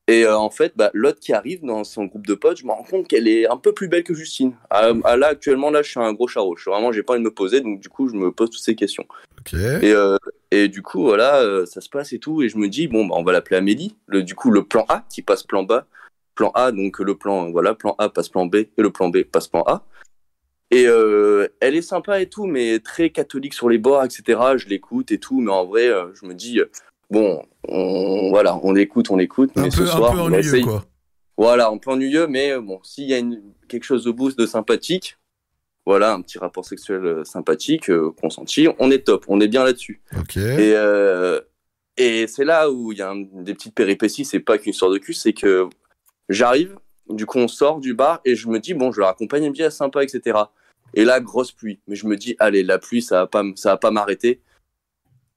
S8: Et euh, en fait, bah, l'autre qui arrive dans son groupe de potes, je me rends compte qu'elle est un peu plus belle que Justine. À, à là, actuellement, là, je suis un gros charreau. Je suis vraiment, j'ai pas envie de me poser, donc du coup, je me pose toutes ces questions.
S1: Ok.
S8: Et, euh, et du coup, voilà, euh, ça se passe et tout. Et je me dis, bon, bah, on va l'appeler Amélie. Le, du coup, le plan A qui passe plan B. Plan A, donc le plan, voilà, plan A passe plan B et le plan B passe plan A. Et euh, elle est sympa et tout, mais très catholique sur les bords, etc. Je l'écoute et tout, mais en vrai, euh, je me dis, euh, bon, on, voilà, on l'écoute, on l'écoute, mais
S1: Un
S8: ce
S1: peu,
S8: soir,
S1: un peu
S8: on va
S1: ennuyeux,
S8: essayer.
S1: quoi.
S8: Voilà, un peu ennuyeux, mais euh, bon, s'il y a une, quelque chose de boost, de sympathique, voilà, un petit rapport sexuel euh, sympathique, euh, consenti, on est top, on est bien là-dessus.
S1: Ok.
S8: Et, euh, et c'est là où il y a un- des petites péripéties, c'est pas qu'une sorte de cul, c'est que j'arrive, du coup on sort du bar et je me dis, bon, je leur accompagne bien, sympa, etc. Et là, grosse pluie. Mais je me dis, allez, la pluie, ça va pas, m- ça va pas m'arrêter.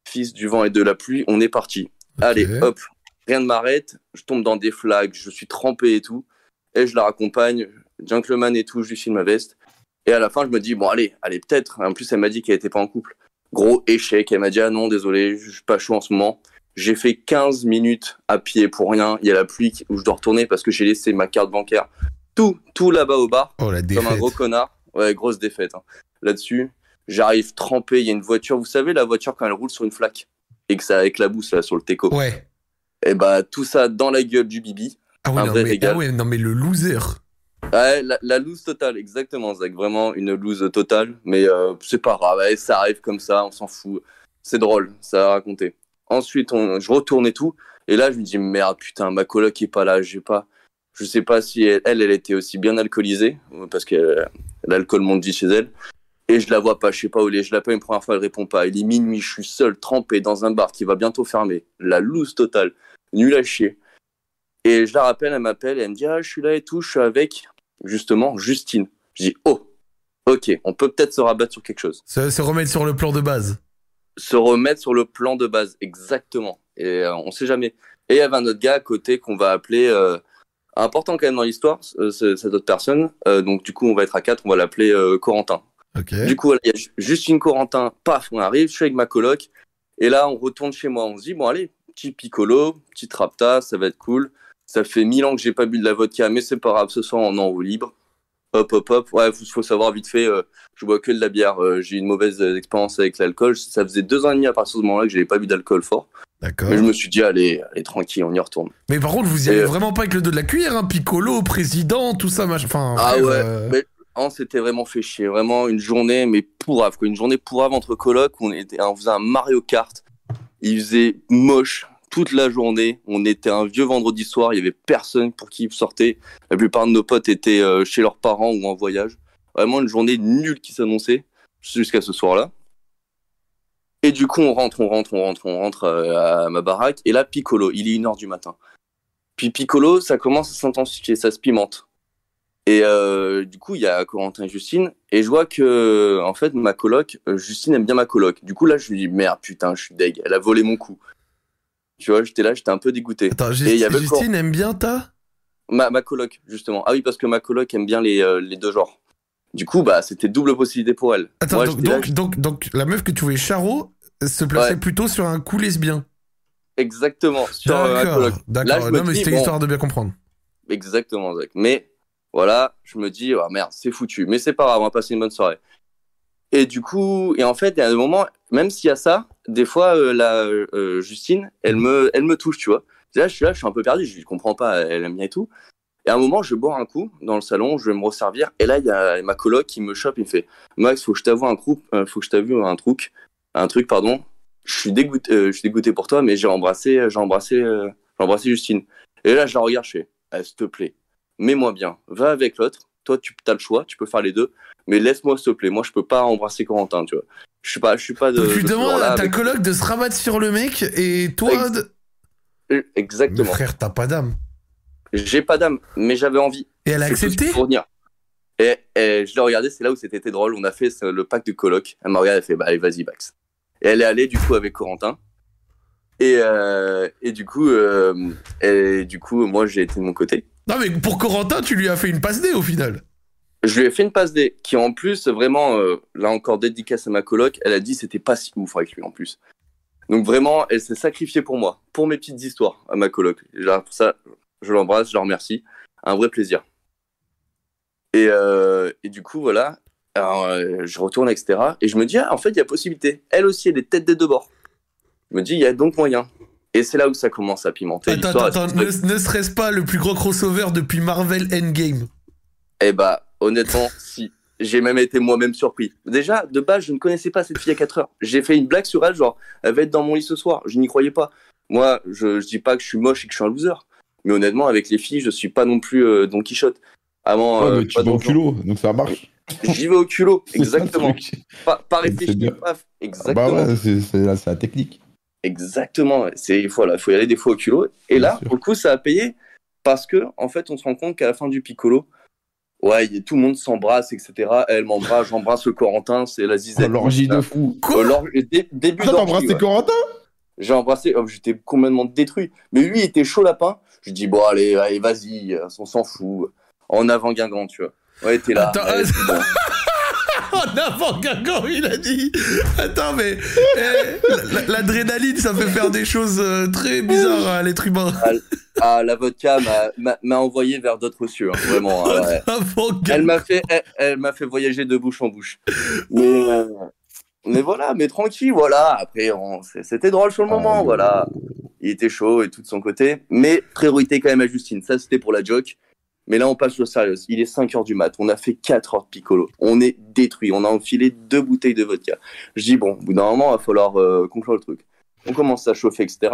S8: Fils du vent et de la pluie, on est parti. Allez, hop, rien ne m'arrête, je tombe dans des flaques, je suis trempé et tout. Et je la raccompagne, gentleman et tout, je lui file ma veste. Et à la fin, je me dis, bon, allez, allez, peut-être. En plus, elle m'a dit qu'elle était pas en couple gros échec. Elle m'a dit ah non désolé, je suis pas chaud en ce moment. J'ai fait 15 minutes à pied pour rien. Il y a la pluie qui- où je dois retourner parce que j'ai laissé ma carte bancaire. Tout, tout là-bas au bar.
S1: Oh, la
S8: Comme un
S1: défaite.
S8: gros connard. Ouais, grosse défaite. hein. Là-dessus, j'arrive trempé. Il y a une voiture. Vous savez, la voiture quand elle roule sur une flaque et que ça éclabousse là sur le teco.
S1: Ouais.
S8: Et bah tout ça dans la gueule du bibi.
S1: Ah oui,
S8: un
S1: non,
S8: vrai
S1: mais,
S8: régal.
S1: ah ouais, non, mais le loser.
S8: Ouais, la, la loose totale, exactement, Zach. Vraiment une loose totale. Mais euh, c'est pas grave, ouais, ça arrive comme ça, on s'en fout. C'est drôle, ça à raconter. Ensuite, on, je retourne et tout. Et là, je me dis, merde, putain, ma coloc est pas là, j'ai pas. Je sais pas si elle, elle, elle était aussi bien alcoolisée, euh, parce que euh, l'alcool monte vite chez elle. Et je la vois pas, je sais pas où elle est. Je l'appelle une première fois, elle répond pas. Il est minuit, je suis seul, trempé dans un bar qui va bientôt fermer. La loose totale. Nul à chier. Et je la rappelle, elle m'appelle, elle me dit, ah, je suis là et tout, je suis avec justement Justine. Je dis oh, ok, on peut peut-être se rabattre sur quelque chose,
S1: Se, se remettre sur le plan de base.
S8: se remettre sur le plan de base exactement. Et euh, on sait jamais. Et il y avait un autre gars à côté qu'on va appeler euh, important quand même dans l'histoire, euh, ce- cette autre personne. Euh, donc du coup, on va être à quatre, on va l'appeler euh, Corentin.
S1: Ok.
S8: Du coup, voilà, il y a Ju- Justine Corentin, paf, on arrive, je suis avec ma coloc. Et là, on retourne chez moi. On se dit, bon, allez, petit piccolo, petit rapta, ça va être cool. Ça fait mille ans que j'ai pas bu de la vodka, mais c'est pas grave, ce soir, on en roue libre. Hop, hop, hop. Ouais, faut, faut savoir vite fait, euh, je bois que de la bière. Euh, j'ai eu une mauvaise euh, expérience avec l'alcool. Ça faisait deux ans et demi à partir de ce moment-là que j'avais pas bu d'alcool fort.
S1: D'accord.
S8: Mais je me suis dit, allez, allez, tranquille, on y retourne.
S1: Mais par contre, vous y allez
S8: Et, euh,
S1: vraiment pas avec le dos de la cuillère, hein. Piccolo, président, tout ça, machin. Enfin,
S8: Ah
S1: frère,
S8: ouais,
S1: euh,
S8: mais on s'était vraiment fait chier. Vraiment une journée, mais pourrave, quoi. Une journée pourrave entre colocs. On, était, on faisait un Mario Kart. Il faisait moche toute la journée. On était un vieux vendredi soir. Il y avait personne pour qui sortait. La plupart de nos potes étaient euh, chez leurs parents ou en voyage. Vraiment une journée nulle qui s'annonçait jusqu'à ce soir-là. Et du coup, on rentre, on rentre, on rentre, on rentre euh, à ma baraque. Et là, Piccolo, il est 1h du matin. Puis Piccolo, ça commence à s'intensifier, ça se pimente. Et euh, du coup, il y a Corentin et Justine. Et je vois que, en fait, ma coloc, euh, Justine aime bien ma coloc. Du coup, là, je me dis, merde, putain, je suis deg. Elle a volé mon coup. Tu vois, j'étais là, j'étais un peu dégoûté.
S1: Attends, Ju-
S8: Et il y avait
S1: Justine aime bien ta
S8: Ma, ma coloc, justement. Ah oui, parce que ma coloc aime bien les, euh, les deux genres. Du coup, bah, c'était double possibilité pour elle.
S1: Attends,
S8: Moi,
S1: donc,
S8: j'étais là,
S1: donc, donc, donc, la meuf que tu voulais, Charo, se plaçait
S8: Ouais.
S1: plutôt sur un coup lesbien.
S8: Exactement, sur euh, ma coloc.
S1: D'accord,
S8: Là, je
S1: d'accord.
S8: me
S1: Non, mais
S8: dis,
S1: c'était
S8: bon.
S1: histoire de bien comprendre.
S8: Exactement, Zach. Mais voilà, je me dis, Ah, merde, c'est foutu. Mais c'est pas grave, on va passer une bonne soirée. Et du coup, et en fait, il y a des moments, même s'il y a ça, des fois, euh, la euh, Justine,
S1: Mm.
S8: elle me, elle me touche, tu vois. Et Là, je suis là, je suis un peu perdu, je ne comprends pas, elle aime bien et tout. Et à un moment, je vais boire un coup dans le salon, je vais me resservir. Et là, il y a ma coloc qui me chope, il me fait Max, faut que je t'avoue un, coup, euh, faut que je t'avoue un truc. Un truc, pardon. Je suis dégoûté, euh, je suis dégoûté pour toi, mais j'ai embrassé, j'ai embrassé, euh, j'ai embrassé Justine. Et là, je la regarde, je fais, Ah, s'il te plaît, mets-moi bien, va avec l'autre. Toi, tu as le choix, tu peux faire les deux, mais laisse-moi, s'il te plaît. Moi, je peux pas embrasser Corentin, tu vois. Je suis pas, euh, je suis pas de.
S1: donc, tu
S8: de ce
S1: demandes
S8: genre-là
S1: à ta
S8: avec-
S1: coloc de se rabattre sur le mec et toi.
S8: Ex-
S1: de-
S8: Euh,
S1: Mais
S8: Exactement.
S1: frère, t'as pas d'âme.
S8: J'ai pas d'âme, mais j'avais envie.
S1: Et elle a
S8: C'est tout ce
S1: accepté
S8: qu'il faut retenir. Et, et je l'ai regardé, c'est là où c'était drôle. On a fait ce- le pack de coloc. Elle m'a regardé, elle fait Bah, allez, vas-y, Bax. Et elle est allée, du coup, avec Corentin. Et, euh, et, du coup, euh, et du coup, moi, j'ai été de mon côté.
S1: Non, mais pour Corentin, tu lui as fait une passe D au final.
S8: Je lui ai fait une passe D qui, en plus, vraiment, euh, là encore, dédicace à ma coloc. Elle a dit c'était pas si ouf avec lui, en plus. Donc, vraiment, elle s'est sacrifiée pour moi, pour mes petites histoires à ma coloc. Et là, pour ça, je l'embrasse, je la remercie. Un vrai plaisir. Et, euh, et du coup, voilà, Alors, euh, je retourne, etc. Et je me dis, ah, en fait, il y a possibilité. Elle aussi, elle est tête des deux bords. Je me dis, il y a donc moyen. Et c'est là où ça commence à pimenter.
S1: Attends,
S8: l'histoire.
S1: attends, attends, ne, ne serait-ce pas le plus gros crossover depuis Marvel Endgame
S8: Eh bah, honnêtement, si. J'ai même été moi-même surpris. Déjà, de base, je ne connaissais pas cette fille à 4 heures. J'ai fait une blague sur elle, genre, elle va être dans mon lit ce soir. Je n'y croyais pas. Moi, je, je dis pas que je suis moche et que je suis un loser. Mais honnêtement, avec les filles, je suis pas non plus euh, Don Quichotte. Avant,
S2: Ouais,
S8: euh,
S2: Ah, mais tu
S8: pas
S2: vas
S8: Don
S2: au culot, donc ça marche.
S8: J'y vais au culot,
S2: C'est ça, le
S8: exactement.
S2: truc.
S8: Pas, pas
S2: C'est bien.
S8: réfléchir, paf,
S2: Bah
S8: exactement.
S2: ouais, c'est- c'est la c'est la technique.
S8: Exactement, ouais. c'est voilà, faut y aller des fois au culot.
S2: Bien
S8: Et là,
S2: sûr.
S8: pour le coup, ça a payé parce que en fait, on se rend compte qu'à la fin du piccolo, ouais, y- tout le monde s'embrasse, etc. Elle m'embrasse, j'embrasse le Corentin, c'est la
S2: Oh,
S8: zizette.
S2: L'orgie de fou.
S1: Quoi
S8: Euh, l'orgie- dé- début
S2: Attends, t'as
S8: d'orgie,
S2: embrassé
S8: ouais.
S2: Corentin
S8: J'ai embrassé, oh, j'étais complètement détruit. Mais lui, il était chaud lapin. Je dis bon, allez, allez, vas-y, euh, on s'en fout. En avant Guingamp, tu vois. Ouais, t'es là.
S1: Attends,
S8: ouais,
S1: euh,
S8: c'est bon.
S1: En avant Guingamp, il a dit Attends, mais eh, l- l'adrénaline, ça fait faire des choses euh, très bizarres à l'être humain.
S8: Ah, la vodka m'a- m'a- m'a envoyé vers d'autres cieux, hein, vraiment. hein, ouais.
S1: Avant
S8: Elle
S1: Guingamp.
S8: m'a fait, elle, elle m'a fait voyager de bouche en bouche. Mais, euh, mais voilà, mais tranquille, voilà. Après, on- c'est- c'était drôle sur le moment,
S2: Ah,
S8: voilà. Il était chaud et tout de son côté. Mais priorité quand même à Justine. Ça, c'était pour la joke. Mais là, on passe au sérieux. Il est 5 heures du mat. On a fait 4 heures de piccolo. On est détruit. On a enfilé deux bouteilles de vodka. Je dis, bon, au bout d'un moment, il va falloir euh, conclure le truc. On commence à chauffer, etc.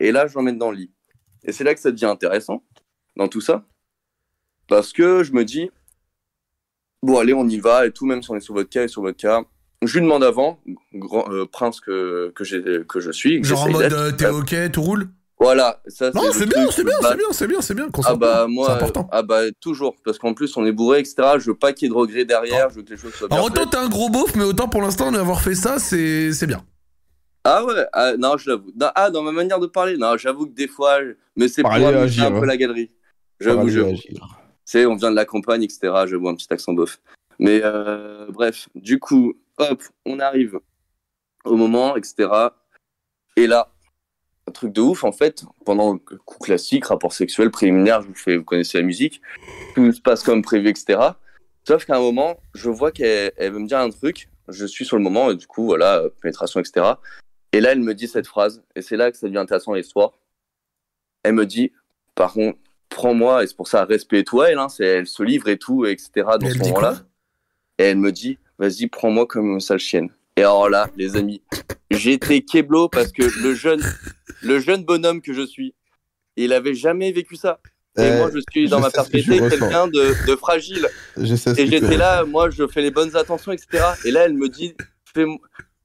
S8: Et là, je l'emmène dans le lit. Et c'est là que ça devient intéressant, dans tout ça. Parce que je me dis, bon allez on y va et tout même si on est sur vodka et sur vodka je lui demande avant grand euh, prince que que j'ai que je suis que
S1: Genre en
S8: j'essaye
S1: mode
S8: d'être.
S1: euh, t'es ok, tout roule
S8: voilà ça
S1: Non,
S8: le
S1: c'est bien,
S8: truc,
S1: c'est bien,
S8: bah,
S1: c'est bien, c'est bien, c'est bien. qu'on
S8: ah
S1: s'entende.
S8: bah
S1: c'est
S8: moi
S1: important.
S8: ah bah toujours parce qu'en plus on est bourré etc je veux pas qu'il y ait de regrets derrière je veux que les choses soient euh, bien
S1: Alors autant
S8: faites.
S1: t'es un gros beauf, mais autant pour l'instant d'avoir fait ça, c'est c'est bien.
S8: ah ouais ah, non je l'avoue Non, ah dans ma manière de parler non j'avoue que des fois je- mais c'est pour
S2: Parler,
S8: amuser
S2: agir,
S8: un peu
S2: hein.
S8: la galerie j'avoue
S2: Parler,
S8: je
S2: agir.
S8: Tu sais, on vient de la campagne, etc. Je vois un petit accent bof. Mais euh, bref, du coup, hop, on arrive au moment, etc. Et là, un truc de ouf, en fait, pendant le coup classique, rapport sexuel, préliminaire, je vous, fais, vous connaissez la musique, tout se passe comme prévu, etc. Sauf qu'à un moment, je vois qu'elle elle veut me dire un truc, je suis sur le moment, et du coup, voilà, euh, pénétration, etc. Et là, elle me dit cette phrase, et c'est là que ça devient intéressant l'histoire. Elle me dit, par contre, prends-moi, et c'est pour ça, respecte-toi, elle, hein, c'est- elle se livre et tout, etc.
S1: Et
S8: Dans ce
S1: elle dit
S8: moment-là.
S1: quoi
S8: Et elle me dit, vas-y, prends-moi comme une sale chienne. Et alors là, les amis, j'étais keblo parce que le jeune, le jeune bonhomme que je suis, il avait jamais vécu ça. Et
S2: Euh,
S8: moi, je suis dans
S2: je
S8: ma
S2: sais ce que tu
S8: perspective
S2: ressens.
S8: quelqu'un de, de fragile.
S2: Je sais ce
S8: Et
S2: que tu
S8: j'étais là, moi, je fais les bonnes attentions, etc. Et là, elle me dit, fais,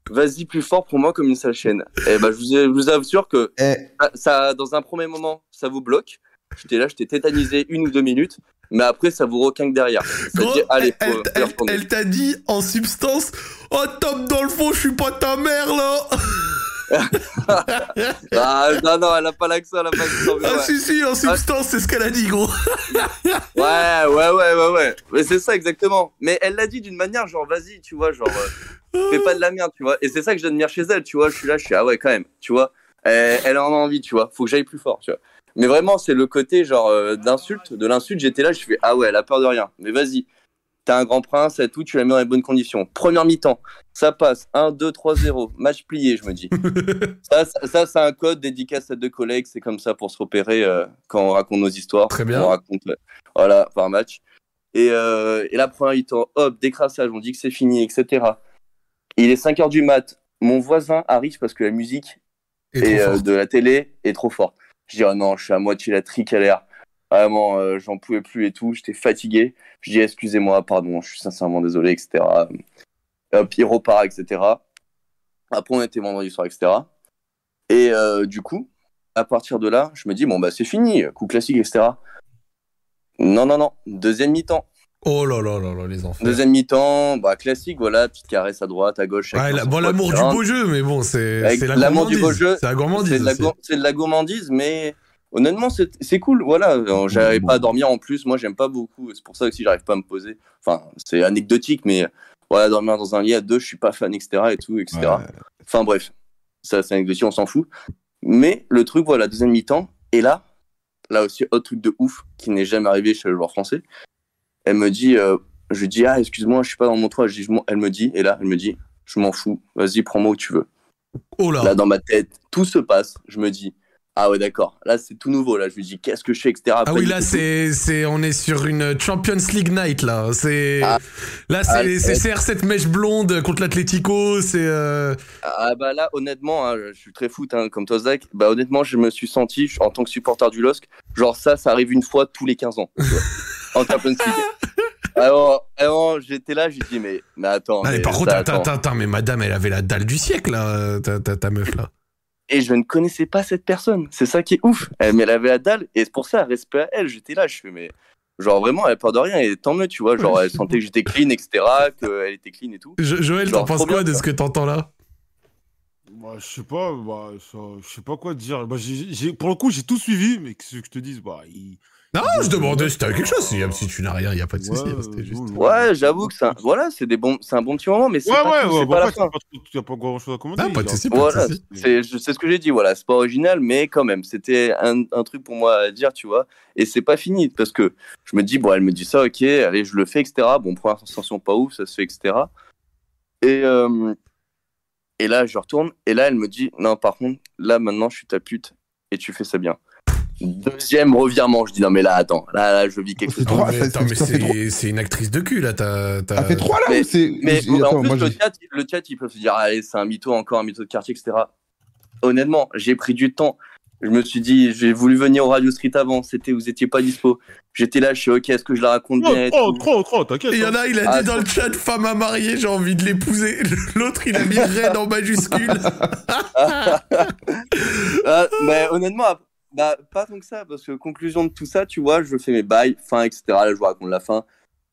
S8: vas-y plus fort pour moi comme une sale chienne. Et ben, je vous, je vous assure que
S2: Eh.
S8: ça- ça, dans un premier moment, ça vous bloque. J'étais là, j'étais tétanisé une ou deux minutes, mais après, ça vous requinque derrière. Ça
S1: Gros,
S8: dit, allez,
S1: elle,
S8: faut-
S1: elle-
S8: faut y retourner.
S1: elle t'a dit en substance Oh, top dans le fond, je suis pas ta mère là
S8: Ah, non, non, elle a pas l'accent, elle a pas l'accent. mais
S1: Ah,
S8: ouais.
S1: si, si, en substance, c'est ce qu'elle a dit, gros
S8: ouais, ouais, ouais, ouais, ouais. Mais c'est ça, exactement. Mais elle l'a dit d'une manière, genre, vas-y, tu vois, genre, euh, fais pas de la merde, tu vois. Et c'est ça que j'admire chez elle, tu vois. Je suis là, je suis, ah ouais, quand même, tu vois. Euh, elle en a envie, tu vois. Faut que j'aille plus fort, tu vois. Mais vraiment, c'est le côté, genre, euh, d'insulte. De l'insulte, j'étais là, je fais, ah ouais, elle a peur de rien. Mais vas-y. T'as un grand prince et tout, tu la mets dans les bonnes conditions. Première mi-temps, ça passe. 1, 2, 3, 0. Match plié, je me dis. ça, ça, ça, c'est un code dédicace à deux collègues. C'est comme ça pour se repérer euh, quand on raconte nos histoires.
S1: Très bien.
S8: On raconte euh, voilà, par match. Et, euh, et la première mi-temps, hop, décrassage, on dit que c'est fini, etc. Il est 5 heures du mat. Mon voisin arrive parce que la musique
S1: Et
S8: et,
S1: trop
S8: euh,
S1: fort.
S8: de la télé est trop forte. Je dis, oh non, je suis à moitié la tricalaire. Vraiment, euh, j'en pouvais plus et tout. J'étais fatigué. Je dis, excusez-moi, pardon, je suis sincèrement désolé, etc. Hop, il repart, etc. Après, on était vendredi soir, etc. Et euh, du coup, à partir de là, je me dis, bon, bah, c'est fini, coup classique, etc. Non, non, non. Deuxième mi-temps.
S1: Oh là là là là, les enfants.
S8: Deuxième mi-temps, bah, classique, voilà, petite caresse à droite, à gauche.
S1: Ouais,
S8: chacun
S1: la-
S8: son
S1: bon,
S8: poids,
S1: l'amour du
S8: etc.
S1: beau jeu, mais bon, c'est
S8: Avec
S1: c'est la
S8: l'amour du beau
S1: gourmandise.
S8: jeu,
S1: C'est la
S8: C'est
S1: gourmandise.
S8: de, la
S1: aussi.
S8: gour- c'est de la gourmandise, mais honnêtement, c'est c'est cool. Voilà, euh, j'arrive pas à dormir en plus. Moi, j'aime pas beaucoup. C'est pour ça que si j'arrive pas à me poser, enfin, c'est anecdotique, mais euh, voilà, dormir dans un lit à deux, je suis pas fan, etc. Et tout, etc. Enfin, bref, ça, c'est anecdotique, on s'en fout. Mais le truc, voilà, deuxième mi-temps, et là, là aussi, autre truc de ouf qui n'est jamais arrivé chez le joueur français. Elle me dit, euh, je lui dis, ah, excuse-moi, je suis pas dans mon toit. Je dis, je m'en- elle me dit, et là, elle me dit, je m'en fous, vas-y, prends-moi où tu veux.
S1: Oh là.
S8: Là, dans ma tête, tout se passe. Je me dis, ah ouais, d'accord. Là, c'est tout nouveau. Là, je lui dis, qu'est-ce que je fais, etc.
S1: Ah
S8: Après,
S1: oui,
S8: du
S1: là,
S8: coup,
S1: c'est, c'est, on est sur une Champions League night, là. C'est,
S8: Ah.
S1: là,
S8: Ah,
S1: c'est, c'est
S8: eh.
S1: CR7 mèche blonde contre l'Atlético, c'est, euh,
S8: Ah bah là, honnêtement, hein, je suis très foot, hein, comme toi, Zach. Bah honnêtement, je me suis senti, je- en tant que supporter du LOSC, genre ça, ça arrive une fois tous les 15 ans. tu vois, en Champions League. Ah Alors, alors, j'étais là, j'ai dit, mais, mais attends.
S1: Ah, mais
S8: mais
S1: par contre,
S8: ça,
S1: attends,
S8: attends.
S1: attends, attends, mais madame, elle avait la dalle du siècle, là, euh, ta, ta, ta meuf, là.
S8: Et je ne connaissais pas cette personne. C'est ça qui est ouf. Elle, mais elle avait la dalle. Et c'est pour ça, respect à elle. J'étais là, je suis, mais. Genre vraiment, elle a peur de rien. Et tant mieux, tu vois. Genre, elle sentait que j'étais clean, etc. Qu'elle était clean et tout.
S1: Jo- Joël,
S8: Genre,
S1: t'en penses
S8: trop
S1: quoi de
S8: bien, ça.
S1: ce que t'entends là
S3: Bah, je sais pas, bah, ça- je sais pas quoi te dire. Bah, j'ai- j'ai- pour le coup, j'ai tout suivi, mais que ce que je te dise, bah, il.
S1: Non, je demandais si t'avais quelque chose. Si,
S3: Ouais,
S1: si tu n'as rien, il n'y a pas de souci. hein,
S3: euh,
S1: c'était juste.
S3: non, non.
S8: Ouais, j'avoue que c'est un, voilà, c'est des bons, c'est un bon petit moment, mais c'est
S3: Ouais,
S8: pas
S3: ouais,
S8: tout,
S3: ouais,
S8: c'est
S3: bah,
S8: pas la
S3: après,
S8: fin.
S3: t'as pas- T'as pas grand chose à commenter.
S1: Non, pas de
S3: il a-
S1: souci, pas de
S8: Voilà,
S1: souci.
S8: c'est je- c'est ce que j'ai dit. Voilà, c'est pas original, mais quand même, c'était un, un truc pour moi à dire, tu vois. Et c'est pas fini parce que je me dis bon, elle me dit ça, ok, allez, je le fais, etc. Bon, première sensation pas ouf, ça se fait, etc. Et euh, et là, je retourne et là, elle me dit non, par contre, là maintenant, je suis ta pute et tu fais ça bien. Deuxième revirement, je dis non mais là, attends, là, là, je vis quelque chose.
S2: C'est trois,
S1: mais
S2: ça-
S1: attends, mais
S2: ça fait trois.
S1: c'est, c'est une actrice de cul, là. T'as, t'as-
S2: Ça fait 3 là
S8: mais-
S2: ou c'est.
S8: Mais
S2: ou- attends,
S8: en plus,
S2: moi,
S8: le
S2: j'ai-
S8: chat, le chat, ils peuvent se dire, allez, c'est un mytho encore, un mytho de quartier, etc. Honnêtement, j'ai pris du temps. Je me suis dit, j'ai voulu venir au Radio Street avant, c'était, vous étiez pas dispo. J'étais là, je suis ok, est-ce que je la raconte bien
S3: Non,
S8: et
S3: oh,
S8: tout
S3: trop, trop, t'inquiète.
S1: Et
S3: hein.
S1: il y en a, il a
S8: Ah,
S1: dit dans le chat, femme à marier, j'ai envie de l'épouser. L'autre, il a mis raide en majuscule.
S8: Ah, mais honnêtement, ap- bah, pas tant que ça, parce que conclusion de tout ça, tu vois, je fais mes bails, fin, etc. Là, je vous raconte la fin.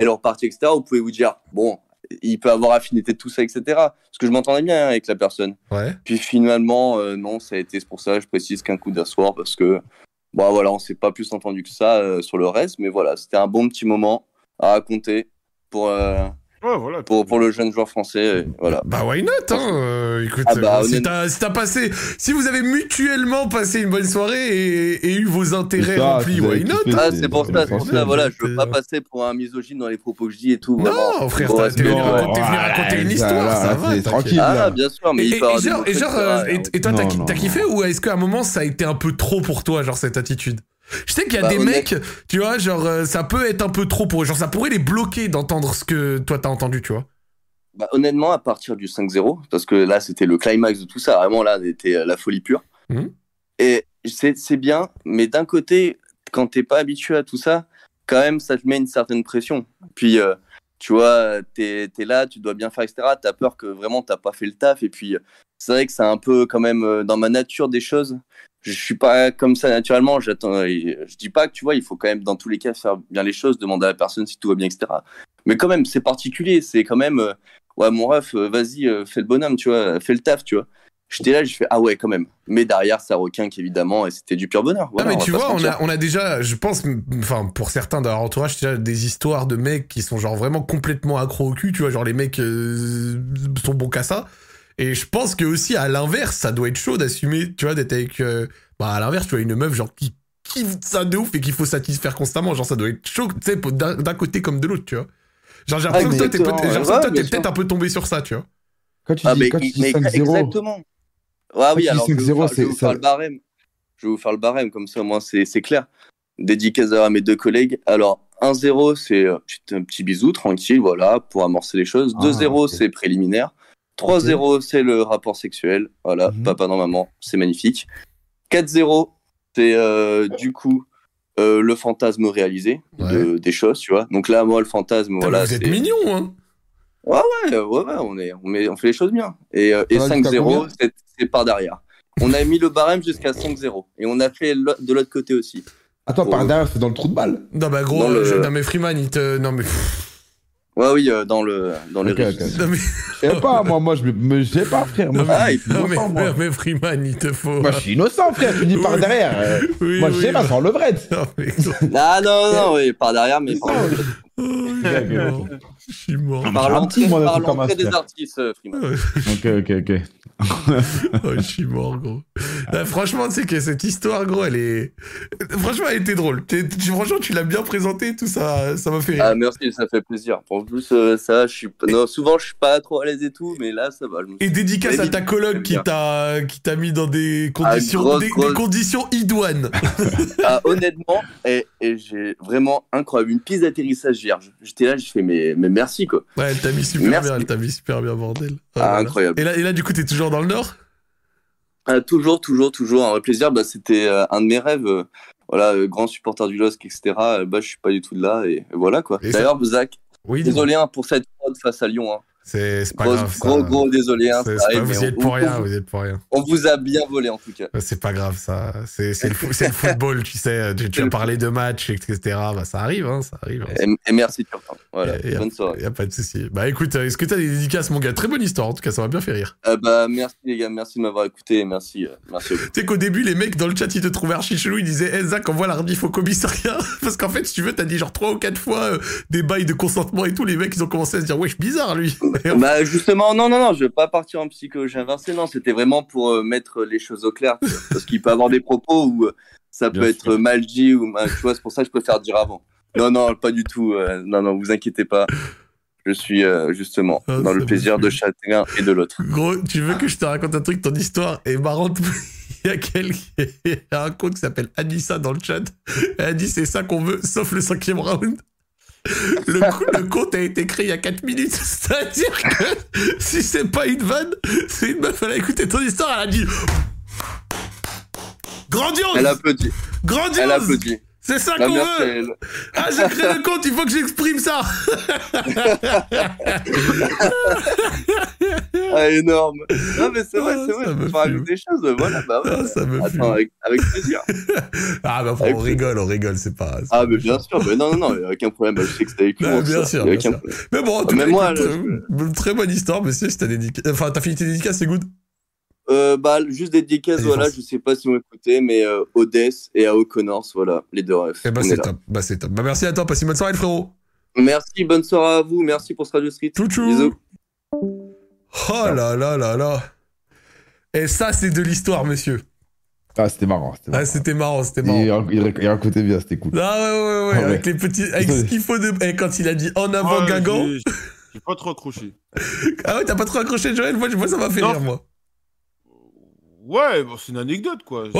S8: Et leur partie, etc. Vous pouvez vous dire, bon, il peut avoir affinité de tout ça, etc. Parce que je m'entendais bien hein, avec la personne.
S1: Ouais.
S8: Puis finalement, euh, non, ça a été c'est pour ça, je précise qu'un coup d'asseoir parce que, bon, voilà, on s'est pas plus entendu que ça euh, sur le reste, mais voilà, c'était un bon petit moment à raconter pour, euh,
S3: Ouais, voilà.
S8: pour, pour le jeune joueur français. euh, voilà.
S1: Bah why not hein euh, Écoute,
S8: Ah bah,
S1: euh, si
S8: honnêtement.
S1: t'as si t'as passé, si vous avez mutuellement passé une bonne soirée et, et eu vos intérêts
S2: Ça,
S1: remplis,
S2: vous avez
S1: why
S2: kiffé,
S1: not
S2: c'est-
S8: Ah, c'est pour ça, c'est pour
S1: français,
S8: ça, voilà, je veux
S1: c'est-
S8: pas passer pour un misogyne dans les propos que je dis et tout.
S1: Non,
S8: vraiment.
S1: frère,
S8: Bon,
S1: t'as-
S8: respect,
S1: t'es venu
S2: non,
S8: voilà.
S1: raconter t'es venu
S2: voilà,
S1: raconter une
S2: ça,
S1: histoire,
S2: là,
S1: ça va,
S2: c'est
S1: t'inquiète.
S2: tranquille.
S8: euh, Ah, bien sûr, mais
S1: Et,
S8: il
S1: et
S8: peut avoir des
S1: genre, et,
S8: trucs,
S1: genre,
S8: etc.
S1: euh, et- et toi, t'as
S2: Non,
S1: ki-
S2: non,
S1: t'as
S2: non.
S1: kiffé ou est-ce qu'à un moment ça a été un peu trop pour toi, genre cette attitude Je sais qu'il y a
S8: Bah,
S1: des
S8: honnête-
S1: mecs, tu vois, genre euh, ça peut être un peu trop pour eux, genre ça pourrait les bloquer d'entendre ce que toi t'as entendu, tu vois.
S8: Bah, honnêtement, à partir du 5-0, parce que là, c'était le climax de tout ça. Vraiment, là, c'était euh, la folie pure.
S1: Mhm.
S8: Et c'est c'est bien, mais d'un côté, quand t'es pas habitué à tout ça, quand même, ça te met une certaine pression. Puis, euh, tu vois, t'es es là, tu dois bien faire, etc. T'as peur que vraiment t'as pas fait le taf. Et puis, euh, c'est vrai que c'est un peu quand même euh, dans ma nature des choses. Je suis pas comme ça naturellement. J'attends. euh, Je dis pas que tu vois, il faut quand même dans tous les cas faire bien les choses, demander à la personne si tout va bien, etc. Mais quand même, c'est particulier. C'est quand même. euh, ouais mon ref euh, vas-y euh, fais le bonhomme tu vois fais le taf tu vois j'étais là je fais ah ouais quand même mais derrière ça requinque évidemment et c'était du pur bonheur
S1: Ah
S8: voilà,
S1: mais
S8: va
S1: tu
S8: pas
S1: vois,
S8: se
S1: on
S8: mentir.
S1: a, on a déjà, je pense, m- enfin pour certains dans leur entourage, déjà des histoires de mecs qui sont genre vraiment complètement accro au cul, tu vois, genre les mecs euh, sont bons qu'à ça. Et je pense que aussi à l'inverse, ça doit être chaud d'assumer, tu vois, d'être avec, euh, bah à l'inverse, tu vois, une meuf genre qui kiffe ça de ouf et qu'il faut satisfaire constamment, genre ça doit être chaud, tu sais, pour- d'un d'un côté comme de l'autre, tu vois. Genre j'ai l'impression que toi, t'es peut-
S8: Ah, exactement,
S1: j'ai l'impression
S8: ouais,
S1: que toi, t'es
S8: bien
S1: peut-être
S8: sûr.
S1: un peu tombé sur ça, tu vois.
S2: Quand tu
S8: ah
S2: dis
S8: mais,
S2: quand tu dis
S8: mais
S2: 5-0.
S8: exactement ah
S2: tu dis
S8: oui alors je
S2: 5-0,
S8: vais vous faire, je vais
S2: c'est-
S8: vous
S2: ça-
S8: faire le barème je vais vous faire le barème comme ça au moins c'est c'est clair dédicace à mes deux collègues alors 1-0 c'est euh, petit- un petit bisou tranquille voilà pour amorcer les choses
S2: Ah,
S8: 2-0
S2: ok.
S8: c'est préliminaire 3-0 c'est le rapport sexuel voilà
S2: Mhm.
S8: papa non maman c'est magnifique 4-0 c'est euh, du coup euh, le fantasme réalisé de- des choses, tu vois. Donc là, moi, le
S1: Putain,
S8: fantasme,
S1: mais
S8: voilà.
S1: vous êtes
S8: c'est-
S1: mignons, hein.
S8: Ouais, ouais, ouais, on, est, on, met- on fait les choses bien. Et, euh, et
S2: Ça va, jusqu'à combien
S8: 5-0, c'est- c'est par derrière. On a mis le barème jusqu'à 5-0. Et on a fait l'o- de l'autre côté aussi.
S2: Attends, par
S8: Oh.
S2: derrière, c'est dans le trou de balle.
S1: Non, bah gros,
S8: Dans le-
S1: je- non mais Freeman, il te. Non mais.
S8: Ouais, oui, euh, dans le dans les
S2: Ok,
S8: registres.
S2: ok.
S1: Non mais,
S2: Je sais pas, moi, moi, je me- me. Je sais pas, frère. Moi,
S1: Non, mais-
S8: Ah, il-
S1: non,
S2: moi,
S1: mais,
S2: pas, moi.
S1: non, mais Freeman, il te faut.
S2: Moi, je suis innocent, frère. Tu dis par
S1: Oui.
S2: derrière. euh,
S1: Oui,
S2: moi, je
S1: oui,
S2: sais pas,
S1: bah-
S2: sans le vrai.
S1: Non, mais-
S8: Ah non, non, oui, par derrière, mais par,
S1: Oh, je
S2: gars,
S1: suis
S2: gars.
S1: mort. Je suis mort.
S8: par
S2: j'ai un petit
S8: l'entrée
S2: monde, un
S8: par
S2: truc comme
S8: l'entrée
S2: un
S8: des
S2: frère.
S8: artistes, euh, Freeman.
S2: Ok, ok, ok.
S1: Oh, je suis mort, gros.
S8: Ah.
S1: Là, franchement, tu sais que cette histoire, gros, elle est. Franchement, elle était drôle. T'es- tu- Franchement, tu l'as bien présentée, tout ça. Ça m'a fait rire.
S8: Ah merci, ça fait plaisir. En plus, euh, ça, je suis... Non, souvent, je suis pas trop à l'aise et tout, mais là, ça va. je me-
S1: Et dédicace
S8: Mais
S1: à
S8: oui,
S1: ta coloc
S8: j'aime
S1: qui
S8: bien. Ah,
S1: t'a qui t'a mis dans des conditions
S8: grosse,
S1: des, des
S8: grosse.
S1: conditions idoines.
S8: Ah, honnêtement, et, et j'ai vraiment incroyable. Une piste d'atterrissage vierge. J'étais là, j'ai fait, mais, mais merci, quoi.
S1: Ouais, elle t'a mis super
S8: Merci.
S1: bien, elle t'a mis super bien bordel. Ah,
S8: Ah,
S1: voilà.
S8: incroyable.
S1: Et là et là du coup, t'es toujours dans le nord
S8: Ah, toujours, toujours, toujours. Un vrai plaisir. Bah, C'était euh, un de mes rêves. euh, voilà, euh, grand supporter du LOSC, etc. Euh, Bah, je suis pas du tout de là, et, et voilà, quoi.
S1: Et ça-
S8: D'ailleurs, Zach,
S1: Oui. dis-moi.
S8: désolé hein, pour cette fraude face à Lyon. Hein.
S1: C'est c'est pas
S8: Gros,
S1: grave. ça.
S8: gros, gros, désolé. Hein,
S1: C'est-
S8: ça
S1: c'est pas-
S8: arrive,
S1: vous y
S8: mais
S1: êtes
S8: on-
S1: pour rien,
S8: on-
S1: vous y êtes pour rien.
S8: On vous a bien volé, en tout cas.
S1: C'est pas grave, ça. C'est c'est le, fo- c'est le football, tu sais. euh, Tu, tu as parlé de matchs, etc. Bah, ça arrive, hein, ça arrive. hein.
S8: Et, et merci de ton temps. Voilà,
S1: Et- et
S8: bonne soirée.
S1: Y a pas de souci. Bah écoute, euh, est-ce que t'as des dédicaces, mon gars Très bonne histoire, en tout cas, ça m'a bien fait rire.
S8: Euh, bah, merci les gars, merci de m'avoir écouté, et merci, euh, merci. à vous.
S1: Tu sais qu'au début, les mecs dans le chat, ils te trouvaient archi chelou. Ils disaient, eh Zach, envoie la rediff au commissariat. Parce qu'en fait, si tu veux, t'as dit genre trois ou quatre fois euh, des bails de consentement et tout. Les mecs, ils ont commencé à se dire, wesh, bizarre, lui. Et en-
S8: bah justement, non, non, non, je vais pas partir en psychologie inversée, non, c'était vraiment pour euh, mettre les choses au clair, parce qu'il peut avoir des propos où euh, ça peut
S2: Bien
S8: être mal dit ou mal, tu vois, c'est pour ça que je préfère dire avant. Non, non, pas du tout, euh, non, non, vous inquiétez pas, je suis euh, justement
S1: Ah,
S8: dans
S1: ça
S8: le plaisir
S1: me
S8: de
S1: fait.
S8: chacun et de l'autre.
S1: Gros, tu veux que je te raconte un truc Ton histoire est marrante. Il y a quelqu'un, il y a un compte qui s'appelle Anissa dans le chat. Elle dit c'est ça qu'on veut, sauf le cinquième round. Le, co- le compte a été créé il y a 4 minutes. C'est-à-dire que si c'est pas une vanne, c'est une meuf. Elle a écouté ton histoire, elle a dit. Grandiose
S8: Elle applaudit, elle
S1: Grandiose
S8: applaudit.
S1: C'est ça
S8: La
S1: qu'on
S8: mère,
S1: veut
S8: c'est-
S1: Ah, j'ai créé le compte, il faut que j'exprime ça
S8: Ah, énorme. Non, mais c'est vrai,
S1: Ah,
S8: c'est
S1: ça
S8: vrai.
S1: me
S8: Faut rajouter des choses. Voilà, bah ouais.
S1: Ah, ça me fume.
S8: Attends, avec, avec plaisir.
S1: Ah, bah,
S8: avec-
S1: on rigole, on rigole, c'est pas. c'est
S8: Ah,
S1: pas
S8: mais
S1: méchant.
S8: bien sûr. Mais non, non, non, y a aucun problème. bah, Je sais que c'était avec
S1: Non,
S8: moi,
S1: Ah, bien
S8: ça.
S1: sûr,
S8: Y a
S1: bien
S8: aucun
S1: sûr.
S8: problème.
S1: Mais bon, en tout
S8: Mais
S1: cas,
S8: moi,
S1: écoute,
S8: là,
S1: euh, très bonne histoire, monsieur. Si t'as dédica- enfin, t'as fini tes dédicaces, c'est good.
S8: Euh, bah, juste des dédicaces,
S1: Allez,
S8: voilà.
S1: fonce.
S8: Je sais pas si vous m'écoutez, mais euh, Odess et à O'Connors, voilà, les deux refs.
S1: Eh bah,
S8: On est
S1: c'est
S8: là.
S1: top. Bah, c'est top. Bah, merci à toi. Passe une bonne soirée, le frérot.
S8: Merci, bonne soirée à vous. Merci pour ce Radio Street.
S1: Tchou tchou.
S8: Bisous.
S1: Oh là là là là. Et ça, c'est de l'histoire, monsieur.
S2: Ah, c'était marrant. C'était marrant.
S1: Ah, c'était marrant, c'était marrant.
S8: euh,
S2: il, il rac- il racontait bien, c'était cool.
S1: Ah ouais, ouais, ouais,
S2: Ah
S1: avec les petits, avec ce qu'il faut de, eh, quand il a dit en avant
S3: Ouais,
S1: Guingamp.
S3: Ah, j'ai- J'ai pas trop accroché.
S1: Ah ouais, t'as pas trop accroché Joël, moi, je- moi ça m'a fait
S3: Non.
S1: rire, moi.
S3: Ouais, bon, c'est une anecdote, quoi.
S1: ouais,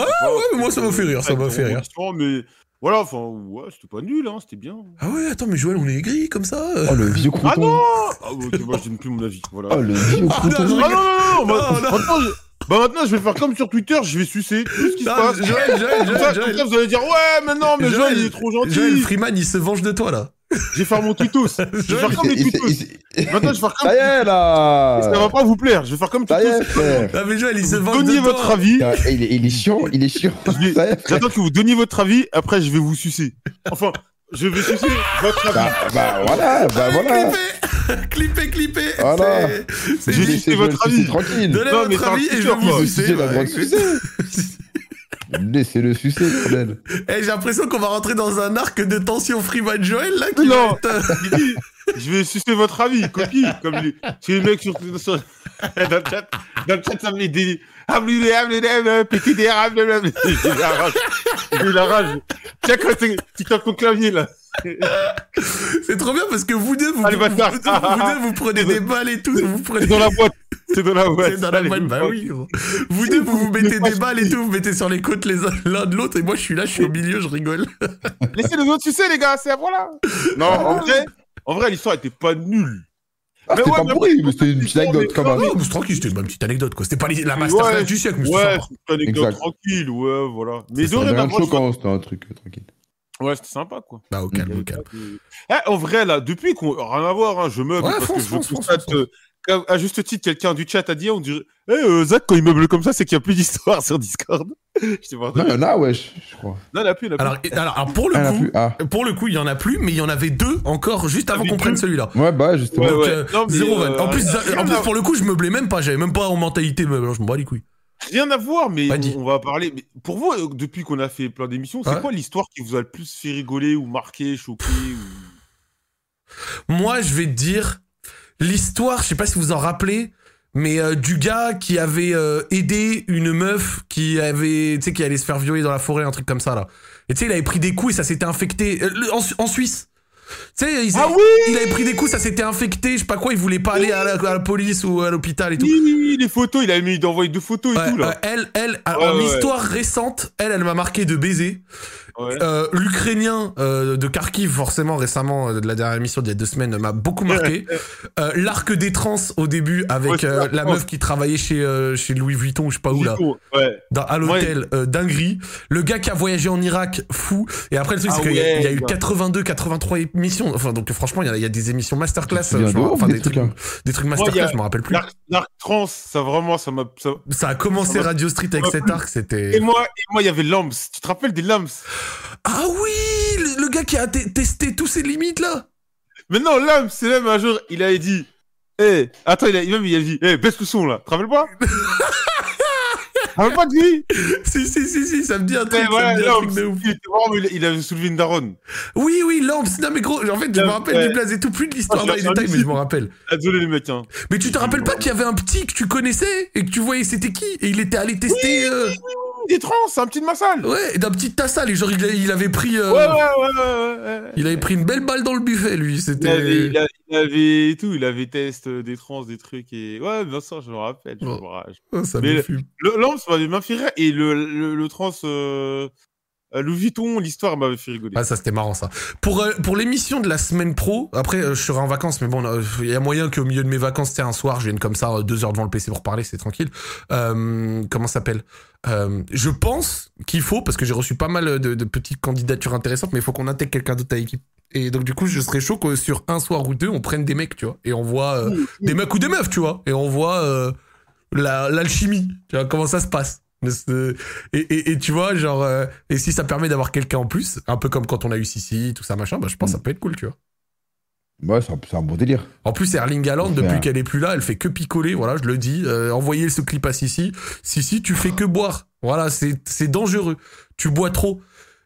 S1: mais moi, ça m'a fait rire, ça m'a fait rire.
S3: Mais voilà, enfin, ouais, c'était pas nul, hein, c'était bien.
S1: Ah ouais, attends, mais Joël, on est aigri comme ça. euh.
S2: Oh, le vieux crouton.
S3: Ah non Ah, ok, moi, je donne plus mon avis, voilà.
S2: Oh, le vieux
S1: Ah,
S2: crouton.
S1: non,
S3: Ah non, non, non, non,
S1: Ah,
S3: bah,
S1: non.
S3: Maintenant, je... bah, maintenant, je vais faire comme sur Twitter, je vais sucer tout ce qui se
S1: Non,
S3: passe.
S1: Joël, Joël,
S3: Comme
S1: Joël,
S3: ça, comme
S1: Joël.
S3: ça, vous allez dire, ouais, mais non, mais Joël,
S1: Joël,
S3: il est trop gentil.
S1: Joël Freeman, il se venge de toi, là.
S3: Je vais faire mon tweetos. Je vais
S1: Joël,
S3: faire comme les
S2: Il s'est- il
S3: tweetos.
S2: s'est- il
S3: Maintenant, je vais faire
S2: s'est-
S3: comme.
S2: Ça y est,
S3: Ça va
S2: là.
S3: pas vous plaire, je vais faire comme
S2: Ça y
S3: tweetos.
S2: est, frère.
S1: Ah, mais Joël, il se
S3: Vous
S1: venge de
S3: donniez
S1: toi.
S3: votre avis.
S2: Ah, Il est, il est chiant, il est chiant.
S3: Je vais-
S2: Ça y est, frère.
S3: J'attends que vous donniez votre avis, après, je vais vous sucer. Enfin, je vais sucer votre avis.
S2: Bah, bah, voilà, bah voilà.
S1: Clippé, clippé, clippé.
S2: Voilà.
S1: C'est- C'est
S3: J'ai
S1: juste.
S3: dit-
S2: Laissez
S3: c'est votre
S2: Joël sucer
S3: avis.
S2: tranquille.
S1: Donnez
S3: Non, mais
S1: votre
S3: t'as un
S1: avis et
S3: petit
S1: je vais
S3: cœur,
S1: vous
S3: quoi.
S1: sucer.
S2: Il a le droit de Laissez-le sucer, bordel.
S1: Eh, J'ai l'impression qu'on va rentrer dans un arc de tension Freeman Joël là. Qui
S3: Non.
S1: va être- euh,
S3: J'ai dit, je vais sucer votre avis, coquille. Comme les, c'est les mecs sur, sur- dans le chat. Dans le chat, ça me les Ah, délits. Ablulé, ablulé, ablulé, petit DR, ablulé, ablulé. J'ai eu la rage. J'ai eu la rage. Tiens, quand t'es- tu tapes ton clavier, là.
S1: C'est trop bien parce que vous deux, vous,
S3: Allez,
S1: vous,
S3: bâtard.
S1: vous deux, vous deux, vous prenez des balles et tout. Vous prenez.
S3: C'est dans la boîte. C'est dans la boîte.
S1: C'est dans la
S3: Allez,
S1: boîte, bah
S3: vous-
S1: oui. gros. Vous deux, vous vous mettez des balles et tout, vous mettez sur les côtes les uns l'un de l'autre, et moi je suis là, je suis au milieu, je rigole.
S3: Laissez les autres sucer, les gars. C'est, voilà. Non, en
S1: Ah.
S3: vrai, en vrai, l'histoire était pas nulle.
S2: Ah,
S3: Mais
S2: c'était
S3: ouais,
S2: pas
S3: mais-
S2: pourri, mais c'était une petite
S3: mais-
S2: anecdote quand même.
S1: Non, Bah, mais c'est tranquille, c'était une petite anecdote quoi. C'était pas les- la masterclass
S3: Ouais,
S1: du siècle, mais c'est
S3: Ouais,
S1: sympa.
S3: c'est une anecdote
S2: Exact.
S3: tranquille, ouais, voilà. Mais
S2: C'était rien de
S3: dorénavant, je-
S2: choquant, c'était un truc euh, tranquille.
S3: ouais, c'était sympa, quoi.
S1: Bah, au
S3: Il y
S1: calme,
S3: avait
S1: au calme.
S3: pas de- Eh, en vrai, là, depuis qu'on. Rien à voir, hein, je meuble
S1: Ouais,
S3: parce
S1: fonce,
S3: que je
S1: fonce, fonce,
S3: constate
S1: fonce.
S3: euh, à, à juste titre, quelqu'un du chat a dit, on dirait, eh, euh, Zach, quand il meuble comme ça, c'est qu'il n'y a plus d'histoire sur Discord. je t'ai pas entendu.
S2: Non, il y en a, ouais, je je crois.
S3: Non, il n'y en a plus, il n'y en a plus.
S1: Alors, et- alors, alors, pour le
S2: Il y en a
S1: coup,
S2: plus. Ah.
S1: pour le coup, il y en a plus, mais il y en avait deux encore juste avant
S3: avait
S1: qu'on prenne
S3: deux.
S1: celui-là.
S2: Ouais, bah, justement.
S3: Ah, Ouais,
S1: Donc,
S3: ouais.
S1: euh,
S3: Non, mais,
S1: zéro van. En
S3: euh,
S1: plus, za-
S3: rien
S1: en plus,
S3: à-
S1: pour le coup, je me blais même pas. J'avais même pas en mentalité. Mais alors, je me bats les couilles.
S3: Rien à voir, mais
S1: Pas dit.
S3: on, on va parler. mais pour vous, euh, depuis qu'on a fait plein d'émissions, c'est
S1: Ouais.
S3: quoi l'histoire qui vous a le plus fait rigoler ou marquer, choquer ou...
S1: Moi, je vais te dire l'histoire. Je sais pas si vous en rappelez, mais euh, du gars qui avait euh, aidé une meuf qui avait, tu sais, qui allait se faire violer dans la forêt, un truc comme ça là. Et tu sais, il avait pris des coups et ça s'était infecté Euh, le- en, Su- en Suisse. Tu sais, il, s'est-
S3: Ah oui
S1: il avait pris des coups, ça s'était infecté. Je sais pas quoi. Il voulait pas aller à la, à la police ou à l'hôpital et tout.
S3: Oui, oui, oui, les photos, il avait mis d'envoyer deux photos et
S1: Ouais,
S3: tout là.
S1: euh, elle, elle, alors,
S3: Ouais,
S1: en
S3: ouais, ouais.
S1: histoire récente, elle, elle m'a marqué de baiser.
S3: Ouais.
S1: Euh, L'Ukrainien euh, de Kharkiv, forcément récemment, euh, de la dernière émission d'il y a deux semaines, m'a beaucoup marqué. Euh, L'arc des trans au début avec
S3: Ouais,
S1: euh,
S3: c'est
S1: la
S3: la
S1: meuf qui travaillait chez, euh, chez Louis Vuitton, ou je sais pas où là,
S3: Zico, ouais.
S1: dans- à l'hôtel euh, dinguerie. Le gars qui a voyagé en Irak, fou. Et après le truc,
S3: Ah
S1: c'est qu'il y a-
S3: ouais,
S1: il y, a eu
S3: gars.
S1: 82, 83 émissions. Enfin, donc franchement, il y a- il y, a des émissions masterclass,
S2: Tu te souviens
S1: je me-
S2: de ouf,
S1: enfin
S2: des
S1: des trucs,
S2: trucs, hein.
S1: des trucs
S3: il y
S1: masterclass,
S3: a
S1: je me rappelle plus.
S3: L'arc l'arc trans, ça vraiment, ça m'a. ça-
S1: Ça a commencé Radio Street avec
S3: Ouais.
S1: cet arc, c'était.
S3: Et moi, et moi, il y avait Lams. Tu te rappelles des Lams
S1: Ah oui, le, le gars qui a te- testé tous ses limites là.
S3: Mais non, Lams, c'est même un jour, il avait dit. Eh, attends, il a, même il a dit, eh, baisse le son là, te rappelles pas Te rappelles pas de lui
S1: si si si si, ça me dit un truc,
S3: Mais
S1: ça
S3: voilà,
S1: me dit un truc
S3: Lams,
S1: de ouf.
S3: il était vraiment, il, il avait soulevé une daronne.
S1: Oui oui, Lamps. Non mais gros, en fait, je me
S3: Ouais.
S1: rappelle du blaze et tout, plus de l'histoire
S3: Ah,
S1: dans
S3: je
S1: les
S3: l'ai
S1: détails, mais je
S3: reçu.
S1: m'en rappelle.
S3: Ah, Désolé les mecs, hein.
S1: Mais tu te rappelles pas qu'il y avait un petit que tu connaissais et que tu voyais c'était qui et il était allé tester euh,
S3: Des trans, un petit de ma salle
S1: ouais d'un petit tassa, les genre il, a- il avait pris euh,
S3: Ouais, ouais, ouais, ouais, ouais.
S1: il avait pris une belle balle dans le buffet lui.
S3: Il avait,
S1: C'était
S3: il, a- il avait tout, il avait test euh, des trans, des trucs et ouais, bien sûr, je me rappelle. je me
S1: Bon.
S3: rappelle.
S1: Oh, ça
S3: mais
S1: me
S3: le-
S1: fume.
S3: Le Lance m'avait bien fait rire et le, le, le trans euh, euh, Louis Vuitton, l'histoire m'avait fait rigoler.
S1: Ah ça c'était marrant ça. Pour euh, pour l'émission de la semaine pro, après euh, je serai en vacances mais bon euh, il y a moyen qu'au milieu de mes vacances c'est un soir je vienne comme ça euh, deux heures devant le PC pour parler c'est tranquille. Euh, comment ça s'appelle Euh, Je pense qu'il faut parce que j'ai reçu pas mal de, de petites candidatures intéressantes mais il faut qu'on intègre quelqu'un d'autre à l'équipe. Et donc du coup je serais chaud que sur un soir ou deux on prenne des mecs tu vois et on voit euh, des mecs ou des meufs tu vois et on voit euh, la- l'alchimie tu vois comment ça se passe. Mais c'est- et, et, et tu vois, genre, euh, et si ça permet d'avoir quelqu'un en plus, un peu comme quand on a eu Sissi, tout ça, machin, bah, je pense que ça peut être cool, tu vois.
S2: Ouais, c'est un- c'est un bon délire.
S1: En plus, Erling Haaland,
S2: Ouais.
S1: depuis qu'elle est plus là, elle fait que picoler, voilà, je le dis. Euh, envoyez ce clip à Sissi. Sissi, tu fais que boire. Voilà, c'est c'est dangereux. Tu bois trop.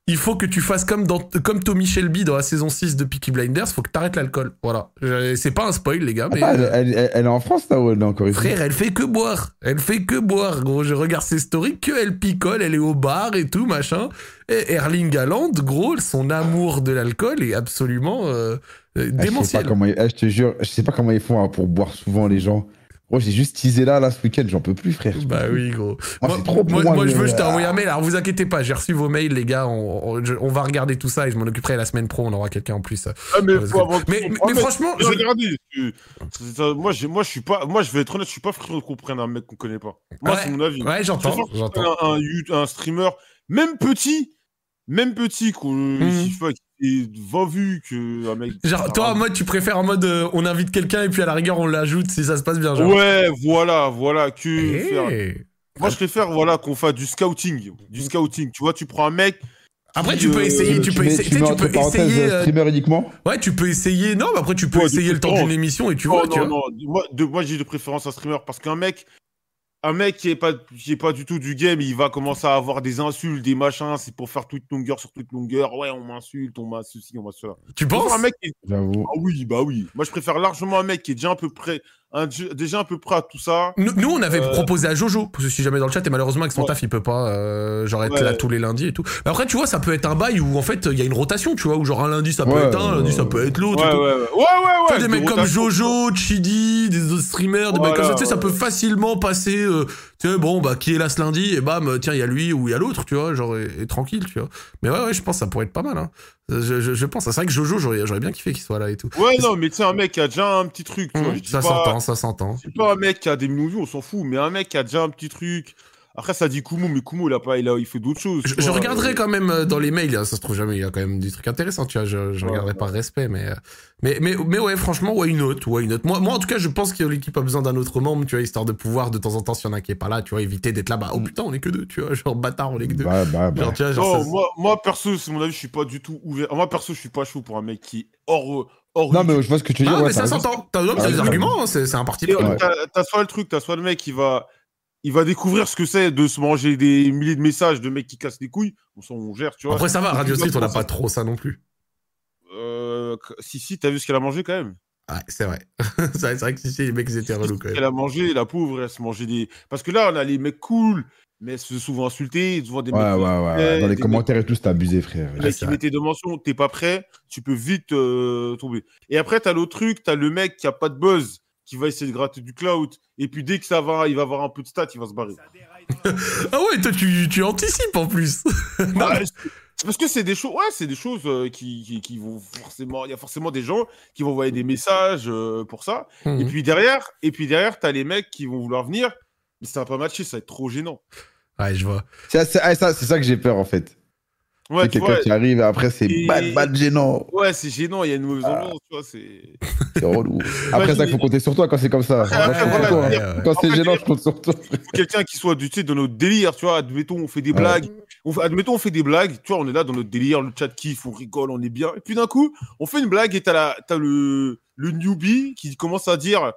S1: Il faut que tu fasses comme, dans, comme Tommy Shelby dans la saison 6 de Peaky Blinders, faut que t'arrêtes l'alcool. Voilà. Je- C'est pas un spoil, les gars, mais.
S2: Attends, Ah, elle,
S1: euh,
S2: elle- elle- elle est en France là ou elle est encore ici Ah,
S1: Frère, elle fait que boire. Elle fait que boire. Gros, je regarde ses stories, que elle picole, elle est au bar et tout, machin. Et Erling Haaland, gros, son amour de l'alcool est absolument euh, euh,
S2: Ah, je sais
S1: démentiel.
S2: pas comment ils- ah, je te jure, je sais pas comment ils font hein, pour boire souvent les gens. Gros, j'ai juste teasé là, là, ce week-end, j'en peux plus, frère.
S1: Bah oui, gros.
S2: Moi,
S1: Moi,
S2: c'est trop pour
S1: moi-
S2: moi, euh,
S1: moi, je
S2: le-
S1: veux, je t'ai envoyé un mail. Alors, vous inquiétez pas, j'ai reçu vos mails, les gars. On, on- je- on va regarder tout ça et je m'en occuperai la semaine pro. On aura quelqu'un en plus.
S3: Ah, mais,
S1: parce
S3: faut
S1: que-
S3: avoir-
S1: mais-
S3: faut
S1: mais-
S3: prendre-
S1: mais Ah. franchement,
S3: mais
S1: je-
S3: regardez, je- c'est- ça- moi, j'ai- moi, je suis pas, moi, je vais être honnête, je suis pas frérot qu'on prenne un mec qu'on connaît pas. Moi,
S1: Ah Ouais.
S3: c'est mon avis.
S1: Ouais,
S3: Je
S1: j'entends,
S3: préfère qu'on
S1: j'entends.
S3: prenne un, un you- un streamer, même petit, même petit, qu'on
S1: Mhm.
S3: qui fait- qui est 20 vues que un mec.
S1: Genre, toi, en
S3: Ah,
S1: mode, tu préfères en mode, euh, on invite quelqu'un et puis à la rigueur, on l'ajoute si ça se passe bien, genre.
S3: Ouais, voilà, voilà, que.
S1: Eh.
S3: faire- Moi, je préfère voilà qu'on fasse du scouting, du
S1: Mm.
S3: scouting. Tu vois, tu prends un mec.
S1: Après,
S3: qui,
S1: tu peux
S3: euh,
S1: essayer, tu peux
S2: mets-
S1: essayer, tu sais,
S2: mets
S1: tu
S2: entre
S1: peux
S2: parenthèses,
S1: essayer, euh,
S2: streamer uniquement
S1: Ouais, tu peux essayer. Non, mais après, tu peux
S3: Ouais,
S1: essayer
S3: de
S1: le temps
S3: préférence.
S1: d'une émission et tu
S3: Non,
S1: vois. tu
S3: Oh non,
S1: vois.
S3: non. Moi, de- moi, j'ai de préférence un streamer parce qu'un mec, un mec qui est pas, qui est pas du tout du game, il va commencer à avoir des insultes, des machins. C'est pour faire toute longueur sur toute longueur. Ouais, on m'insulte, on m'a ceci, on m'a cela.
S1: Tu
S3: Je préfère
S1: penses
S3: un mec qui-
S2: J'avoue.
S3: Ah oui, bah oui. Moi, je préfère largement un mec qui est déjà à peu près, un- déjà à peu près à tout ça.
S1: nous, nous, on avait
S3: Euh.
S1: proposé à Jojo, parce que si jamais dans le chat, et malheureusement, avec son
S3: Ouais.
S1: taf, il peut pas, euh, genre, être
S3: Ouais.
S1: là tous les lundis et tout. Mais après, tu vois, ça peut être un bail où, en fait, il y a une rotation, tu vois, où genre un lundi, ça peut
S2: Ouais,
S1: être un, un lundi,
S2: ouais.
S1: ça peut être l'autre.
S3: Ouais,
S1: et
S3: ouais,
S1: tout.
S3: ouais, ouais, ouais.
S1: Tu vois, des
S3: de
S1: mecs comme
S3: rotation.
S1: Jojo, Chidi, des autres streamers, des mecs comme ça,
S3: Voilà,
S1: tu sais, ça
S3: ouais.
S1: peut facilement passer, euh, tu sais, bon, bah, qui est là ce lundi, et bam, tiens, il y a lui ou il y a l'autre, tu vois, genre, et, et tranquille, tu vois. Mais ouais, ouais, je pense que ça pourrait être pas mal, hein. Je, je, je pense, c'est vrai que Jojo, j'aurais j'aurais bien kiffé qu'il soit là et tout.
S3: Ouais, non, mais tu sais, un mec qui a déjà un petit truc. Tu vois,
S1: Mmh,
S3: je dis
S1: ça
S3: pas-
S1: s'entend, ça s'entend.
S3: C'est pas un mec qui a des millions, on s'en fout, mais un mec qui a déjà un petit truc, Après, ça dit Kumu, mais Kumu, il, a pas, il, a, il fait d'autres choses.
S1: Je,
S3: tu
S1: je
S3: vois,
S1: regarderai
S3: euh,
S1: quand même euh, dans les mails, hein, ça se trouve jamais, il y a quand même des trucs intéressants, tu vois, je, je
S3: Ouais,
S1: regarderai par respect, mais, euh, mais, mais, mais ouais, franchement, ouais, une autre, ouais, une autre. Moi, moi, en tout cas, je pense que l'équipe a besoin d'un autre membre, tu vois, histoire de pouvoir, de temps en temps, s'il y en a un qui est pas là, tu vois, éviter d'être là, bah, oh putain, on est que deux, tu vois, genre, bâtard, on est que deux.
S2: Bah, bah, bah.
S1: Genre, tu vois, genre,
S3: Non,
S1: ça-
S3: moi, moi, perso, c'est mon avis, je suis pas du tout ouvert. Ah, Moi, perso, je suis pas chaud pour un mec qui est hors. hors
S2: Non, mais je vois ce que tu veux
S1: Ah,
S2: dire.
S1: mais
S2: ouais,
S1: ça
S2: t'as raison.
S1: s'entend, t'as non, mais
S2: T'as
S1: t'as des
S2: raison.
S1: arguments, hein, c'est c'est un parti
S3: Et,
S1: pris.
S3: euh, T'as t'as soit le truc, t'as soit le mec, il va, il va découvrir ce que c'est de se manger des milliers de messages de mecs qui cassent les couilles. On s'en on gère, tu vois.
S1: Après, ça va,
S3: Et
S1: Radio
S3: puis,
S1: Street, on n'a
S3: après,
S1: pas trop ça non plus.
S3: euh, que- si, si, t'as vu ce qu'elle a mangé quand même.
S1: Ouais, Ah, c'est vrai. c'est vrai- c'est vrai que si, si, les mecs, ils étaient relous quand
S3: Elle
S1: même.
S3: a mangé, la pauvre, elle se mangeait des. Parce que là, on a les mecs cool, mais elles se sont souvent insultés, souvent des
S2: Ouais, ouais,
S3: mecs.
S2: ouais.
S3: Ouais,
S2: Dans les
S3: des-
S2: commentaires et tout, c'est abusé, frère.
S3: Les
S1: Ouais,
S3: mecs
S1: c'est
S3: qui
S1: vrai.
S3: mettaient des mentions, t'es pas prêt, tu peux vite euh, tomber. Et après, t'as l'autre truc, t'as le mec qui a pas de buzz, qui va essayer de gratter du clout, et puis dès que ça va, il va avoir un peu de stats, il va se barrer.
S1: Ah ouais, toi, tu, tu anticipes en plus. Non,
S3: Ah, c'est- c'est parce que c'est des choses, ouais, c'est des choses euh, qui, qui, qui vont forcément, il y a forcément des gens qui vont envoyer
S1: Mm.
S3: des messages euh, pour ça. Et
S1: Mhm.
S3: puis derrière, et puis derrière, t'as les mecs qui vont vouloir venir, mais ça va pas matcher, ça va être trop gênant.
S1: Ouais, je vois.
S2: C'est c'est- ah, ça, c'est ça que j'ai peur, en fait.
S3: Ouais,
S2: C'est
S3: tu vois,
S2: quelqu'un qui arrive et après, c'est
S3: Et-
S2: bad, bad gênant.
S3: ouais, c'est gênant, il y a une mauvaise
S1: Ah.
S3: ambiance, tu vois, c'est.
S2: C'est relou. Après, ça,
S3: j'ai-
S2: faut compter sur toi quand c'est comme ça.
S3: Après,
S2: Moi, je compte
S3: Ah, voilà,
S2: sur toi, hein.
S1: ouais, ouais.
S2: Quand c'est
S3: Après,
S2: gênant,
S3: j'ai-
S2: je compte sur toi.
S3: quelqu'un qui soit du tu sais, dans notre délire, tu vois, admettons on fait des
S2: Ouais.
S3: blagues, on fait- admettons on fait des blagues, tu vois, on est là dans notre délire, le chat kiffe, on rigole, on est bien, et puis d'un coup, on fait une blague et t'as la, t'as le, le newbie qui commence à dire,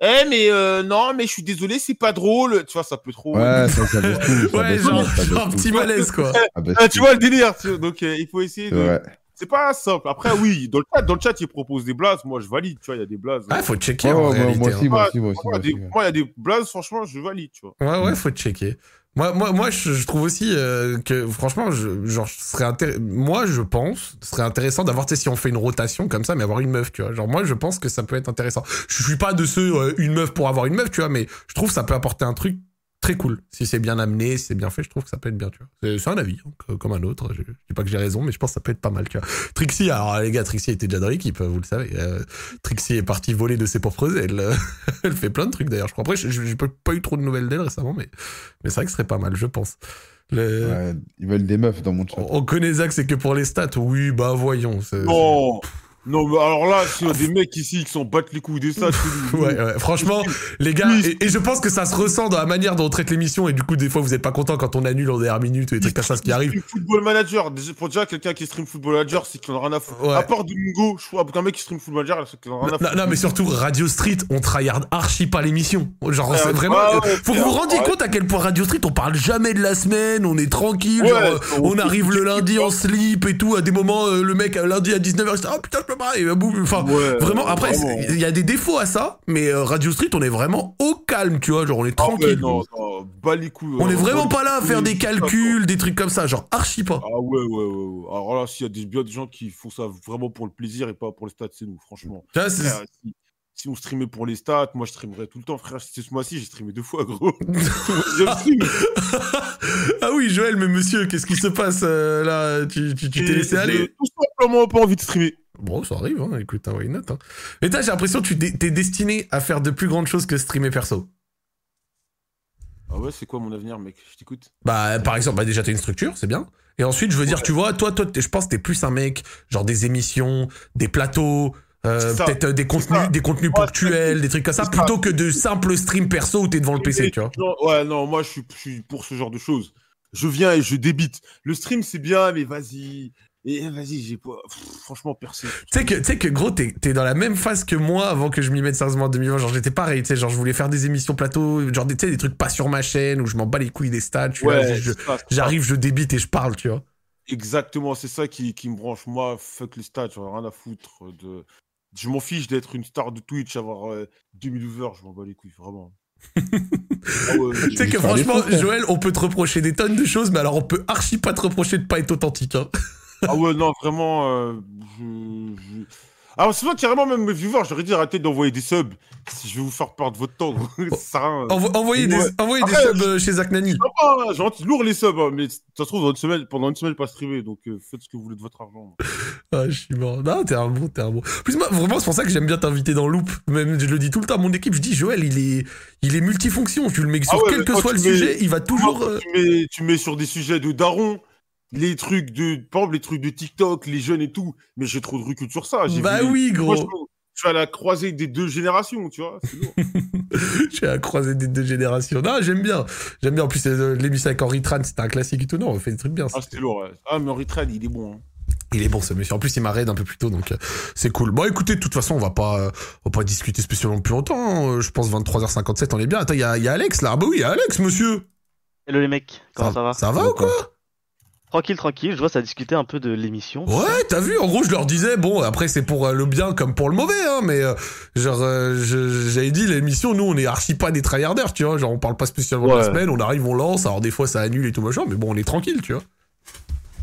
S3: eh mais euh, non, mais je suis désolé, c'est pas drôle, tu vois, ça peut trop.
S2: Ouais, ça, ça baisse tout. ça
S1: Ouais,
S2: baisse tout,
S1: genre,
S2: ça baisse
S1: genre,
S2: tout.
S1: petit malaise, quoi.
S2: Ça baisse
S3: Ah, tu
S2: tout.
S3: vois le délire, tu vois, donc euh, il faut essayer.
S2: C'est
S3: De...
S2: vrai.
S3: C'est pas simple. Après oui, dans le chat, dans le chat, ils proposent des blases, moi je valide, tu vois, il y a des blases.
S1: Ah,
S3: euh,
S1: faut checker
S2: Ouais,
S1: en
S2: ouais,
S1: réalité.
S2: Moi aussi,
S1: hein.
S2: moi aussi, moi aussi, moi
S3: moi, il y a
S2: aussi.
S3: des- moi, il y a des blases, franchement, je valide, tu vois.
S1: Ouais, ouais, faut checker. Moi, moi, moi je, je trouve aussi euh, que, franchement, je, genre, je serais intér- moi, je pense, ce serait intéressant d'avoir, tu sais, si on fait une rotation comme ça, mais avoir une meuf, tu vois. Genre, moi, je pense que ça peut être intéressant. Je suis pas de ceux, euh, une meuf pour avoir une meuf, tu vois, mais je trouve que ça peut apporter un truc très cool. Si c'est bien amené, si c'est bien fait, je trouve que ça peut être bien, tu vois. C'est- C'est un avis, hein, que- comme un autre. Je, je dis pas que j'ai raison, mais je pense que ça peut être pas mal, tu vois. Trixie, alors, les gars, Trixie était déjà dans l'équipe, vous le savez. Euh, Trixie est partie voler de ses propres ailes. Elle fait plein de trucs d'ailleurs, je crois. Après, j'ai j'ai pas pas eu trop de nouvelles d'elle récemment, mais, mais c'est vrai que ce serait pas mal, je pense. Le-
S2: Ouais, Ils veulent des meufs dans mon chat.
S1: On on connaît Zach, c'est que pour les stats. Oui, bah voyons. c'est-
S3: Non, non, mais alors là, s'il y a des mecs ici qui s'en battent les couilles des stats,
S1: c'est- Ouais, ouais. Franchement, les gars,
S3: Oui.
S1: et, et je pense que ça se ressent dans la manière dont on traite l'émission, et du coup, des fois, vous êtes pas content quand on annule en dernière minute ou des trucs comme ça, ce qui arrive.
S3: Stream Football Manager, déjà, pour déjà quelqu'un qui stream Football Manager, c'est qu'il en a rien à foutre.
S1: Ouais.
S3: À part Domingo, je crois qu'un mec qui stream Football Manager, c'est qu'il en a rien à
S1: Non,
S3: foutre.
S1: non, mais surtout, Radio Street, on tryhard archi pas l'émission. Genre,
S3: Ouais,
S1: c'est vraiment.
S4: Ah,
S1: euh,
S3: ouais, ouais,
S1: faut que vous vous rendiez
S3: ouais.
S1: compte à quel point Radio Street, on parle jamais de la semaine, on est tranquille,
S3: Ouais,
S1: genre, euh, on,
S3: on-
S1: arrive le lundi en slip et tout. À des moments, euh, le mec, euh, lundi à 19h, il se dit, oh putain, je peux pas. Et, euh, boum, enfin,
S3: Ouais,
S1: vraiment, après,
S3: Euh, vraiment.
S1: c'est- il y a des défauts à ça, mais euh, Radio Street, on est vraiment au calme, tu vois, genre, on est
S3: Ah ouais,
S1: tranquille.
S3: non, non, bas les couilles.
S1: on est
S3: bas
S1: vraiment
S3: les
S1: pas là à faire
S3: couilles,
S1: des calculs, des trucs comme ça, genre, archi pas.
S3: Ah ouais, ouais, ouais, ouais. Alors là, s'il y a des, bien des gens qui font ça vraiment pour le plaisir et pas pour les stats, c'est nous, franchement.
S1: Tu vois, Ah, c'est-
S3: Frère, si, si on streamait pour les stats, moi je streamerais tout le temps, frère. C'est ce mois-ci, j'ai streamé deux fois, gros. Je stream.
S1: ah oui, Joël, mais monsieur, qu'est-ce qui se passe euh, là Tu tu- tu t'es
S3: Et
S1: laissé aller
S3: j'ai Tout simplement pas envie de streamer.
S1: Bon, ça arrive, hein. écoute, hein, why not. Hein. Mais t'as, j'ai l'impression que tu dé- t'es destiné à faire de plus grandes choses que streamer perso.
S3: Ah ouais, c'est quoi mon avenir, mec Je t'écoute.
S1: Bah, par exemple, bah déjà, t'as une structure, c'est bien. Et ensuite, je veux dire, tu vois, toi, toi, t'es- je pense que t'es plus un mec, genre des émissions, des plateaux, euh,
S3: C'est ça.
S1: peut-être euh, des contenus,
S3: ça.
S1: des contenus
S3: Moi,
S1: ponctuels, des trucs comme ça,
S3: c'est ça.
S1: plutôt que de simples streams perso où t'es devant le PC,
S3: Et-
S1: tu vois.
S3: Non, ouais, non, moi je suis, je suis pour ce genre de choses. Je viens et je débite. Le stream c'est bien, mais vas-y. Et vas-y, j'ai pas. pff, Franchement, percé.
S1: Tu sais que, tu sais que gros, t'es t'es dans la même phase que moi avant que je m'y mette sérieusement en 2020. Genre, j'étais pareil, tu sais, genre, je voulais faire des émissions plateau, genre, des- tu sais, des trucs pas sur ma chaîne, où je m'en bats les couilles des stats, je suis là, je-
S3: c'est ça, c'est ça.
S1: j'arrive, je débite et je parle, tu vois.
S3: Exactement, c'est ça qui, qui me branche. Moi, fuck les stats, j'en ai rien à foutre. De... Je m'en fiche d'être une star de Twitch, avoir euh, 2000 viewers, je m'en bats les couilles, vraiment. Ah ouais,
S1: Tu sais
S2: Je
S1: que
S2: vais faire des
S1: franchement,
S2: faux, frère.
S1: Joël, on peut te reprocher des tonnes de choses, mais alors on peut archi pas te reprocher de pas être authentique. hein.
S3: Ah ouais, non, vraiment. euh, je- je- Ah, souvent, carrément, même mes viewers, j'aurais dit arrêtez d'envoyer des subs. Je vais vous faire perdre votre temps. gros. Ça sert à rien.
S1: Envo- envoyez des,
S3: Ouais.
S1: envoyez des
S3: Après,
S1: subs euh, chez Zach Nani.
S3: Ah, ah, ah, gentil, lourd les subs, hein, mais ça se trouve, dans une semaine, pendant une semaine, pas streamer, donc euh, faites ce que vous voulez de votre argent.
S1: Ah, je suis mort. Non, t'es un bon, t'es un bon. En Plus, moi, vraiment, c'est pour ça que j'aime bien t'inviter dans Loop. Même, je le dis tout le temps à mon équipe, je dis, Joël, il est, il est multifonction. Tu le mets sur
S3: Ah ouais,
S1: quel
S3: mais
S1: que
S3: quand
S1: soit le
S3: tu mets-
S1: sujet, il va toujours. euh,
S3: tu, mets, tu mets sur des sujets de daron, les trucs de, par exemple, les trucs de TikTok, les jeunes et tout, mais j'ai trop de recul sur ça. Ah, j'ai
S1: Bah
S3: vu-
S1: oui, gros.
S3: Moi, je- je suis à la croisée des deux générations, tu vois. c'est lourd.
S1: J'ai à croiser des deux générations. Non, j'aime bien. J'aime bien. En plus, euh, l'émission avec Henri Tran, c'était un classique et tout. Non, on fait des trucs bien.
S3: Ah, c'était lourd. ouais. Ah, mais Henry Trad, il est bon. hein.
S1: Il est bon ce monsieur. En plus, il m'a raid un peu plus tôt, donc euh, c'est cool. Bon, écoutez, de toute façon, on va pas, euh, on va pas discuter spécialement plus longtemps. hein. Euh, Je pense 23h57, on est bien. Attends, il y a, il y a Alex là. Ah bah oui, il y a Alex, monsieur.
S5: Hello les mecs, comment ça va
S1: Ça va ou quoi
S5: Tranquille, tranquille, je vois ça discuter un peu de l'émission.
S1: Ouais, t'as vu. En gros, je leur disais, bon, après c'est pour euh, le bien comme pour le mauvais, hein, mais euh, genre, euh, je- j'avais dit l'émission, nous, on est archi pas des tryharders, tu vois. Genre, on parle pas spécialement de la
S5: Ouais.
S1: semaine, on arrive, on lance. Alors des fois, ça annule et tout machin, mais bon, on est tranquille, tu vois.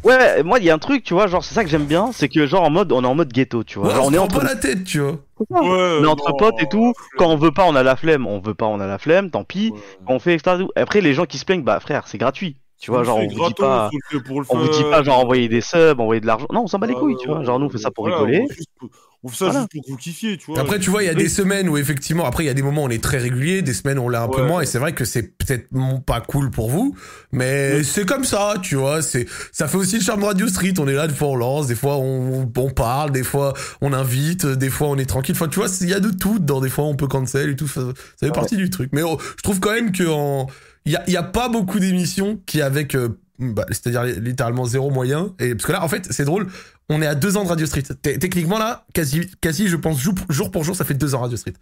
S5: Ouais, moi il y a un truc, tu vois, genre c'est ça que j'aime bien, c'est que genre en mode, on est en mode ghetto, tu vois.
S1: Ouais,
S5: Genre,
S1: on
S5: on est
S1: se prend
S5: entre,
S1: pas la tête, tu vois.
S3: Ouais,
S5: on est entre
S3: non,
S5: potes et tout. Quand on veut pas, on a la flemme. On veut pas, on a la flemme, tant pis.
S3: ouais.
S5: Quand on fait etc. tout. Après, les gens qui se plaignent, bah frère, c'est gratuit. Tu vois, genre
S3: fait
S5: on vous dit
S3: gratos,
S5: pas.
S3: on le fait pour le
S5: On vous dit
S3: fun.
S5: pas genre envoyer des subs, envoyer de l'argent. Non, on s'en bat les
S3: Ah,
S5: couilles, tu
S3: ouais,
S5: vois. Genre nous on fait ça pour
S3: voilà,
S5: rigoler.
S3: On fait, juste pour- on fait ça
S5: Voilà.
S3: juste pour que vous kiffiez, tu vois.
S1: Après, tu vois, il y a
S5: Oui.
S1: des semaines où effectivement, après, il y a des moments où on est très régulier, des semaines où on l'a un peu
S3: Ouais.
S1: moins, et c'est vrai que c'est peut-être mon- pas cool pour vous, mais c'est comme ça, tu vois, c'est, ça fait aussi le charme de Radio Street, on est là, des fois on lance, des fois on, on parle, des fois on invite, des fois on est tranquille, enfin, tu vois, c'est- il y a de tout dedans, des fois on peut cancel et tout, ça, ça fait partie du truc. Mais oh, je trouve quand même que en, il y a, il y a pas beaucoup d'émissions qui avec, euh, bah, c'est-à-dire littéralement zéro moyen, et parce que là, en fait, c'est drôle, on est à deux ans de Radio Street. Té- Techniquement, là, quasi, quasi, je pense, jou- jour pour jour, ça fait deux ans Radio Street.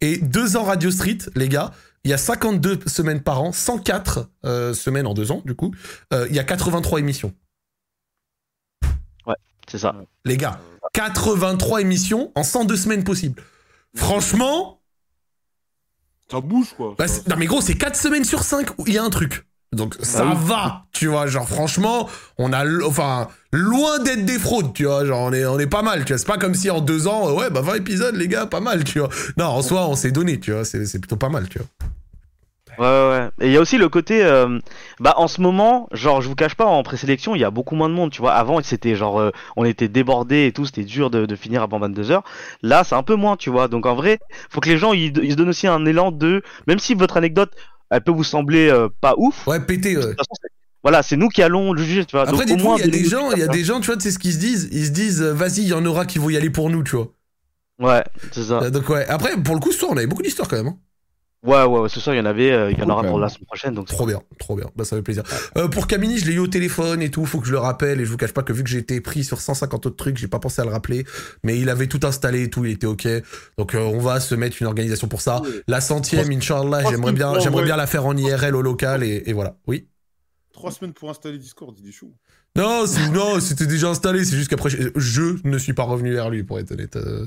S1: Et deux ans Radio Street, les gars, il y a 52 semaines par an, 104 euh, semaines en deux ans, du coup. Euh, Il y a 83 émissions.
S5: C'est ça.
S1: Les gars, 83 émissions en 102 semaines possibles. Franchement,
S3: Ça bouge, quoi.
S1: bah, c'est- non mais gros, c'est 4 semaines sur 5 où il y a un truc. Donc ça
S5: Ah
S1: va, tu vois, genre franchement, on a, l- enfin, loin d'être des fraudes, tu vois, genre on est, on est pas mal, tu vois, c'est pas comme si en deux ans, euh, ouais, bah 20 épisodes, les gars, pas mal, tu vois. Non, en soi, on s'est donné, tu vois, c'est c'est plutôt pas mal, tu vois.
S5: Ouais, ouais. ouais. Et il y a aussi le côté, euh, bah en ce moment, genre je vous cache pas, en présélection, il y a beaucoup moins de monde, tu vois. Avant, c'était genre, euh, on était débordés et tout, c'était dur de, de finir avant 22 h Là, c'est un peu moins, tu vois. Donc en vrai, faut que les gens, ils, ils se donnent aussi un élan de, même si votre anecdote, elle peut vous sembler euh, pas ouf.
S1: Ouais, pété,
S5: de
S1: ouais.
S5: toute façon, c'est- voilà, c'est nous qui allons le juger, tu vois.
S1: Après,
S5: Ah, Donc, au
S1: dites-vous,
S5: moins,
S1: il y a des
S5: donnez-nous
S1: gens, il y a
S5: ça.
S1: des gens, tu vois, tu sais ce qu'ils se disent Ils se disent, euh, vas-y, il y en aura qui vont y aller pour nous, tu vois.
S5: Ouais, c'est ça.
S1: Euh, Donc, ouais. Après, pour le coup, ce soir, on avait beaucoup d'histoires quand même. hein.
S5: Ouais, ouais, ouais, ce soir, il y en avait, euh, il y en aura
S2: Cool,
S5: pour
S2: quand
S5: la semaine prochaine, donc
S1: Trop bien, trop bien. Bah, ça fait plaisir. Euh, pour Camini, je l'ai eu au téléphone et tout. Faut que je le rappelle. Et je vous cache pas que vu que j'ai été pris sur 150 autres trucs, j'ai pas pensé à le rappeler. Mais il avait tout installé et tout. Il était OK. Donc, euh, on va se mettre une organisation pour ça. La centième, Inch'Allah,
S3: Trois
S1: j'aimerais bien,
S3: semaines pour
S1: j'aimerais
S3: envoyer.
S1: bien la faire en IRL au local et, et voilà. Oui.
S3: Trois semaines pour installer Discord, il est chaud.
S1: Non, c'est- non, c'était déjà installé. C'est juste qu'après, je, je ne suis pas revenu vers lui, pour être honnête. euh.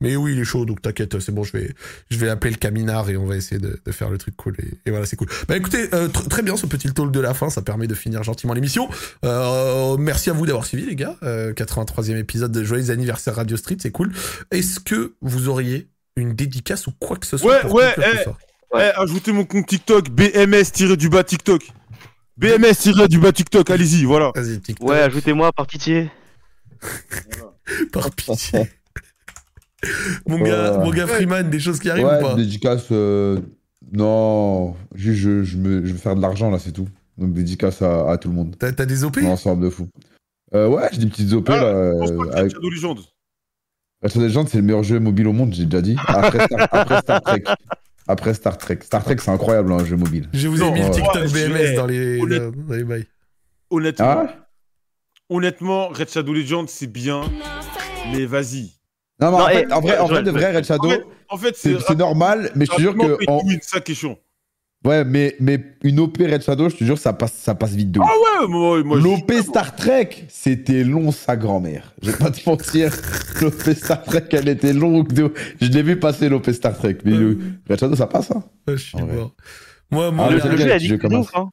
S1: Mais oui, il est chaud, donc t'inquiète, c'est bon. Je vais, je vais appeler le caminard et on va essayer de, de faire le truc cool. Et, et voilà, c'est cool. Bah écoutez, euh, tr- très bien ce petit talk de la fin. Ça permet de finir gentiment l'émission. Euh, merci à vous d'avoir suivi, les gars. Euh, 83e épisode de Joyeux anniversaire Radio Street, c'est cool. Est-ce que vous auriez une dédicace ou quoi que ce soit
S3: Ouais,
S1: pour
S3: ouais,
S1: conclure ce
S3: eh,
S1: soir
S3: Eh, ajoutez mon compte TikTok, BMS-du-bas TikTok. BMS-du-bas TikTok, allez-y, voilà.
S1: Vas-y,
S5: c'est-
S1: TikTok,
S5: Ouais, ajoutez-moi par pitié.
S1: par pitié. mon gars,
S2: Ouais.
S1: mon gars Freeman, des choses qui arrivent ou pas
S2: Ouais, dédicace. euh, Non, juste je, je me, je veux faire de l'argent là, c'est tout. Donc dédicace à, à tout le monde.
S1: T'as t'as des OP
S2: Un ensemble de fous. Euh, ouais, j'ai des petites OP
S3: Ah,
S2: là.
S3: Je pense
S2: euh,
S3: pas que
S2: avec...
S3: c'est Shadow Legends.
S2: Return of the Legends, c'est le meilleur jeu mobile au monde, j'ai déjà dit. Après Star, après Star Trek. Après Star Trek. Star Trek, c'est incroyable, hein, un jeu mobile.
S1: Je vous ai
S3: Non,
S1: mis le
S2: ouais.
S1: TikTok
S3: Ouais,
S1: BMS
S3: je-
S1: dans les,
S3: honnête-
S1: dans les bails.
S3: Honnêtement,
S2: Ah
S3: honnêtement, Red Shadow Legends, c'est bien, mais vas-y.
S2: Non, mais en,
S5: Non,
S2: fait,
S5: et-
S2: en vrai, en vrai, de vrai, Red
S3: En
S2: Shadow,
S3: fait, en fait,
S2: c'est c'est normal, mais je te jure
S3: euh, rapidement
S2: que.
S3: fait
S2: en-
S3: win, ça qui est chaud.
S2: Ouais, mais, mais une OP Red Shadow, je te jure, ça passe, ça passe vite de ouf.
S3: Ah ouais, moi, moi, je-
S2: L'OP Star Trek, c'était long sa grand-mère. Je vais pas te mentir. L'OP Star Trek, elle était longue. de- Je l'ai vu passer l'OP Star
S3: Euh.
S2: Trek. Mais le... Red Shadow, ça passe. Hein.
S1: Ah, je suis
S2: Ah ouais.
S1: mort. Moi, mon
S2: Ah,
S5: le,
S1: gars,
S5: le
S2: j'ai-
S5: jeu a
S2: j'ai
S5: dit que
S2: commencé.
S5: ouf, hein.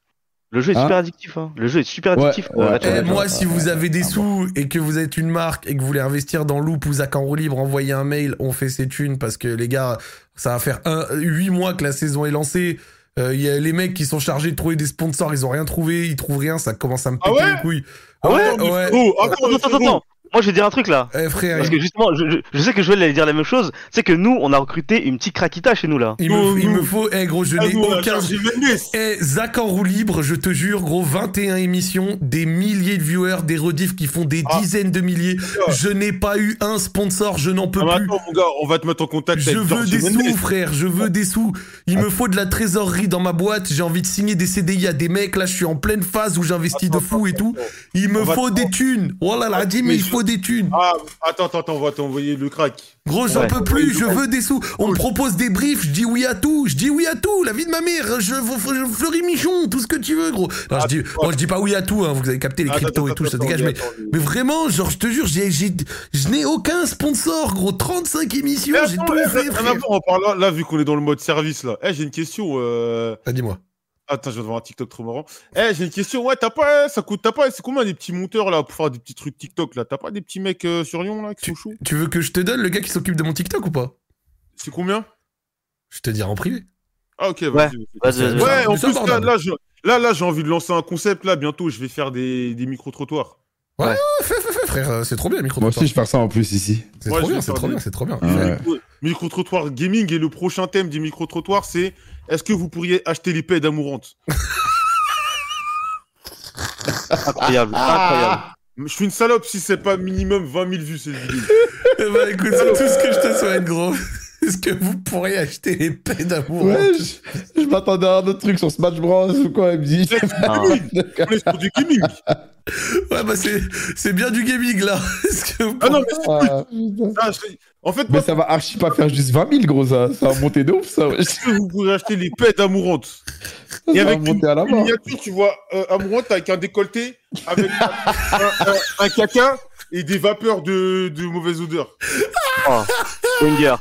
S5: Le jeu est
S2: Hein
S5: super addictif. hein. Le jeu est super
S2: Ouais,
S5: addictif.
S2: ouais.
S5: Ratchet
S1: Eh,
S5: and Clank.
S1: moi, si vous avez des
S2: Ah
S1: sous et que vous êtes une marque et que vous voulez investir dans Loop ou Zach en roue libre, envoyez un mail, on fait ces thunes parce que les gars, ça va faire un, 8 mois que la saison est lancée. Euh, Il y a les mecs qui sont chargés de trouver des sponsors, ils ont rien trouvé, ils trouvent rien, ça commence à me
S3: Ah
S1: péter
S3: ouais
S1: les couilles.
S5: Ah ouais
S1: ouais,
S3: Oh,
S5: Attends,
S3: encore une
S5: attends, attends,
S3: seconde.
S5: attends. Moi, je vais dire un truc là.
S1: Eh, frère,
S5: Parce que justement, je, je- je sais que Joël allait dire la même chose. C'est que nous, on a recruté une petite craquita chez nous là.
S1: il, me, il me faut, eh gros, je
S3: Ah,
S1: n'ai
S3: nous, on a
S1: aucun,
S3: chargé Venice.
S1: Eh, Zach en roue libre, je te jure, gros, 21 émissions, des milliers de viewers, des rediffs qui font des
S3: Ah.
S1: dizaines de milliers. Je n'ai pas eu un sponsor, je n'en peux
S3: Ah, mais
S1: plus.
S3: attends, mon gars, on va te mettre en contact
S1: Je
S3: avec
S1: veux
S3: Georges
S1: des
S3: Mendes.
S1: sous, frère, je veux des sous. Il me faut de la trésorerie dans ma boîte, j'ai envie de signer des CDI à des mecs, là je suis en pleine phase où j'investis de fou et tout. Il me
S3: On va
S1: faut
S3: te-
S1: des thunes. Oh là là,
S3: Ah,
S1: dis
S3: mais
S1: mais il
S3: je-
S1: faut des thunes.
S3: Ah, attends, attends, attends, on va t'envoyer le crack.
S1: Gros, j'en
S5: Ouais.
S1: peux plus, je veux des sous. On me propose des briefs, je dis oui à tout, je dis oui à tout, la vie de ma mère, je, je fleuris Michon, tout ce que tu veux, gros. Non, je dis, moi, je dis pas oui à tout, hein, vous avez capté les
S3: Ah, Attends,
S1: cryptos et
S3: attends,
S1: tout, ça
S3: attends,
S1: dégage, mais,
S3: attends,
S1: mais vraiment, genre, je te jure, j'ai, j'ai- je n'ai aucun sponsor, gros. 35 émissions, j'ai
S3: attends,
S1: tout
S3: eh,
S1: fait,
S3: rien
S1: frère.
S3: à voir, on parle là, là, vu qu'on est dans le mode service là. Eh, j'ai une question. Euh...
S1: Ah, dis-moi.
S3: Attends, je viens de voir un TikTok trop marrant. Eh, j'ai une question. Ouais, t'as pas, eh, ça coûte, t'as pas, c'est combien des petits monteurs là pour faire des petits trucs TikTok là T'as pas des petits mecs euh, sur Lyon là qui sont chauds
S1: Tu veux que je te donne le gars qui s'occupe de mon TikTok ou pas
S3: C'est combien
S1: Je te dirai en privé.
S3: Ah, ok, vas-y. vas-y.
S5: Vas-y, vas-y,
S1: Ouais,
S5: vas-y.
S3: Ouais, en
S1: Mais c'est
S3: plus, là,
S1: abordable.
S3: là, je- là, là, j'ai envie de lancer un concept. Là, bientôt, je vais faire des, des micro-trottoirs.
S1: Ah, fais, fais, fais, frère, euh, c'est trop bien, micro
S2: Moi aussi, je perds ça en plus ici.
S1: C'est
S3: Moi,
S1: trop
S3: je
S1: bien,
S3: vais
S1: c'est
S3: faire
S1: trop
S3: des-
S1: bien, c'est trop bien.
S2: Ah ouais.
S3: Micro-trottoir gaming. Et le prochain thème des micro-trottoirs, c'est est-ce que vous pourriez acheter les paies d'amourantes
S5: Incroyable, incroyable.
S3: Je suis une salope si c'est pas minimum 20 000 vues cette vidéo.
S1: Eh ben, écoute, c'est tout ce que je te souhaite, gros. Est-ce que vous pourriez acheter les paix d'amour
S2: Ouais, je, je m'attendais à un autre truc sur Smash Bros ou quoi, elle me dit.
S1: Ah.
S5: Hein.
S3: On est sur du gaming.
S1: Ouais, bah c'est, c'est bien du gaming là. Est-ce que vous
S3: Ah non,
S2: Ah, putain.
S3: Ah, je- En fait,
S2: mais
S3: moi,
S2: ça va archi pas faire juste 20 000, gros, ça. Ça va monter de ouf, ça. wesh.
S3: est-ce que vous pourrez acheter les pets d'amourantes
S2: Ça
S3: Et
S2: va
S3: avec
S2: monter à la
S3: Une
S2: mort.
S3: miniature, tu vois, euh, amourante avec un décolleté, avec un, un- un- un caca et des vapeurs de, de mauvaise odeur.
S5: Banger.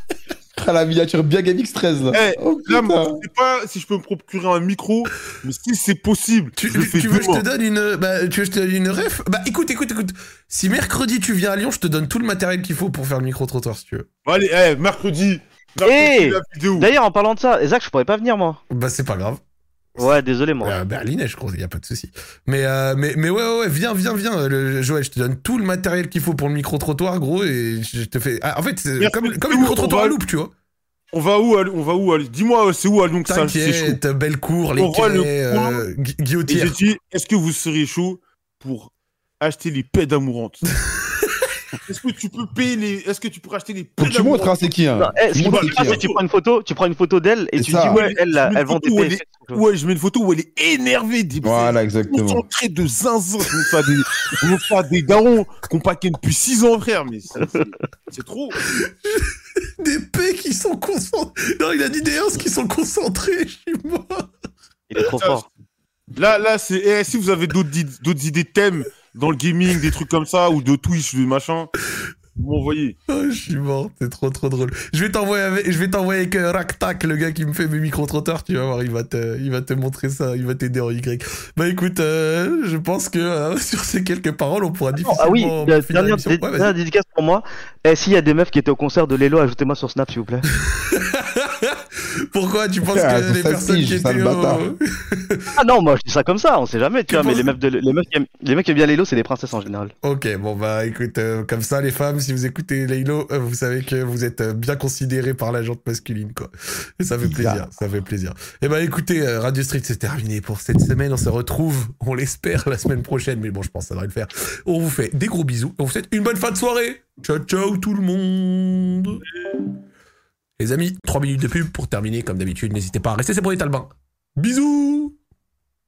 S2: Ah, la miniature bien GameX13, là.
S3: Eh,
S2: Oh,
S3: Là,
S2: putain.
S3: moi, je sais pas si je peux me procurer un micro, mais si c'est possible,
S1: Tu,
S3: je le fais
S1: tu veux que je
S3: demain.
S1: te donne une bah, tu veux que je te donne une ref Bah écoute écoute écoute si mercredi tu viens à Lyon je te donne tout le matériel qu'il faut pour faire le micro trottoir si tu veux
S3: Allez, eh, mercredi, mercredi
S5: Eh
S3: la vidéo.
S5: D'ailleurs, en parlant de ça, Zach, je pourrais pas venir moi.
S1: bah c'est pas grave
S5: Ouais, désolé moi.
S1: Euh, Berlinet je crois y a pas de souci mais euh, mais mais ouais ouais, ouais, viens viens viens euh, le, Joël je te donne tout le matériel qu'il faut pour le micro trottoir gros et je te fais Ah, en fait c'est
S3: Merci
S1: comme comme
S3: beaucoup,
S1: le micro trottoir
S3: on
S1: à
S3: va-
S1: loupe tu vois
S3: On va où aller- On va où aller Dis-moi, c'est où à Lyon que ça c'est chaud
S1: t'inquiète belle cour les
S3: On voit le
S1: quais
S3: point.
S1: euh, Gui-
S3: Et j'ai
S1: guillotière
S3: dit, est-ce que vous seriez chaud pour acheter les pets d'amourantes Est-ce que tu peux payer les Est-ce que tu pourrais acheter les
S2: Faut
S3: pets
S2: que tu montres, hein, c'est qui, hein.
S5: Non, eh, ce
S2: Tu
S5: qu'il faut
S2: montres,
S5: faire,
S2: c'est qui,
S5: c'est que tu prends une photo, tu prends une photo d'elle et
S2: C'est
S5: tu
S2: ça.
S5: dis ouais, elle,
S3: Je mets
S5: elle
S3: une
S5: vend des
S3: photo où elle
S5: PSX.
S3: Ouais, je mets une photo où elle est énervée, des
S2: hein. Voilà, exactement.
S3: concentrée de zinzin. Je me faire des, je me fais des darons qu'on paquait depuis 6 ans, frère, mais c'est- c'est c'est trop.
S1: des paix qui sont concentrés non il a dit des uns qui sont concentrés je suis mort
S5: Il est trop
S3: Ça,
S5: fort.
S3: Là, là, c'est. eh, si vous avez d'autres id- d'autres idées de thèmes dans le gaming, des trucs comme ça, ou de Twitch, de machin, vous m'envoyez.
S1: Oh, je suis mort, c'est trop trop drôle. Je vais t'envoyer avec, je vais t'envoyer avec euh, Raktak, le gars qui me fait mes micro-trotteurs, tu vas voir, il va te, il va te montrer ça, il va t'aider en Y. Bah écoute, euh, je pense que euh, sur ces quelques paroles, on pourra difficilement
S5: Ah oui, euh,
S1: finir
S5: dernière,
S1: l'émission.
S5: dé-
S1: Ouais, vas-y.
S5: dernière dédicace pour moi. Et s'il y a des meufs qui étaient au concert de Lelo, ajoutez-moi sur Snap s'il vous plaît.
S1: Pourquoi tu penses
S2: Ah,
S1: que les
S2: ça
S1: personnes
S2: tige,
S1: qui
S2: sale
S1: étaient
S2: bâtard.
S1: au...
S5: Ah non, moi je dis ça comme ça, on sait jamais, tu
S1: Que
S5: vois, mais
S1: pense-
S5: les meufs, de, les, meufs qui aiment, les mecs qui aiment bien Lelo, c'est des princesses en général.
S1: Ok, bon bah écoute, euh, comme ça les femmes, si vous écoutez Laylo, euh, vous savez que vous êtes euh, bien considérés par la gente masculine quoi. Et ça fait plaisir, ça fait plaisir. Et bah écoutez, euh, Radio Street c'est terminé pour cette semaine, on se retrouve, on l'espère la semaine prochaine, mais bon je pense que ça devrait le faire. On vous fait des gros bisous, on vous souhaite une bonne fin de soirée. Ciao ciao tout le monde. Les amis, 3 minutes de pub pour terminer comme d'habitude, n'hésitez pas à rester c'est pour les talbins. Bisous